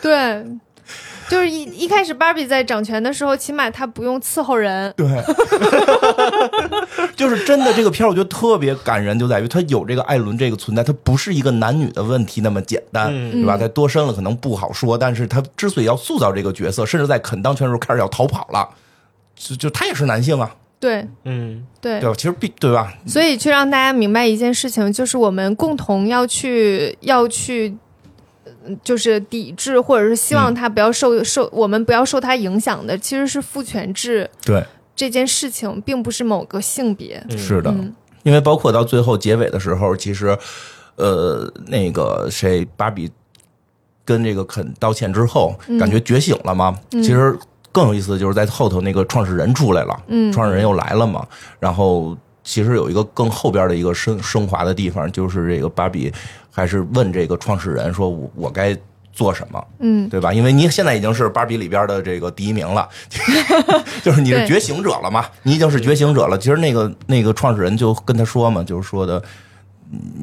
Speaker 2: 对，就是一一开始芭比在掌权的时候，起码她不用伺候 人，
Speaker 1: 对， 就是真的这个片儿，我觉得特别感人，就在于它有这个艾伦这个存在，它不是一个男女的问题那么简单，对吧？它多深了可能不好说，但是他之所以要塑造这个角色，甚至在肯当权的时候开始要逃跑了，就就他也是男性啊，
Speaker 2: 对
Speaker 3: 嗯，
Speaker 2: 对
Speaker 1: 对吧？其实必对吧？
Speaker 2: 所以去让大家明白一件事情，就是我们共同要去要去，嗯就是抵制或者是希
Speaker 1: 嗯
Speaker 2: 望它不要受、受我们不要受它影响的，其实是父权制
Speaker 1: 对，
Speaker 2: 这件事情，并不是某个性别。
Speaker 1: 是的，因为包括到最后结尾的时候，其实，呃，那个谁，芭比跟这个肯道歉之后，
Speaker 2: 嗯
Speaker 1: 感觉觉醒了嘛。其实更有意思的就是在后头那个创始人出来了，嗯，创始人又来了嘛。然后其实有一个更后边的一个升升华的地方，就是这个芭比还是问这个创始人说我：“我该做什么？”
Speaker 2: 嗯，
Speaker 1: 对吧？因为你现在已经是芭比里边的这个第一名 了，就是你是
Speaker 2: 对
Speaker 1: 觉醒者了嘛，你已经是觉醒者了。其实那个那个创始人就跟他说嘛，就是说的，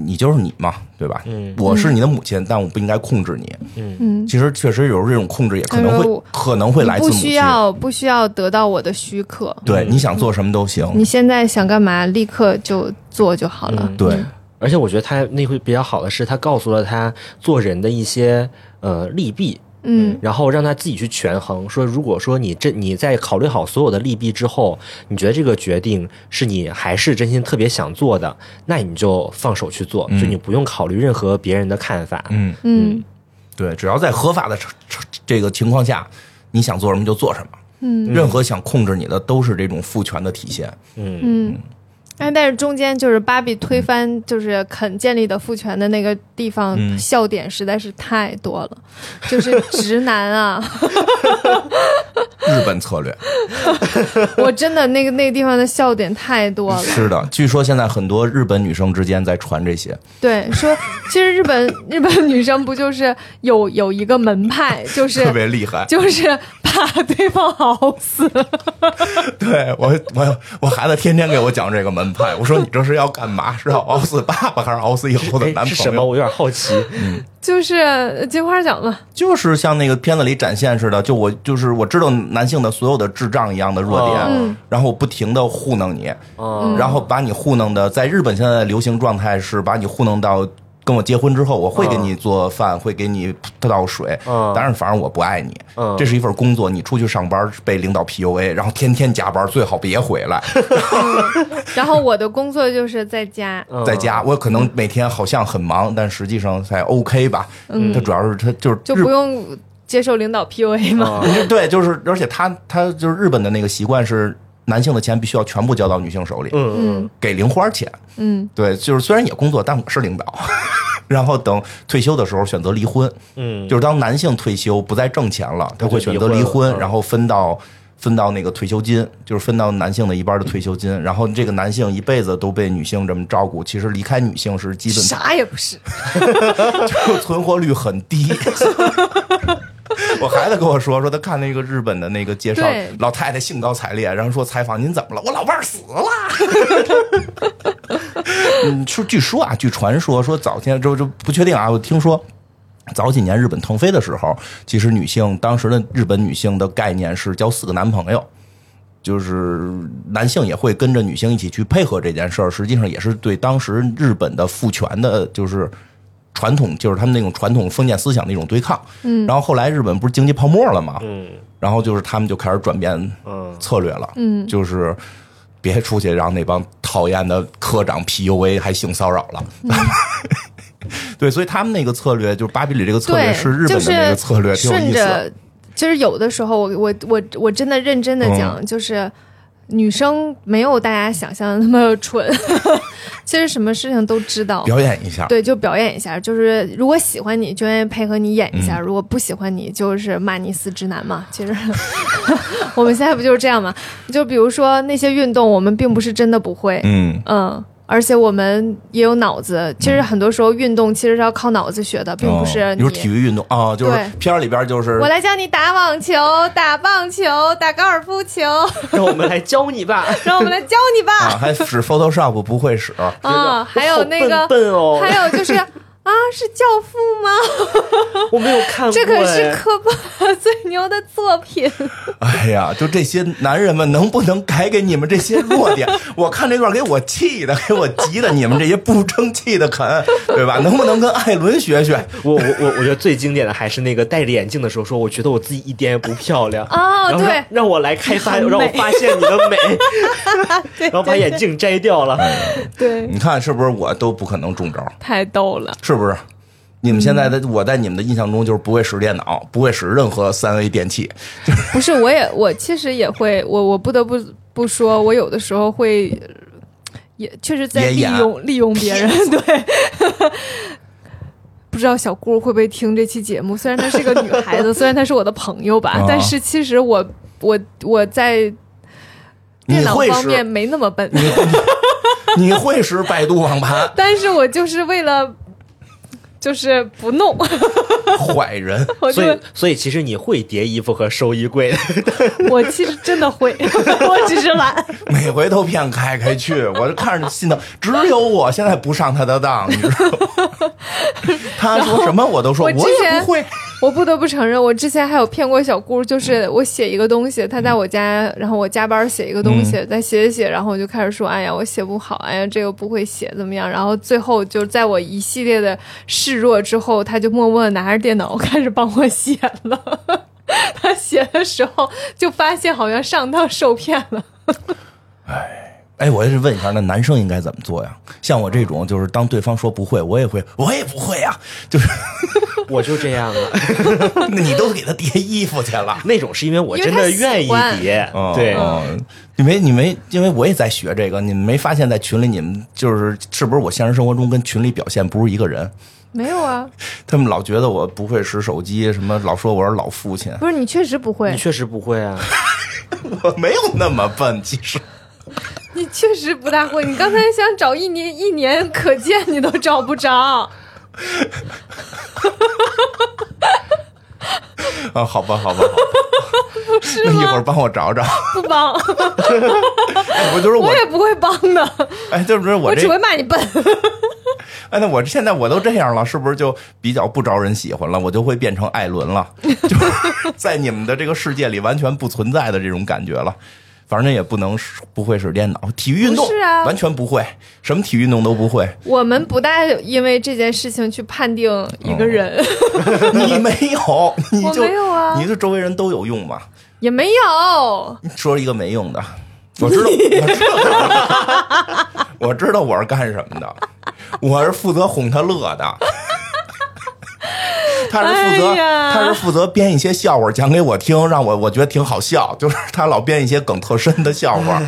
Speaker 1: 你就是你嘛，对吧？
Speaker 3: 嗯
Speaker 1: 我是你的母亲，但我不应该控制你。
Speaker 2: 嗯，
Speaker 1: 其实确实有时候这种控制也可能
Speaker 2: 哎
Speaker 1: 会、
Speaker 2: 呦
Speaker 1: 可能会来自
Speaker 2: 不
Speaker 1: 母亲
Speaker 2: 需，要不需要得到我的许可，
Speaker 1: 对，你想做什么都行。
Speaker 2: 你现在想干嘛，立刻就做就好了。
Speaker 1: 嗯对，
Speaker 3: 而且我觉得他那会比较好的是，他告诉了他做人的一些呃利弊，
Speaker 2: 嗯，
Speaker 3: 然后让他自己去权衡，说如果说你这你在考虑好所有的利弊之后，你觉得这个决定是你还是真心特别想做的，那你就放手去做，就你不用考虑任何别人的看法。
Speaker 1: 嗯，
Speaker 2: 嗯
Speaker 1: 对，只要在合法的这这这个情况下，你想做什么就做什么。
Speaker 2: 嗯，
Speaker 1: 任何想控制你的都是这种父权的体现。
Speaker 3: 嗯，
Speaker 2: 嗯，哎，但是中间就是芭比推翻就是肯建立的父权的那个地方，
Speaker 1: 嗯
Speaker 2: 笑点实在是太多了，就是直男啊，
Speaker 1: 日本策略，
Speaker 2: 我真的那个那个地方的笑点太多了。
Speaker 1: 是的，据说现在很多日本女生之间在传这些，
Speaker 2: 对，说其实日本日本女生不就是有有一个门派，就是
Speaker 1: 特别厉害。
Speaker 2: 就是把对方熬死。
Speaker 1: 对我，我我孩子天天给我讲这个门派，我说你这是要干嘛？是要熬死爸爸，还是熬死以后的
Speaker 3: 哎
Speaker 1: 男
Speaker 3: 是什
Speaker 1: 朋
Speaker 3: 么？
Speaker 1: 友？
Speaker 3: 我有点 好奇。
Speaker 2: 就是金花奖嘛，
Speaker 1: 就是像那个片子里展现似的，就我就是我知道男性的所有的智障一样的弱点，
Speaker 3: 哦嗯
Speaker 1: 然后我不停的糊弄你，
Speaker 3: 嗯
Speaker 1: 然后把你糊弄的，在日本现在的流行状态是把你糊弄到。跟我结婚之后，我会给你做饭，会给你倒水，
Speaker 3: 嗯
Speaker 1: 当然，反正我不爱你，
Speaker 3: 嗯
Speaker 1: 这是一份工作。你出去上班被领导 PUA，然后天天加班，最好别回来。
Speaker 2: 然后我的工作就是在家，
Speaker 3: 嗯
Speaker 1: 在家，我可能每天好像很忙，但实际上才 OK 吧。嗯，他主要是他就是
Speaker 2: 就
Speaker 1: 日哦
Speaker 2: 不用接受领导 PUA 嘛。
Speaker 3: 啊
Speaker 1: 对，就是而且他他就是日本的那个习惯是，男性的钱必须要全部交到女性手里，
Speaker 3: 嗯嗯
Speaker 1: 给零花钱。
Speaker 2: 嗯，
Speaker 1: 对，就是虽然也工作，但我是领导。 然后等退休的时候选择离婚，
Speaker 3: 嗯，
Speaker 1: 就是当男性退休不再挣钱了，他会选择离
Speaker 3: 就离婚
Speaker 1: 婚
Speaker 3: 了，嗯
Speaker 1: 然后分到分到那个退休金，就是分到男性的一半的退休金。然后这个男性一辈子都被女性这么照顾，其实离开女性是基本
Speaker 2: 啥也不是。
Speaker 1: 就存活率很低。 我孩子跟我说，说他看那个日本的那个介绍
Speaker 2: 对，
Speaker 1: 老太太兴高采烈，然后说采访您怎么了？我老伴儿死了。 嗯，是据说啊，据传说说早先就就不确定啊，我听说。早几年日本腾飞的时候，其实女性当时的日本女性的概念是交四个男朋友，就是男性也会跟着女性一起去配合这件事儿，实际上也是对当时日本的父权的，就是传统，就是他们那种传统封建思想的一种对抗。嗯，然后后来日本不是经济泡沫了嘛，嗯，然后就是他们就开始转变
Speaker 3: 嗯
Speaker 1: 策略了，嗯，就是别出去让那帮讨厌的科长 PUA 还性骚扰了。
Speaker 2: 嗯
Speaker 1: 对，所以他们那个策略，就是巴比里这个策略
Speaker 2: 对，
Speaker 1: 是日本的那个策略，
Speaker 2: 就是、
Speaker 1: 挺有
Speaker 2: 顺
Speaker 1: 意思的。
Speaker 2: 着，就是有的时候我我我我真的认真的
Speaker 1: 嗯
Speaker 2: 讲，就是女生没有大家想象的那么蠢， 其实什么事情都知道。
Speaker 1: 表演一下，
Speaker 2: 哦对，就表演一下，就是如果喜欢你，就愿意配合你演一
Speaker 1: 嗯
Speaker 2: 下；如果不喜欢你，就是骂你死直男嘛。其实 我们现在不就是这样吗？就比如说那些运动，我们并不是真的不会，
Speaker 1: 嗯，
Speaker 2: 嗯，而且我们也有脑子。其实很多时候运动其实是要靠脑子学的，并不
Speaker 1: 哦
Speaker 2: 是
Speaker 1: 比
Speaker 2: 你。
Speaker 1: 如体育运动啊、哦就是
Speaker 2: 对
Speaker 1: 片儿里边就是
Speaker 2: 我来教你打网球、打棒球、打高尔夫球，
Speaker 3: 让我们来教你吧。
Speaker 2: 让我们来教你
Speaker 1: 啊，
Speaker 2: 吧。
Speaker 1: 还使 Photoshop 不会使，
Speaker 2: 啊，还有那
Speaker 3: 好
Speaker 2: 个，
Speaker 3: 笨笨哦，
Speaker 2: 还有 就是啊，是教父吗？
Speaker 3: 我没有看过，
Speaker 2: 这可是
Speaker 3: 哎
Speaker 2: 科巴 最牛的作品。
Speaker 1: 哎呀，就这些男人们能不能改给你们这些弱 点？我看这段给我气的，给我急的，你们这些不争气的啃，对吧？能不能跟艾伦学学？
Speaker 3: 我我我我觉得最经典的还是那个戴着眼镜的时候说，我觉得我自己一点也不漂亮。
Speaker 2: 哦
Speaker 3: 然后让
Speaker 2: 对
Speaker 3: 让我来开发，
Speaker 2: 很美
Speaker 3: 让我发现你的 美，
Speaker 2: 对
Speaker 3: 然后嗯把眼镜摘掉了。
Speaker 2: 对，
Speaker 1: 哎你看是不是我都不可能中招？
Speaker 2: 太逗了。
Speaker 1: 是不是？你们现在的我在你们的印象中就是不会使电脑，不会使任何三维电器，
Speaker 2: 不是，我也我其实也会，我我不得不不说，我有的时候会，呃也确实在
Speaker 1: 也
Speaker 2: 利
Speaker 1: 演
Speaker 2: 用利用别人。 对， 不知道小姑会不会听这期节目？虽然她是个女孩 子，虽然她是我的朋友吧
Speaker 1: 啊，
Speaker 2: 但是其实我我我在
Speaker 1: 你
Speaker 2: 电脑
Speaker 1: 会
Speaker 2: 方面
Speaker 1: 使
Speaker 2: 没那么笨，
Speaker 1: 你会使百度网盘，
Speaker 2: 但是我就是为了就是不弄，
Speaker 1: 坏人。
Speaker 2: 我就
Speaker 3: 所以，所以其实你会叠衣服和收衣柜，
Speaker 2: 我其实真的会， 我只是懒。
Speaker 1: 每回都骗凯凯去，我就看着心疼。只有我现在不上他的当，你知道吗？ 他说什么我都说，
Speaker 2: 然后
Speaker 1: 我
Speaker 2: 我之前
Speaker 1: 也不会。
Speaker 2: 我不得不承认，我之前还有骗过小姑，就是
Speaker 3: 嗯
Speaker 2: 我写一个东西，她在我家，然后我加班写一个东西，
Speaker 3: 嗯
Speaker 2: 再写写写，然后我就开始说，哎呀，我写不好，哎呀，这个不会写，怎么样？然后最后就在我一系列的示弱之后，她就默默的拿着电脑 开始帮我写了。 她写的时候就发现好像上当受骗了，
Speaker 1: 哎，我也是问一下，那男生应该怎么做呀？像我这种，就是当对方说不会，我也会，我也不会呀、 就是
Speaker 3: 我就这样了。
Speaker 1: 那你都给他叠衣服去 了。
Speaker 3: 那种是因为我真的愿意
Speaker 2: 因为他喜
Speaker 3: 叠，
Speaker 1: 哦
Speaker 3: 对，
Speaker 1: 哦你没你没，因为我也在学这个，你们没发现，在群里你们就是是不是我现实生活中跟群里表现不是一个人？
Speaker 2: 没有啊？
Speaker 1: 他们老觉得我不会使手机，什么老说我是老父亲，
Speaker 2: 不是你确实不会
Speaker 3: 你，确实不会啊。
Speaker 1: 我 没有那么笨，其实。
Speaker 2: 你确实不大会。你刚才想找一年一年可见，你都找不着。
Speaker 1: 啊，好吧， 好吧，好吧那一会儿帮我找 找。
Speaker 2: 不 帮，
Speaker 1: 哎我就是我
Speaker 2: 我，也不会帮的，
Speaker 1: 哎，对不是
Speaker 2: 我
Speaker 1: 我
Speaker 2: 只
Speaker 1: 这，
Speaker 2: 会骂你笨。
Speaker 1: 哎，那我现在我都这样了，是不是就比较不招人喜欢了？我就会变成艾伦了， 就是在你们的这个世界里完全不存在的这种感觉了。反正也不能使不会使电脑，体育运动
Speaker 2: 不是啊
Speaker 1: 完全不会，什么体育运动都不会。
Speaker 2: 我们不大因为这件事情去判定一
Speaker 1: 哦
Speaker 2: 个人，
Speaker 1: 你没有，你就
Speaker 2: 我没有啊
Speaker 1: 你就周围人都有用嘛。
Speaker 2: 也没 有。
Speaker 1: 说一个没用的，我知道，我知道，我知道我是干什么的，我是负责哄他乐的。他是负责，
Speaker 2: 哎呀
Speaker 1: 他是负责编一些笑话讲给我听，让我我觉得
Speaker 2: 哎
Speaker 1: 挺好笑。就是他老编一些梗特深的笑话，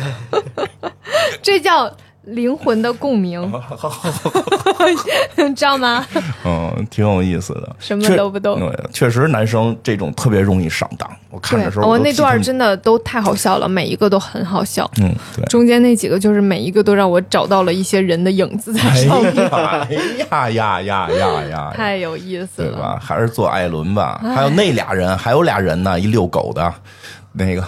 Speaker 2: 这叫灵魂的共鸣，
Speaker 1: 哦
Speaker 2: 知道吗？
Speaker 1: 嗯，挺有意思的。
Speaker 2: 什么
Speaker 1: 确
Speaker 2: 都不懂
Speaker 1: 对，确实男生这种特别容易上当。我看
Speaker 2: 对
Speaker 1: 的时，候，
Speaker 2: 我
Speaker 1: 都
Speaker 2: 那
Speaker 1: 替他
Speaker 2: 段
Speaker 1: 们
Speaker 2: 真的都太好笑了，每一个都很好笑。
Speaker 1: 嗯，对。
Speaker 2: 中间那几个就是每一个都让我找到了一些人的影子在
Speaker 1: 哎
Speaker 2: 上面，
Speaker 1: 呀哎呀呀呀呀呀！
Speaker 2: 太有意思
Speaker 1: 对
Speaker 2: 了。
Speaker 1: 吧？还是做艾伦吧。
Speaker 2: 哎
Speaker 1: 还有那俩人，还有俩人呢，一遛狗的，那个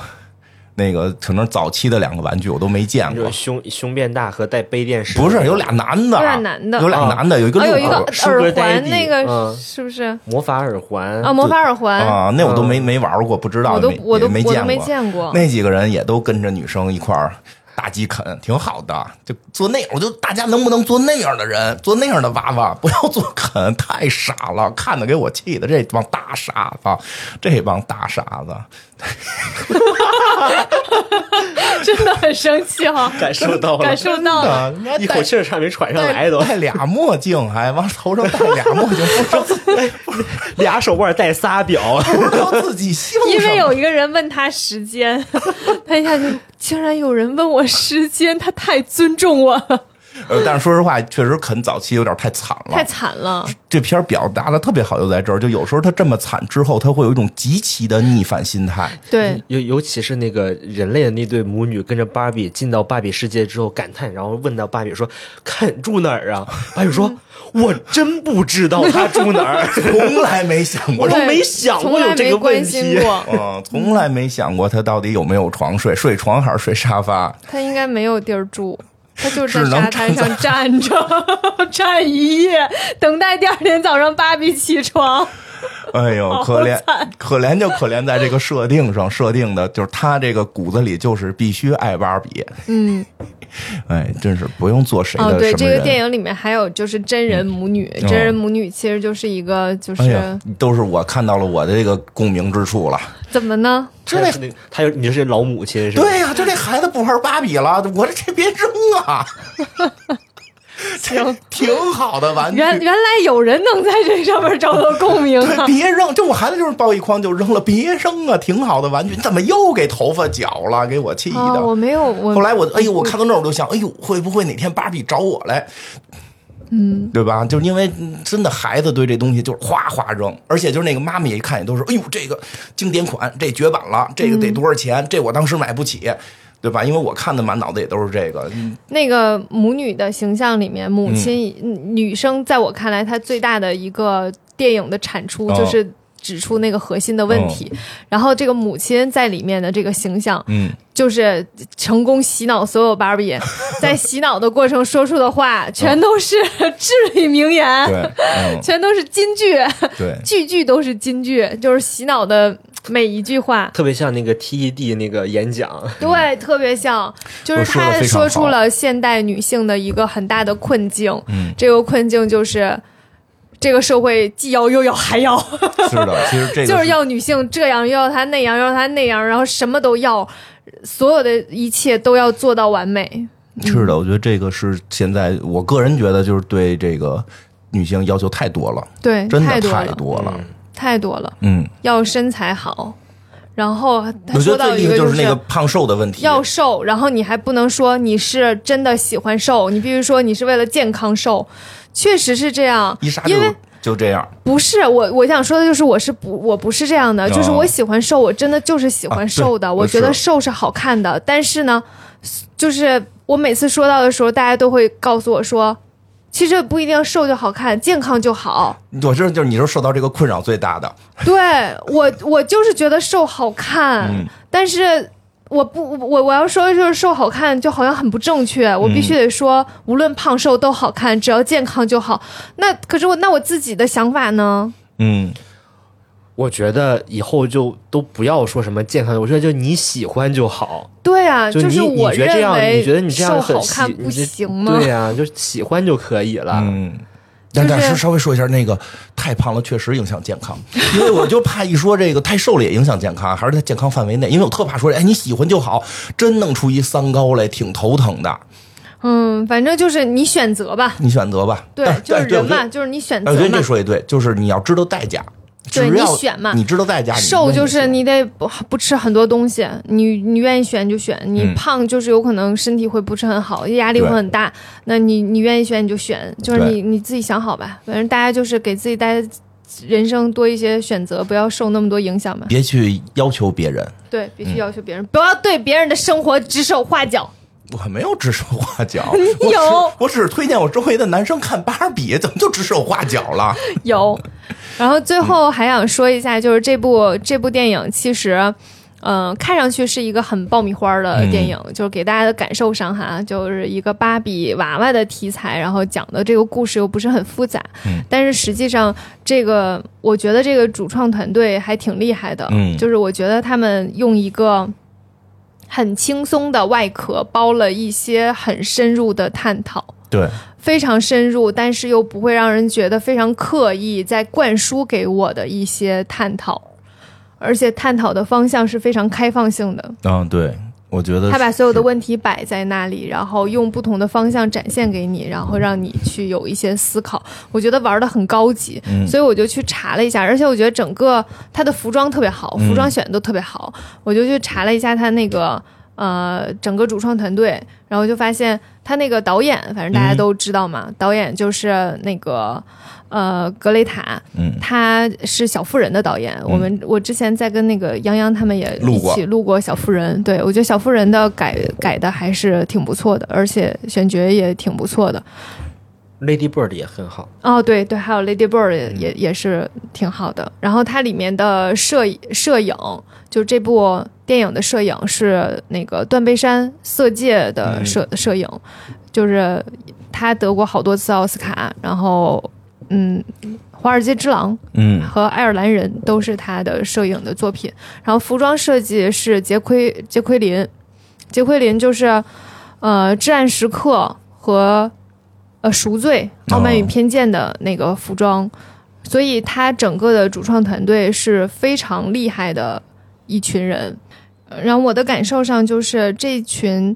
Speaker 1: 那个，可能早期的两个玩具我都没见
Speaker 3: 就
Speaker 1: 过
Speaker 3: 是。胸胸变大和带杯垫式，
Speaker 1: 不是，有俩男的，
Speaker 2: 有俩男的
Speaker 1: 有俩男的，有一个
Speaker 2: 还哦有
Speaker 1: 遛
Speaker 2: 一个
Speaker 1: 狗
Speaker 2: 耳环，
Speaker 3: Sugar Daddy，
Speaker 2: 那个
Speaker 3: 嗯
Speaker 2: 是不是
Speaker 3: 魔法耳环
Speaker 2: 啊？魔法耳环，
Speaker 1: 嗯啊，那我都没没玩过，不知道，
Speaker 2: 我都
Speaker 1: 也没
Speaker 2: 我都
Speaker 1: 也没
Speaker 2: 我都没
Speaker 1: 过。
Speaker 2: 见过。
Speaker 1: 那几个人也都跟着女生一块儿打鸡啃，挺好的。就做那，我就大家能不能做那样的人，做那样的娃 娃，不要做啃，太傻了，看的给我气的。这帮大傻子，这帮大傻子，
Speaker 2: 真的很生气 哈、
Speaker 3: 感受到了，
Speaker 2: 感受到了。
Speaker 1: 真的
Speaker 3: 一口气儿差点没喘上来
Speaker 1: 戴
Speaker 3: 都，
Speaker 1: 戴俩墨镜，还往头上戴俩墨镜，不知道
Speaker 3: 俩手腕带 仨表，
Speaker 1: 不知道自己姓什么。
Speaker 2: 因为有一个人问他时间， 他一下就竟然有人问我时间，他太尊重我了，
Speaker 1: 呃，但是说实话，确实啃早期有点太惨了，
Speaker 2: 太惨了。
Speaker 1: 这片儿表达的特别好，就在这儿，就有时候他这么惨之后，他会有一种极其的逆反心 态。
Speaker 2: 对，
Speaker 3: 尤尤其是那个人类的那对母女跟着芭比进到芭比世界之后感叹，然后问到芭比说：“看住哪儿啊？” 芭比说：“我真不知道他住哪 儿。
Speaker 1: 从来没想过
Speaker 3: 我都
Speaker 2: 对
Speaker 3: 没想过
Speaker 2: 从来
Speaker 3: 有这
Speaker 2: 没
Speaker 3: 个问
Speaker 2: 关心
Speaker 3: 题
Speaker 2: 过，
Speaker 1: 嗯，从来没想过他到底有没有床睡，睡床还是睡沙发。
Speaker 2: 他应该没有地儿住，他就在
Speaker 1: 只能
Speaker 2: 沙滩上站着， 站一夜，等待第二天早上芭比起床。
Speaker 1: 哎呦，可怜可怜就可怜在这个设定上，设定的就是他这个骨子里就是必须爱芭比。
Speaker 2: 嗯，
Speaker 1: 哎，真是不用做谁的
Speaker 2: 哦，
Speaker 1: 什么人。
Speaker 2: 对，这个电影里面还有就是真人母女，
Speaker 1: 嗯
Speaker 2: 真人母女其实就是一个就
Speaker 1: 哎
Speaker 2: 是、
Speaker 1: 呀，都是我看到了我的这个共鸣之处了。
Speaker 2: 怎么呢？”
Speaker 1: 真
Speaker 3: 他
Speaker 1: 的
Speaker 3: 是那他有你就是老母亲是吧？
Speaker 1: 对呀、就这孩子不玩芭比了，我这这别扔 啊！ 这挺好的玩具，
Speaker 2: 原原来有人能在这上面找到共鸣
Speaker 1: 对，
Speaker 2: 啊！
Speaker 1: 别扔！这我孩子就是抱一筐就扔了，别扔啊，挺好的玩具，你怎么又给头发绞了？给哦我气的！
Speaker 2: 啊，我没有，我
Speaker 1: 后来我哎呦，我看到那儿我就想，哎呦，会不会哪天芭比找我来？嗯，对吧？就是因为嗯真的孩子对这东西就是哗哗扔，而且就是那个妈妈一看也都是，哎呦，这个经典款，这绝版了，这个得多少钱？
Speaker 2: 嗯
Speaker 1: 这我当时买不起，对吧？因为我看的满脑子也都是这个， 嗯
Speaker 2: 那个母女的形象里面，母亲、嗯女生在我看来，她最大的一个电影的产出
Speaker 1: 哦
Speaker 2: 就是指出那个核心的问题。然后这个母亲在里面的这个形象，
Speaker 1: 嗯，
Speaker 2: 就是成功洗脑所有芭比，在洗脑的过程说出 的话，全都是至理名言，
Speaker 1: 哦对， 嗯，
Speaker 2: 全都是金句，
Speaker 1: 对，
Speaker 2: 句句都是金句，就是洗脑的每一句话。
Speaker 3: 特别像那个 TED 那个演讲，
Speaker 2: 对，特别像，就
Speaker 1: 嗯我
Speaker 2: 是
Speaker 1: 说得
Speaker 2: 他
Speaker 1: 非常
Speaker 2: 说出
Speaker 1: 好
Speaker 2: 了现代女性的一个很大的困境。
Speaker 1: 嗯，
Speaker 2: 这个困境就是，这个社会既要又要还要，
Speaker 1: 是的，其 实这个
Speaker 2: 就是要女性这样，又要她那样，又要她那样，然后什么都要，所有的一切都要做到完美。
Speaker 1: 是的，我觉得这个是现在我个人觉得就是对这个女性要求太多了，
Speaker 2: 对，
Speaker 1: 真的
Speaker 2: 太多
Speaker 1: 太
Speaker 2: 了，
Speaker 1: 多了，
Speaker 2: 太多了，
Speaker 1: 嗯，
Speaker 2: 要身材好。然后他
Speaker 1: 我觉
Speaker 2: 说
Speaker 1: 得
Speaker 2: 到
Speaker 1: 最
Speaker 2: 一
Speaker 1: 厉害
Speaker 2: 个
Speaker 1: 就是那个胖瘦的问题，
Speaker 2: 要瘦，然后你还不能说你是真的喜欢瘦，你必须说你是为了健康瘦，确实是这样
Speaker 1: 一杀。就
Speaker 2: 因为
Speaker 1: 就这样，
Speaker 2: 不是我，我想说的就是我是不我不是这样的，
Speaker 1: 哦
Speaker 2: 就是我喜欢瘦，我真的就是喜欢瘦的，
Speaker 1: 啊对
Speaker 2: 我觉
Speaker 1: 我
Speaker 2: 得
Speaker 1: 是
Speaker 2: 瘦是好看的。但是呢，就是我每次说到的时候，大家都会告诉我说，其实不一定瘦就好看，健康就好。
Speaker 1: 我知道就是你是受到这个困扰最大的，
Speaker 2: 对我，我就是觉得瘦好看，
Speaker 1: 嗯
Speaker 2: 但是我不，我我要说就是瘦好看，就好像很不正确。我必须
Speaker 1: 嗯
Speaker 2: 得说，无论胖瘦都好看，只要健康就好。那可是我，那我自己的想法呢？
Speaker 1: 嗯，
Speaker 3: 我觉得以后就都不要说什么健康，我觉得就你喜欢就好。
Speaker 2: 对啊，
Speaker 3: 就你
Speaker 2: 是我
Speaker 3: 你觉得这
Speaker 2: 认
Speaker 3: 样，
Speaker 2: 为
Speaker 3: 你觉得你这样
Speaker 2: 瘦
Speaker 3: 很
Speaker 2: 好
Speaker 3: 喜
Speaker 2: 看不
Speaker 3: 你这
Speaker 2: 行吗？
Speaker 3: 对呀、啊就喜欢就可以了。
Speaker 1: 嗯。但
Speaker 2: 就是
Speaker 1: 但是稍微说一下，那个太胖了确实影响健 康，因为我就怕一说这个太瘦了也影响健康，还是在健康范围内，因为我特怕说，哎，你喜欢就好，真弄出一三高来挺头疼的。
Speaker 2: 嗯，反正就是你选择吧。
Speaker 1: 你选择吧，
Speaker 2: 对
Speaker 1: 但，但
Speaker 2: 就是
Speaker 1: 对
Speaker 2: 人
Speaker 1: 我觉得
Speaker 2: 嘛，就是你选
Speaker 1: 哎
Speaker 2: 择
Speaker 1: 我觉得
Speaker 2: 嘛
Speaker 1: 这。说也对，就是你要知道代价，只
Speaker 2: 对
Speaker 1: 要
Speaker 2: 你选嘛
Speaker 1: 你知道代价，你
Speaker 2: 瘦
Speaker 1: 愿意
Speaker 2: 就是
Speaker 1: 选
Speaker 2: 你得不不吃很多东西，你你愿意选就选，你
Speaker 1: 嗯
Speaker 2: 胖就是有可能身体会不是很好，压力会
Speaker 1: 对
Speaker 2: 很大。那你你愿意选你就选，就是
Speaker 1: 对
Speaker 2: 你你自己想好吧。反正大家就是给自己大家人生多一些选择，不要受那么多影响嘛。
Speaker 1: 别去要求别人。
Speaker 2: 对，别
Speaker 3: 嗯
Speaker 2: 去要求别人，不要对别人的生活指手画脚。
Speaker 1: 我没有指手画 脚，我只
Speaker 2: 有
Speaker 1: 我只是推荐我周围的男生看芭比，怎么就指手画脚 了？
Speaker 2: 有。然后最后还想说一下，就是这部这部电影其实，嗯、看上去是一个很爆米花儿
Speaker 1: 嗯
Speaker 2: 的电影，就是给大家的感受上哈，就是一个芭比娃娃的题材，然后讲的这个故事又不是很复杂，
Speaker 1: 嗯
Speaker 2: 但是实际上这个我觉得这个主创团队还挺厉害的，
Speaker 1: 嗯
Speaker 2: 就是我觉得他们用一个。很轻松的外壳包了一些很深入的探讨，
Speaker 1: 对，
Speaker 2: 非常深入，但是又不会让人觉得非常刻意在灌输给我的一些探讨，而且探讨的方向是非常开放性的。
Speaker 1: 嗯，对，我觉得
Speaker 2: 他把所有的
Speaker 1: 是
Speaker 2: 问题摆在那里，然后用不同的方向展现给你，然后让你去有一些思考。我觉得玩的很高级，
Speaker 1: 嗯
Speaker 2: 所以我就去查了一下，而且我觉得整个它的服装特别好，
Speaker 1: 嗯
Speaker 2: 服装选的都特别好，我就去查了一下它那个。呃，整个主创团队，然后就发现他那个导演，反正大家
Speaker 1: 嗯
Speaker 2: 都知道嘛，导演就是那个呃格雷塔，
Speaker 1: 嗯
Speaker 2: 他是《小妇人》的导演，我们我之前在跟那个杨洋他们也
Speaker 1: 录
Speaker 2: 一
Speaker 1: 过
Speaker 2: 起录过《小妇人》，对我觉得《小妇人》的改改的还是挺不错的，而且选角也挺不错的。
Speaker 3: Lady Bird 也很好，
Speaker 2: 哦，对对，还有 Lady Bird 也也也是挺好的。然后它里面的摄摄影，就这部电影的摄影是那个断背山色戒的摄、摄影，就是他得过好多次奥斯卡，然后嗯，《华尔街之狼》
Speaker 1: 嗯
Speaker 2: 和爱尔兰人都是他的摄影的作品。然后服装设计是杰奎杰奎琳，杰奎琳就是呃《至暗时刻》和呃《赎罪》《傲慢与偏见》的那个服装，所以他整个的主创团队是非常厉害的一群人。呃然后我的感受上就是这群。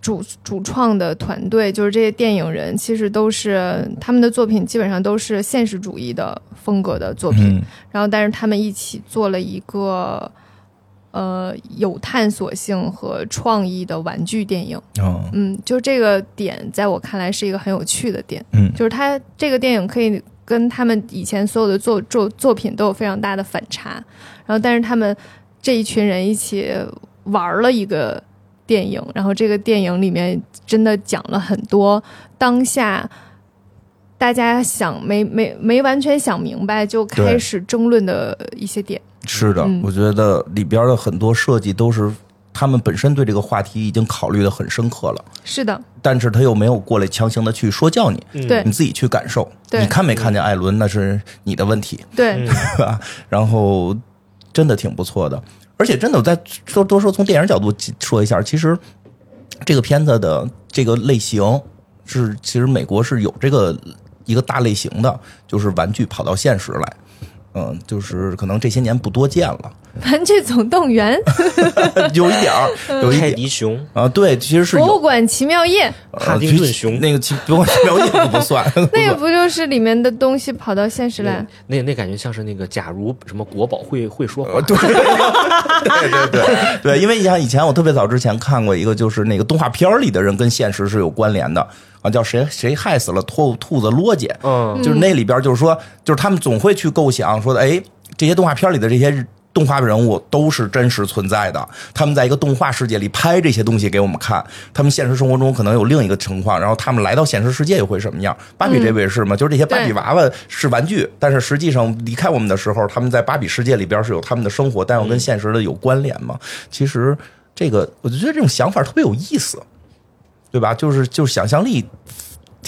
Speaker 2: 主主创的团队就是这些电影人，其实都是他们的作品基本上都是现实主义的风格的作品，
Speaker 1: 嗯
Speaker 2: 然后但是他们一起做了一个呃有探索性和创意的玩具电影。
Speaker 1: 嗯
Speaker 2: 嗯，就这个点在我看来是一个很有趣的点，
Speaker 1: 嗯
Speaker 2: 就是它这个电影可以跟他们以前所有的作作作品都有非常大的反差，然后但是他们这一群人一起玩了一个电影，然后这个电影里面真的讲了很多当下大家想没没没完全想明白就开
Speaker 1: 对
Speaker 2: 始争论的一些点。
Speaker 1: 是的
Speaker 2: 嗯，
Speaker 1: 我觉得里边的很多设计都是他们本身对这个话题已经考虑的很深刻了，
Speaker 2: 是的，
Speaker 1: 但是他又没有过来强行的去说教你，
Speaker 3: 嗯
Speaker 2: 对
Speaker 1: 你自己去感受。
Speaker 2: 对
Speaker 1: 你看没看见艾伦那是你的问题，
Speaker 2: 对，
Speaker 1: 然后真的挺不错的，而且真的我再说多说从电影角度说一下，其实这个片子的这个类型是其实美国是有这个一个大类型的，就是玩具跑到现实来。嗯，就是可能这些年不多见了，
Speaker 2: 玩具总动员》
Speaker 1: 有一点儿，有一
Speaker 3: 泰
Speaker 1: 点
Speaker 3: 迪熊，
Speaker 1: 儿啊，对，其实是
Speaker 2: 《博物
Speaker 1: 有
Speaker 2: 馆奇妙夜》。
Speaker 3: 哈丁顿熊
Speaker 1: 呃 那个其不过表演不算，
Speaker 2: 那个不就是里面的东西跑到现实来？
Speaker 3: 那那感觉像是那个，假如什么国宝会会说话
Speaker 1: 呃，，对，对对对对，因为你像以前我特别早之前看过一个，就是那个动画片儿里的人跟现实是有关联的啊，叫谁谁害死了兔兔子罗姐，
Speaker 3: 嗯，
Speaker 1: 就是那里边就是说，就是他们总会去构想说，哎，这些动画片里的这些。动画人物都是真实存在的，他们在一个动画世界里拍这些东西给我们看，他们现实生活中可能有另一个情况，然后他们来到现实世界又会什么样？芭比这不也是吗？就是这些芭比
Speaker 2: 对
Speaker 1: 娃娃是玩具，但是实际上离开我们的时候，他们在芭比世界里边是有他们的生活，但又跟现实的有关联嘛？其实这个，我就觉得这种想法特别有意思，对吧？就是就是想象力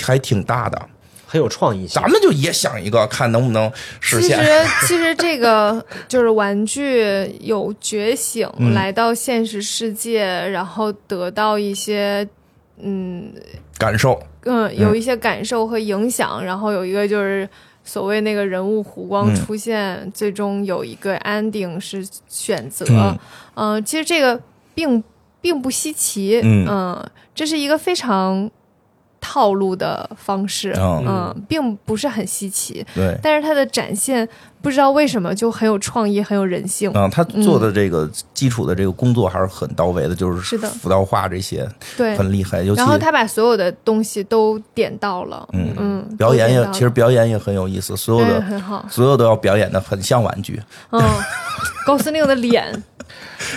Speaker 1: 还挺大的。
Speaker 3: 很有创意性
Speaker 1: 咱。们就也想一个，看能不能实
Speaker 2: 其实
Speaker 1: 现。，
Speaker 2: 其实这个就是玩具有觉醒，
Speaker 1: 嗯
Speaker 2: 来到现实世界，然后得到一些，嗯
Speaker 1: 感受，
Speaker 2: 嗯，有一些感受和影响，然后有一个就是所谓那个人物弧光
Speaker 1: 嗯
Speaker 2: 出现，最终有一个 ending 是选择。
Speaker 1: 嗯
Speaker 2: 嗯、其实这个并并不稀奇，
Speaker 1: 嗯
Speaker 2: 这是一个非常。套路的方式，
Speaker 1: 嗯
Speaker 2: 嗯，并不是很稀奇，
Speaker 1: 对，
Speaker 2: 但是它的展现不知道为什么就很有创意，很有人性。
Speaker 1: 嗯，他做的这个基础的这个工作还是很到位的，就是
Speaker 2: 是的
Speaker 1: 辅导画这些
Speaker 2: 对，
Speaker 1: 很厉害，尤其
Speaker 2: 然后他把所有的东西都点到了，
Speaker 1: 嗯
Speaker 2: 嗯，
Speaker 1: 表演
Speaker 2: 都点
Speaker 1: 也
Speaker 2: 到了
Speaker 1: 其实表演也很有意思，所有
Speaker 2: 表演
Speaker 1: 的
Speaker 2: 很好，
Speaker 1: 所有都要表演的很像玩具，
Speaker 2: 嗯，高司令的脸。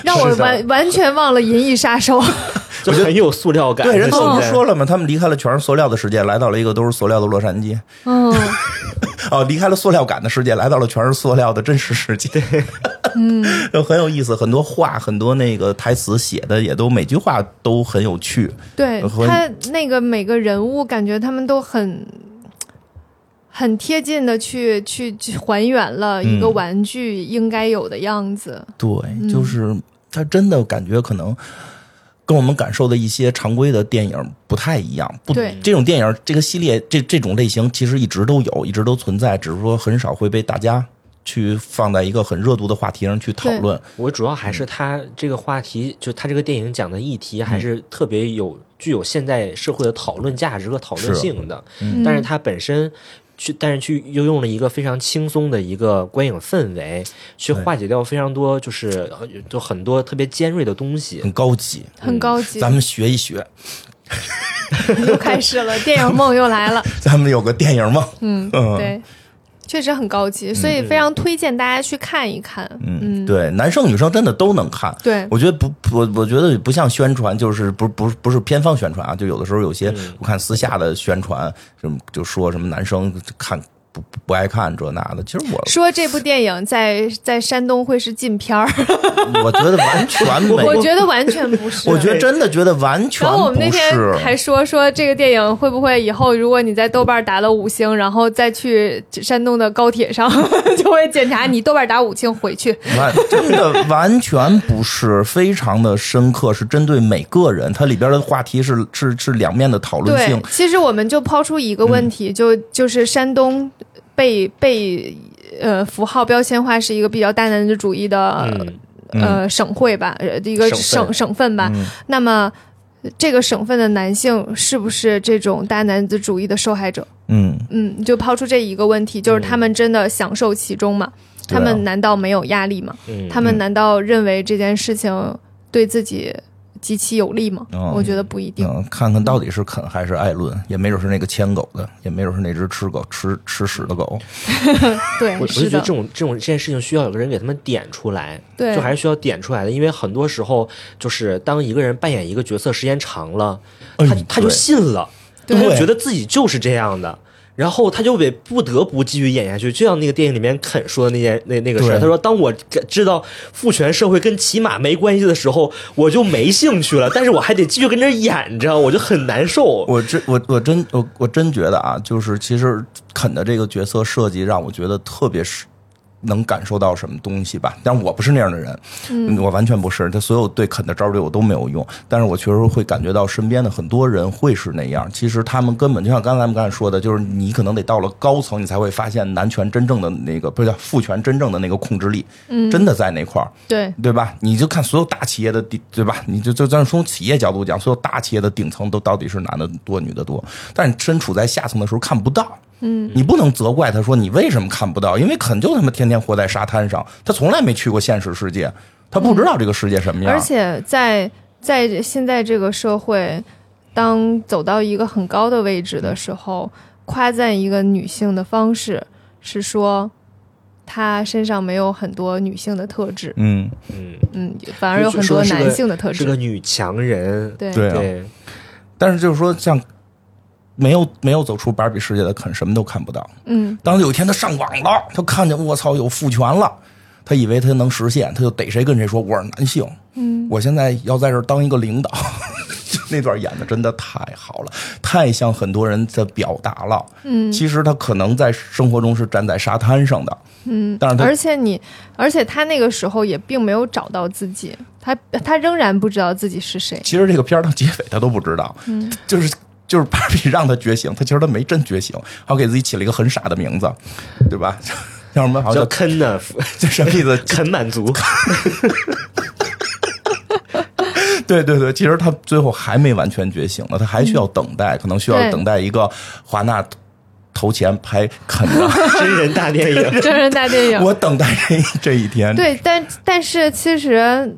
Speaker 2: 让我
Speaker 1: 是的
Speaker 2: 完完全忘了《银翼杀手》
Speaker 3: 就很有塑料感。
Speaker 1: 对，人
Speaker 3: 就
Speaker 1: 都
Speaker 3: 现
Speaker 1: 不
Speaker 3: 在
Speaker 1: 说了嘛，他们离开了全是塑料的世界，来到了一个都是塑料的洛杉矶。
Speaker 2: 嗯，
Speaker 1: 哦，离开了塑料感的世界，来到了全是塑料的真实世界。嗯，就很有意思，很多话，很多那个台词写的也都每句话都很有趣。
Speaker 2: 对
Speaker 1: 和
Speaker 2: 他那个每个人物，感觉他们都很很贴近的去去去还原了一个
Speaker 1: 嗯
Speaker 2: 玩具应该有的样子。
Speaker 1: 对，
Speaker 2: 嗯
Speaker 1: 就是他真的感觉可能。跟我们感受的一些常规的电影不太一样，不
Speaker 2: 对，
Speaker 1: 这种电影这个系列这这种类型其实一直都有，一直都存在，只是说很少会被大家去放在一个很热度的话题上去讨
Speaker 2: 对
Speaker 1: 论。
Speaker 3: 我主要还是他这个话题，就他这个电影讲的议
Speaker 1: 嗯
Speaker 3: 题，还是特别有具有现在社会的讨论价值和讨论
Speaker 1: 是
Speaker 3: 性的。
Speaker 2: 嗯
Speaker 3: 但是它本身去，但是去又用了一个非常轻松的一个观影氛围，去
Speaker 1: 对
Speaker 3: 化解掉非常多就是呃就很多特别尖锐的东西。
Speaker 1: 很高级，
Speaker 2: 很高级，
Speaker 1: 咱们学一学，
Speaker 2: 又开始了，电影梦又来了。
Speaker 1: 咱们有个电影梦。
Speaker 2: 嗯，
Speaker 1: 嗯，
Speaker 2: 对，确实很高级，所以非常推荐大家去看一看。
Speaker 1: 嗯，对，男生女生真的都能看。
Speaker 2: 对，
Speaker 1: 我觉得不，我我觉得不像宣传，就是不不不是偏方宣传啊，就有的时候有些
Speaker 2: 嗯
Speaker 1: 我看私下的宣传，什么就说什么男生看不不爱看这那的，其实我
Speaker 2: 说这部电影在在山东会是禁片儿，
Speaker 1: 我觉得完全没，
Speaker 2: 我觉得完全不是。
Speaker 1: 我觉得真的觉得完全
Speaker 2: 然后我们那
Speaker 1: 不
Speaker 2: 天
Speaker 1: 是。
Speaker 2: 还说说这个电影会不会以后，如果你在豆瓣打了五星，然后再去山东的高铁上， 就会检查你豆瓣打五星回去。
Speaker 1: 完，真的完全不是，非常的深刻，是针对每个人，它里边的话题是是是两面的讨论
Speaker 2: 对
Speaker 1: 性，，
Speaker 2: 其实我们就抛出一个问
Speaker 3: 嗯
Speaker 2: 题，就就是山东被被呃符号标签化是一个比较大男子主义的、
Speaker 3: 嗯，
Speaker 2: 呃省会吧，呃一个
Speaker 3: 省份嗯
Speaker 2: 省省份吧。那么这个省份的男性是不是这种大男子主义的受害者？
Speaker 1: 嗯，
Speaker 2: 嗯，就抛出这一个问题，
Speaker 3: 嗯
Speaker 2: 就是他们真的享受其中吗？
Speaker 1: 对
Speaker 2: 他
Speaker 1: 啊
Speaker 2: 们难道没有压力吗？
Speaker 3: 嗯
Speaker 2: 他们难道认为这件事情对自己极其有利吗？
Speaker 3: 哦
Speaker 1: 嗯
Speaker 2: 我觉得不一定。
Speaker 1: 嗯，看看到底是啃还是爱论，也没准是那个牵狗的，也没准是那只吃狗吃吃屎的狗。
Speaker 2: 对，
Speaker 3: 我我就是觉得
Speaker 2: 的
Speaker 3: 这，种这种这件事情需要有个人给他们点出来，
Speaker 2: 对
Speaker 3: 就还是需要点出来的，因为很多时候就是当一个人扮演一个角色时间长了，他
Speaker 1: 嗯
Speaker 3: 他就
Speaker 1: 对
Speaker 3: 信了，他
Speaker 2: 对
Speaker 3: 就觉得自己就是这样的。然后他就得不得不继续演下去，就像那个电影里面肯说的那件那那个事儿，
Speaker 1: 对
Speaker 3: 他说：“当我知道父权社会跟骑马没关系的时候，我就没兴趣了，但是我还得继续跟这儿演着，我就很难受。”
Speaker 1: 我真我我真我我真觉得啊，就是其实肯的这个角色设计让我觉得特别是能感受到什么东西吧。但我不是那样的人，嗯、我完全不是。他所有对肯的招对我都没有用，但是我确实会感觉到身边的很多人会是那样。其实他们根本就像刚才咱们刚才说的，就是你可能得到了高层，你才会发现男权真正的那个不是叫父权真正的那个控制力，嗯、真的在那块儿。
Speaker 2: 对
Speaker 1: 对吧？你就看所有大企业的底，对吧？你就就咱从企业角度讲，所有大企业的顶层都到底是男的多，女的多。但你身处在下层的时候看不到，嗯，你不能责怪他说你为什么看不到，因为肯就他妈天天活在沙滩上，他从来没去过现实世界，他不知道这个世界什么样。
Speaker 2: 嗯而且在在现在这个社会，当走到一个很高的位置的时候，夸赞一个女性的方式是说。她身上没有很多女性的特质，
Speaker 1: 嗯，
Speaker 2: 嗯，反而有很多男性的特
Speaker 3: 是
Speaker 2: 质
Speaker 3: 个。女强人，
Speaker 2: 对
Speaker 1: 对啊。
Speaker 3: 对，
Speaker 1: 但是就是说，像没有没有走出芭比世界的肯，什么都看不到。
Speaker 2: 嗯，
Speaker 1: 当有一天他上网了，他看见我操有父权了，他以为他能实现，他就逮谁跟谁说我是男性，嗯，我现在要在这儿当一个领导。 那段演的真的太好了，太像很多人的表达了。嗯，其实他可能在生活中是站在沙滩上的，嗯，但是他
Speaker 2: 而且你，而且他那个时候也并没有找到自己，他他仍然不知道自己是谁。
Speaker 1: 其实这个片儿到结尾他都不知道，嗯，就是就是芭比让他觉醒，他其实他没真觉醒，还给自己起了一个很傻的名字，对吧？ 叫什么？好
Speaker 3: 叫
Speaker 1: 像叫
Speaker 3: 肯 呢，
Speaker 1: 叫什么意思？
Speaker 3: 肯满足，
Speaker 1: 对对对，其实他最后还没完全觉醒呢，他还需要等待，可能需要
Speaker 2: 对
Speaker 1: 等待一个华纳投钱拍肯纳，
Speaker 3: 真人大电影，
Speaker 2: 真人大电影，
Speaker 1: 我等待这这一天。
Speaker 2: 对，但但是其实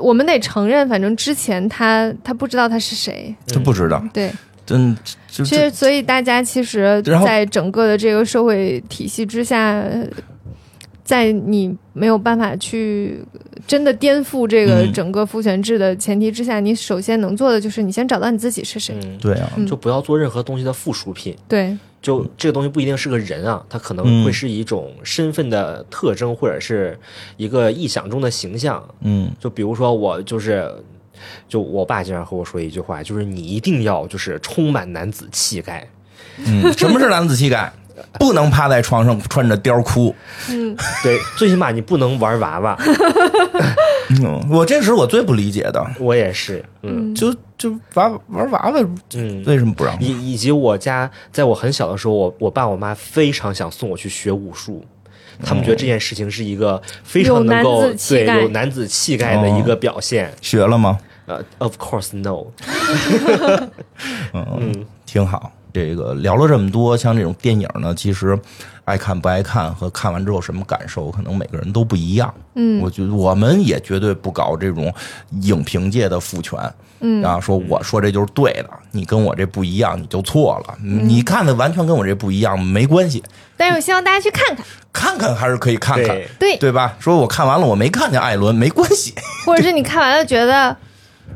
Speaker 2: 我们得承认，反正之前他他不知道他是谁，
Speaker 1: 他不知道，
Speaker 2: 对，
Speaker 1: 真 就
Speaker 2: 其
Speaker 1: 就
Speaker 2: 实所以大家其实，
Speaker 1: 然后
Speaker 2: 在整个的这个社会体系之下，呃在你没有办法去真的颠覆这个
Speaker 1: 嗯
Speaker 2: 整个父权制的前提之下，你首先能做的就是你先找到你自己是谁，
Speaker 3: 嗯，
Speaker 1: 对啊，
Speaker 3: 就不要做任何东西的附属品。
Speaker 2: 对
Speaker 3: 就这个东西不一定是个人啊，它可
Speaker 2: 嗯
Speaker 3: 能会是一种身份的特征，或者是一个臆想中的形象。
Speaker 1: 嗯
Speaker 3: 就比如说我就是，就我爸经常和我说一句话，就是你一定要就是充满男子 气概。
Speaker 1: 嗯，什么是男子气概？不能趴在床上穿着貂哭。
Speaker 3: 对，最起码你不能玩娃娃。
Speaker 1: 嗯，我这是我最不理解的，
Speaker 3: 我也是，嗯
Speaker 1: 就就玩玩娃娃
Speaker 3: 嗯。
Speaker 1: 为什么不让？
Speaker 3: 以以及我家，在我很小的时候，我我爸我妈非常想送我去学武术，他们觉得这件事情是一个非常能够
Speaker 2: 有男子气概哦
Speaker 3: 对有男子气概的一个表现。
Speaker 1: 学了吗？
Speaker 3: 呃、o f course no，
Speaker 1: 嗯，挺好。这个聊了这么多，像这种电影呢，其实爱看不爱看和看完之后什么感受，可能每个人都不一样。嗯，我觉得我们也绝对不搞这种影评界的父权。嗯啊，说我说这就是对的，你跟我这不一样，你就错了。你看的完全跟我这不一样，没关系，
Speaker 2: 但是我希望大家去看看，
Speaker 1: 看看还是可以看看，
Speaker 3: 对
Speaker 2: 对
Speaker 1: 对吧？说我看完了，我没看见艾伦，没关系，
Speaker 2: 或者是你看完了觉得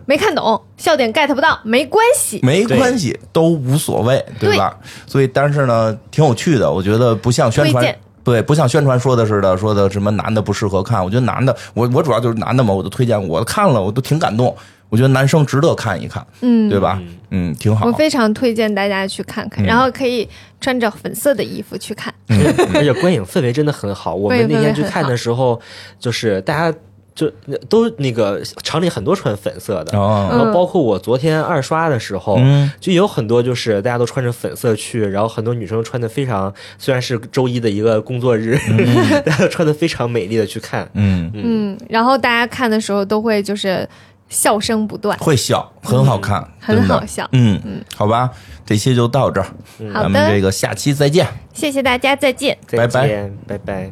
Speaker 2: 没看懂，笑点 get 不到，没关系，
Speaker 1: 没关系，都无所谓，对吧？所以，但是呢，挺有趣的，我觉得不像宣
Speaker 2: 推
Speaker 1: 传
Speaker 2: 荐。
Speaker 1: 对，不像宣传说的似的，说的什么男的不适合看。我觉得男的，我我主要就是男的嘛，我就推荐，我看了我都挺感动。我觉得男生值得看一看，嗯，对吧？嗯，挺好嗯
Speaker 2: 我。非常推荐大家去看看，然后可以穿着粉色的衣服去看，
Speaker 3: 嗯而且观影氛围真的很好。我
Speaker 2: 观影
Speaker 3: 们
Speaker 2: 氛围
Speaker 3: 那天去
Speaker 2: 很
Speaker 3: 看
Speaker 2: 好
Speaker 3: 的时候，就是大家就都那个厂里很多穿粉色的，然
Speaker 1: 哦，
Speaker 2: 嗯
Speaker 3: 后包括我昨天二刷的时候，
Speaker 1: 嗯
Speaker 3: 就有很多就是大家都穿着粉色去，然后很多女生穿的非常，虽然是周一的一个工作日， 大家都穿的非常美丽的去看。
Speaker 1: 嗯，
Speaker 2: 嗯，然后大家看的时候都会就是笑声不断，
Speaker 1: 会笑，很好看，
Speaker 2: 很
Speaker 1: 真的
Speaker 2: 好笑
Speaker 1: 嗯好吧，这期就到这儿，
Speaker 2: 好
Speaker 1: 咱们
Speaker 2: 的
Speaker 1: 这个下期再见。
Speaker 2: 谢谢大家，再见。
Speaker 3: 再
Speaker 1: 拜拜
Speaker 3: 见，拜拜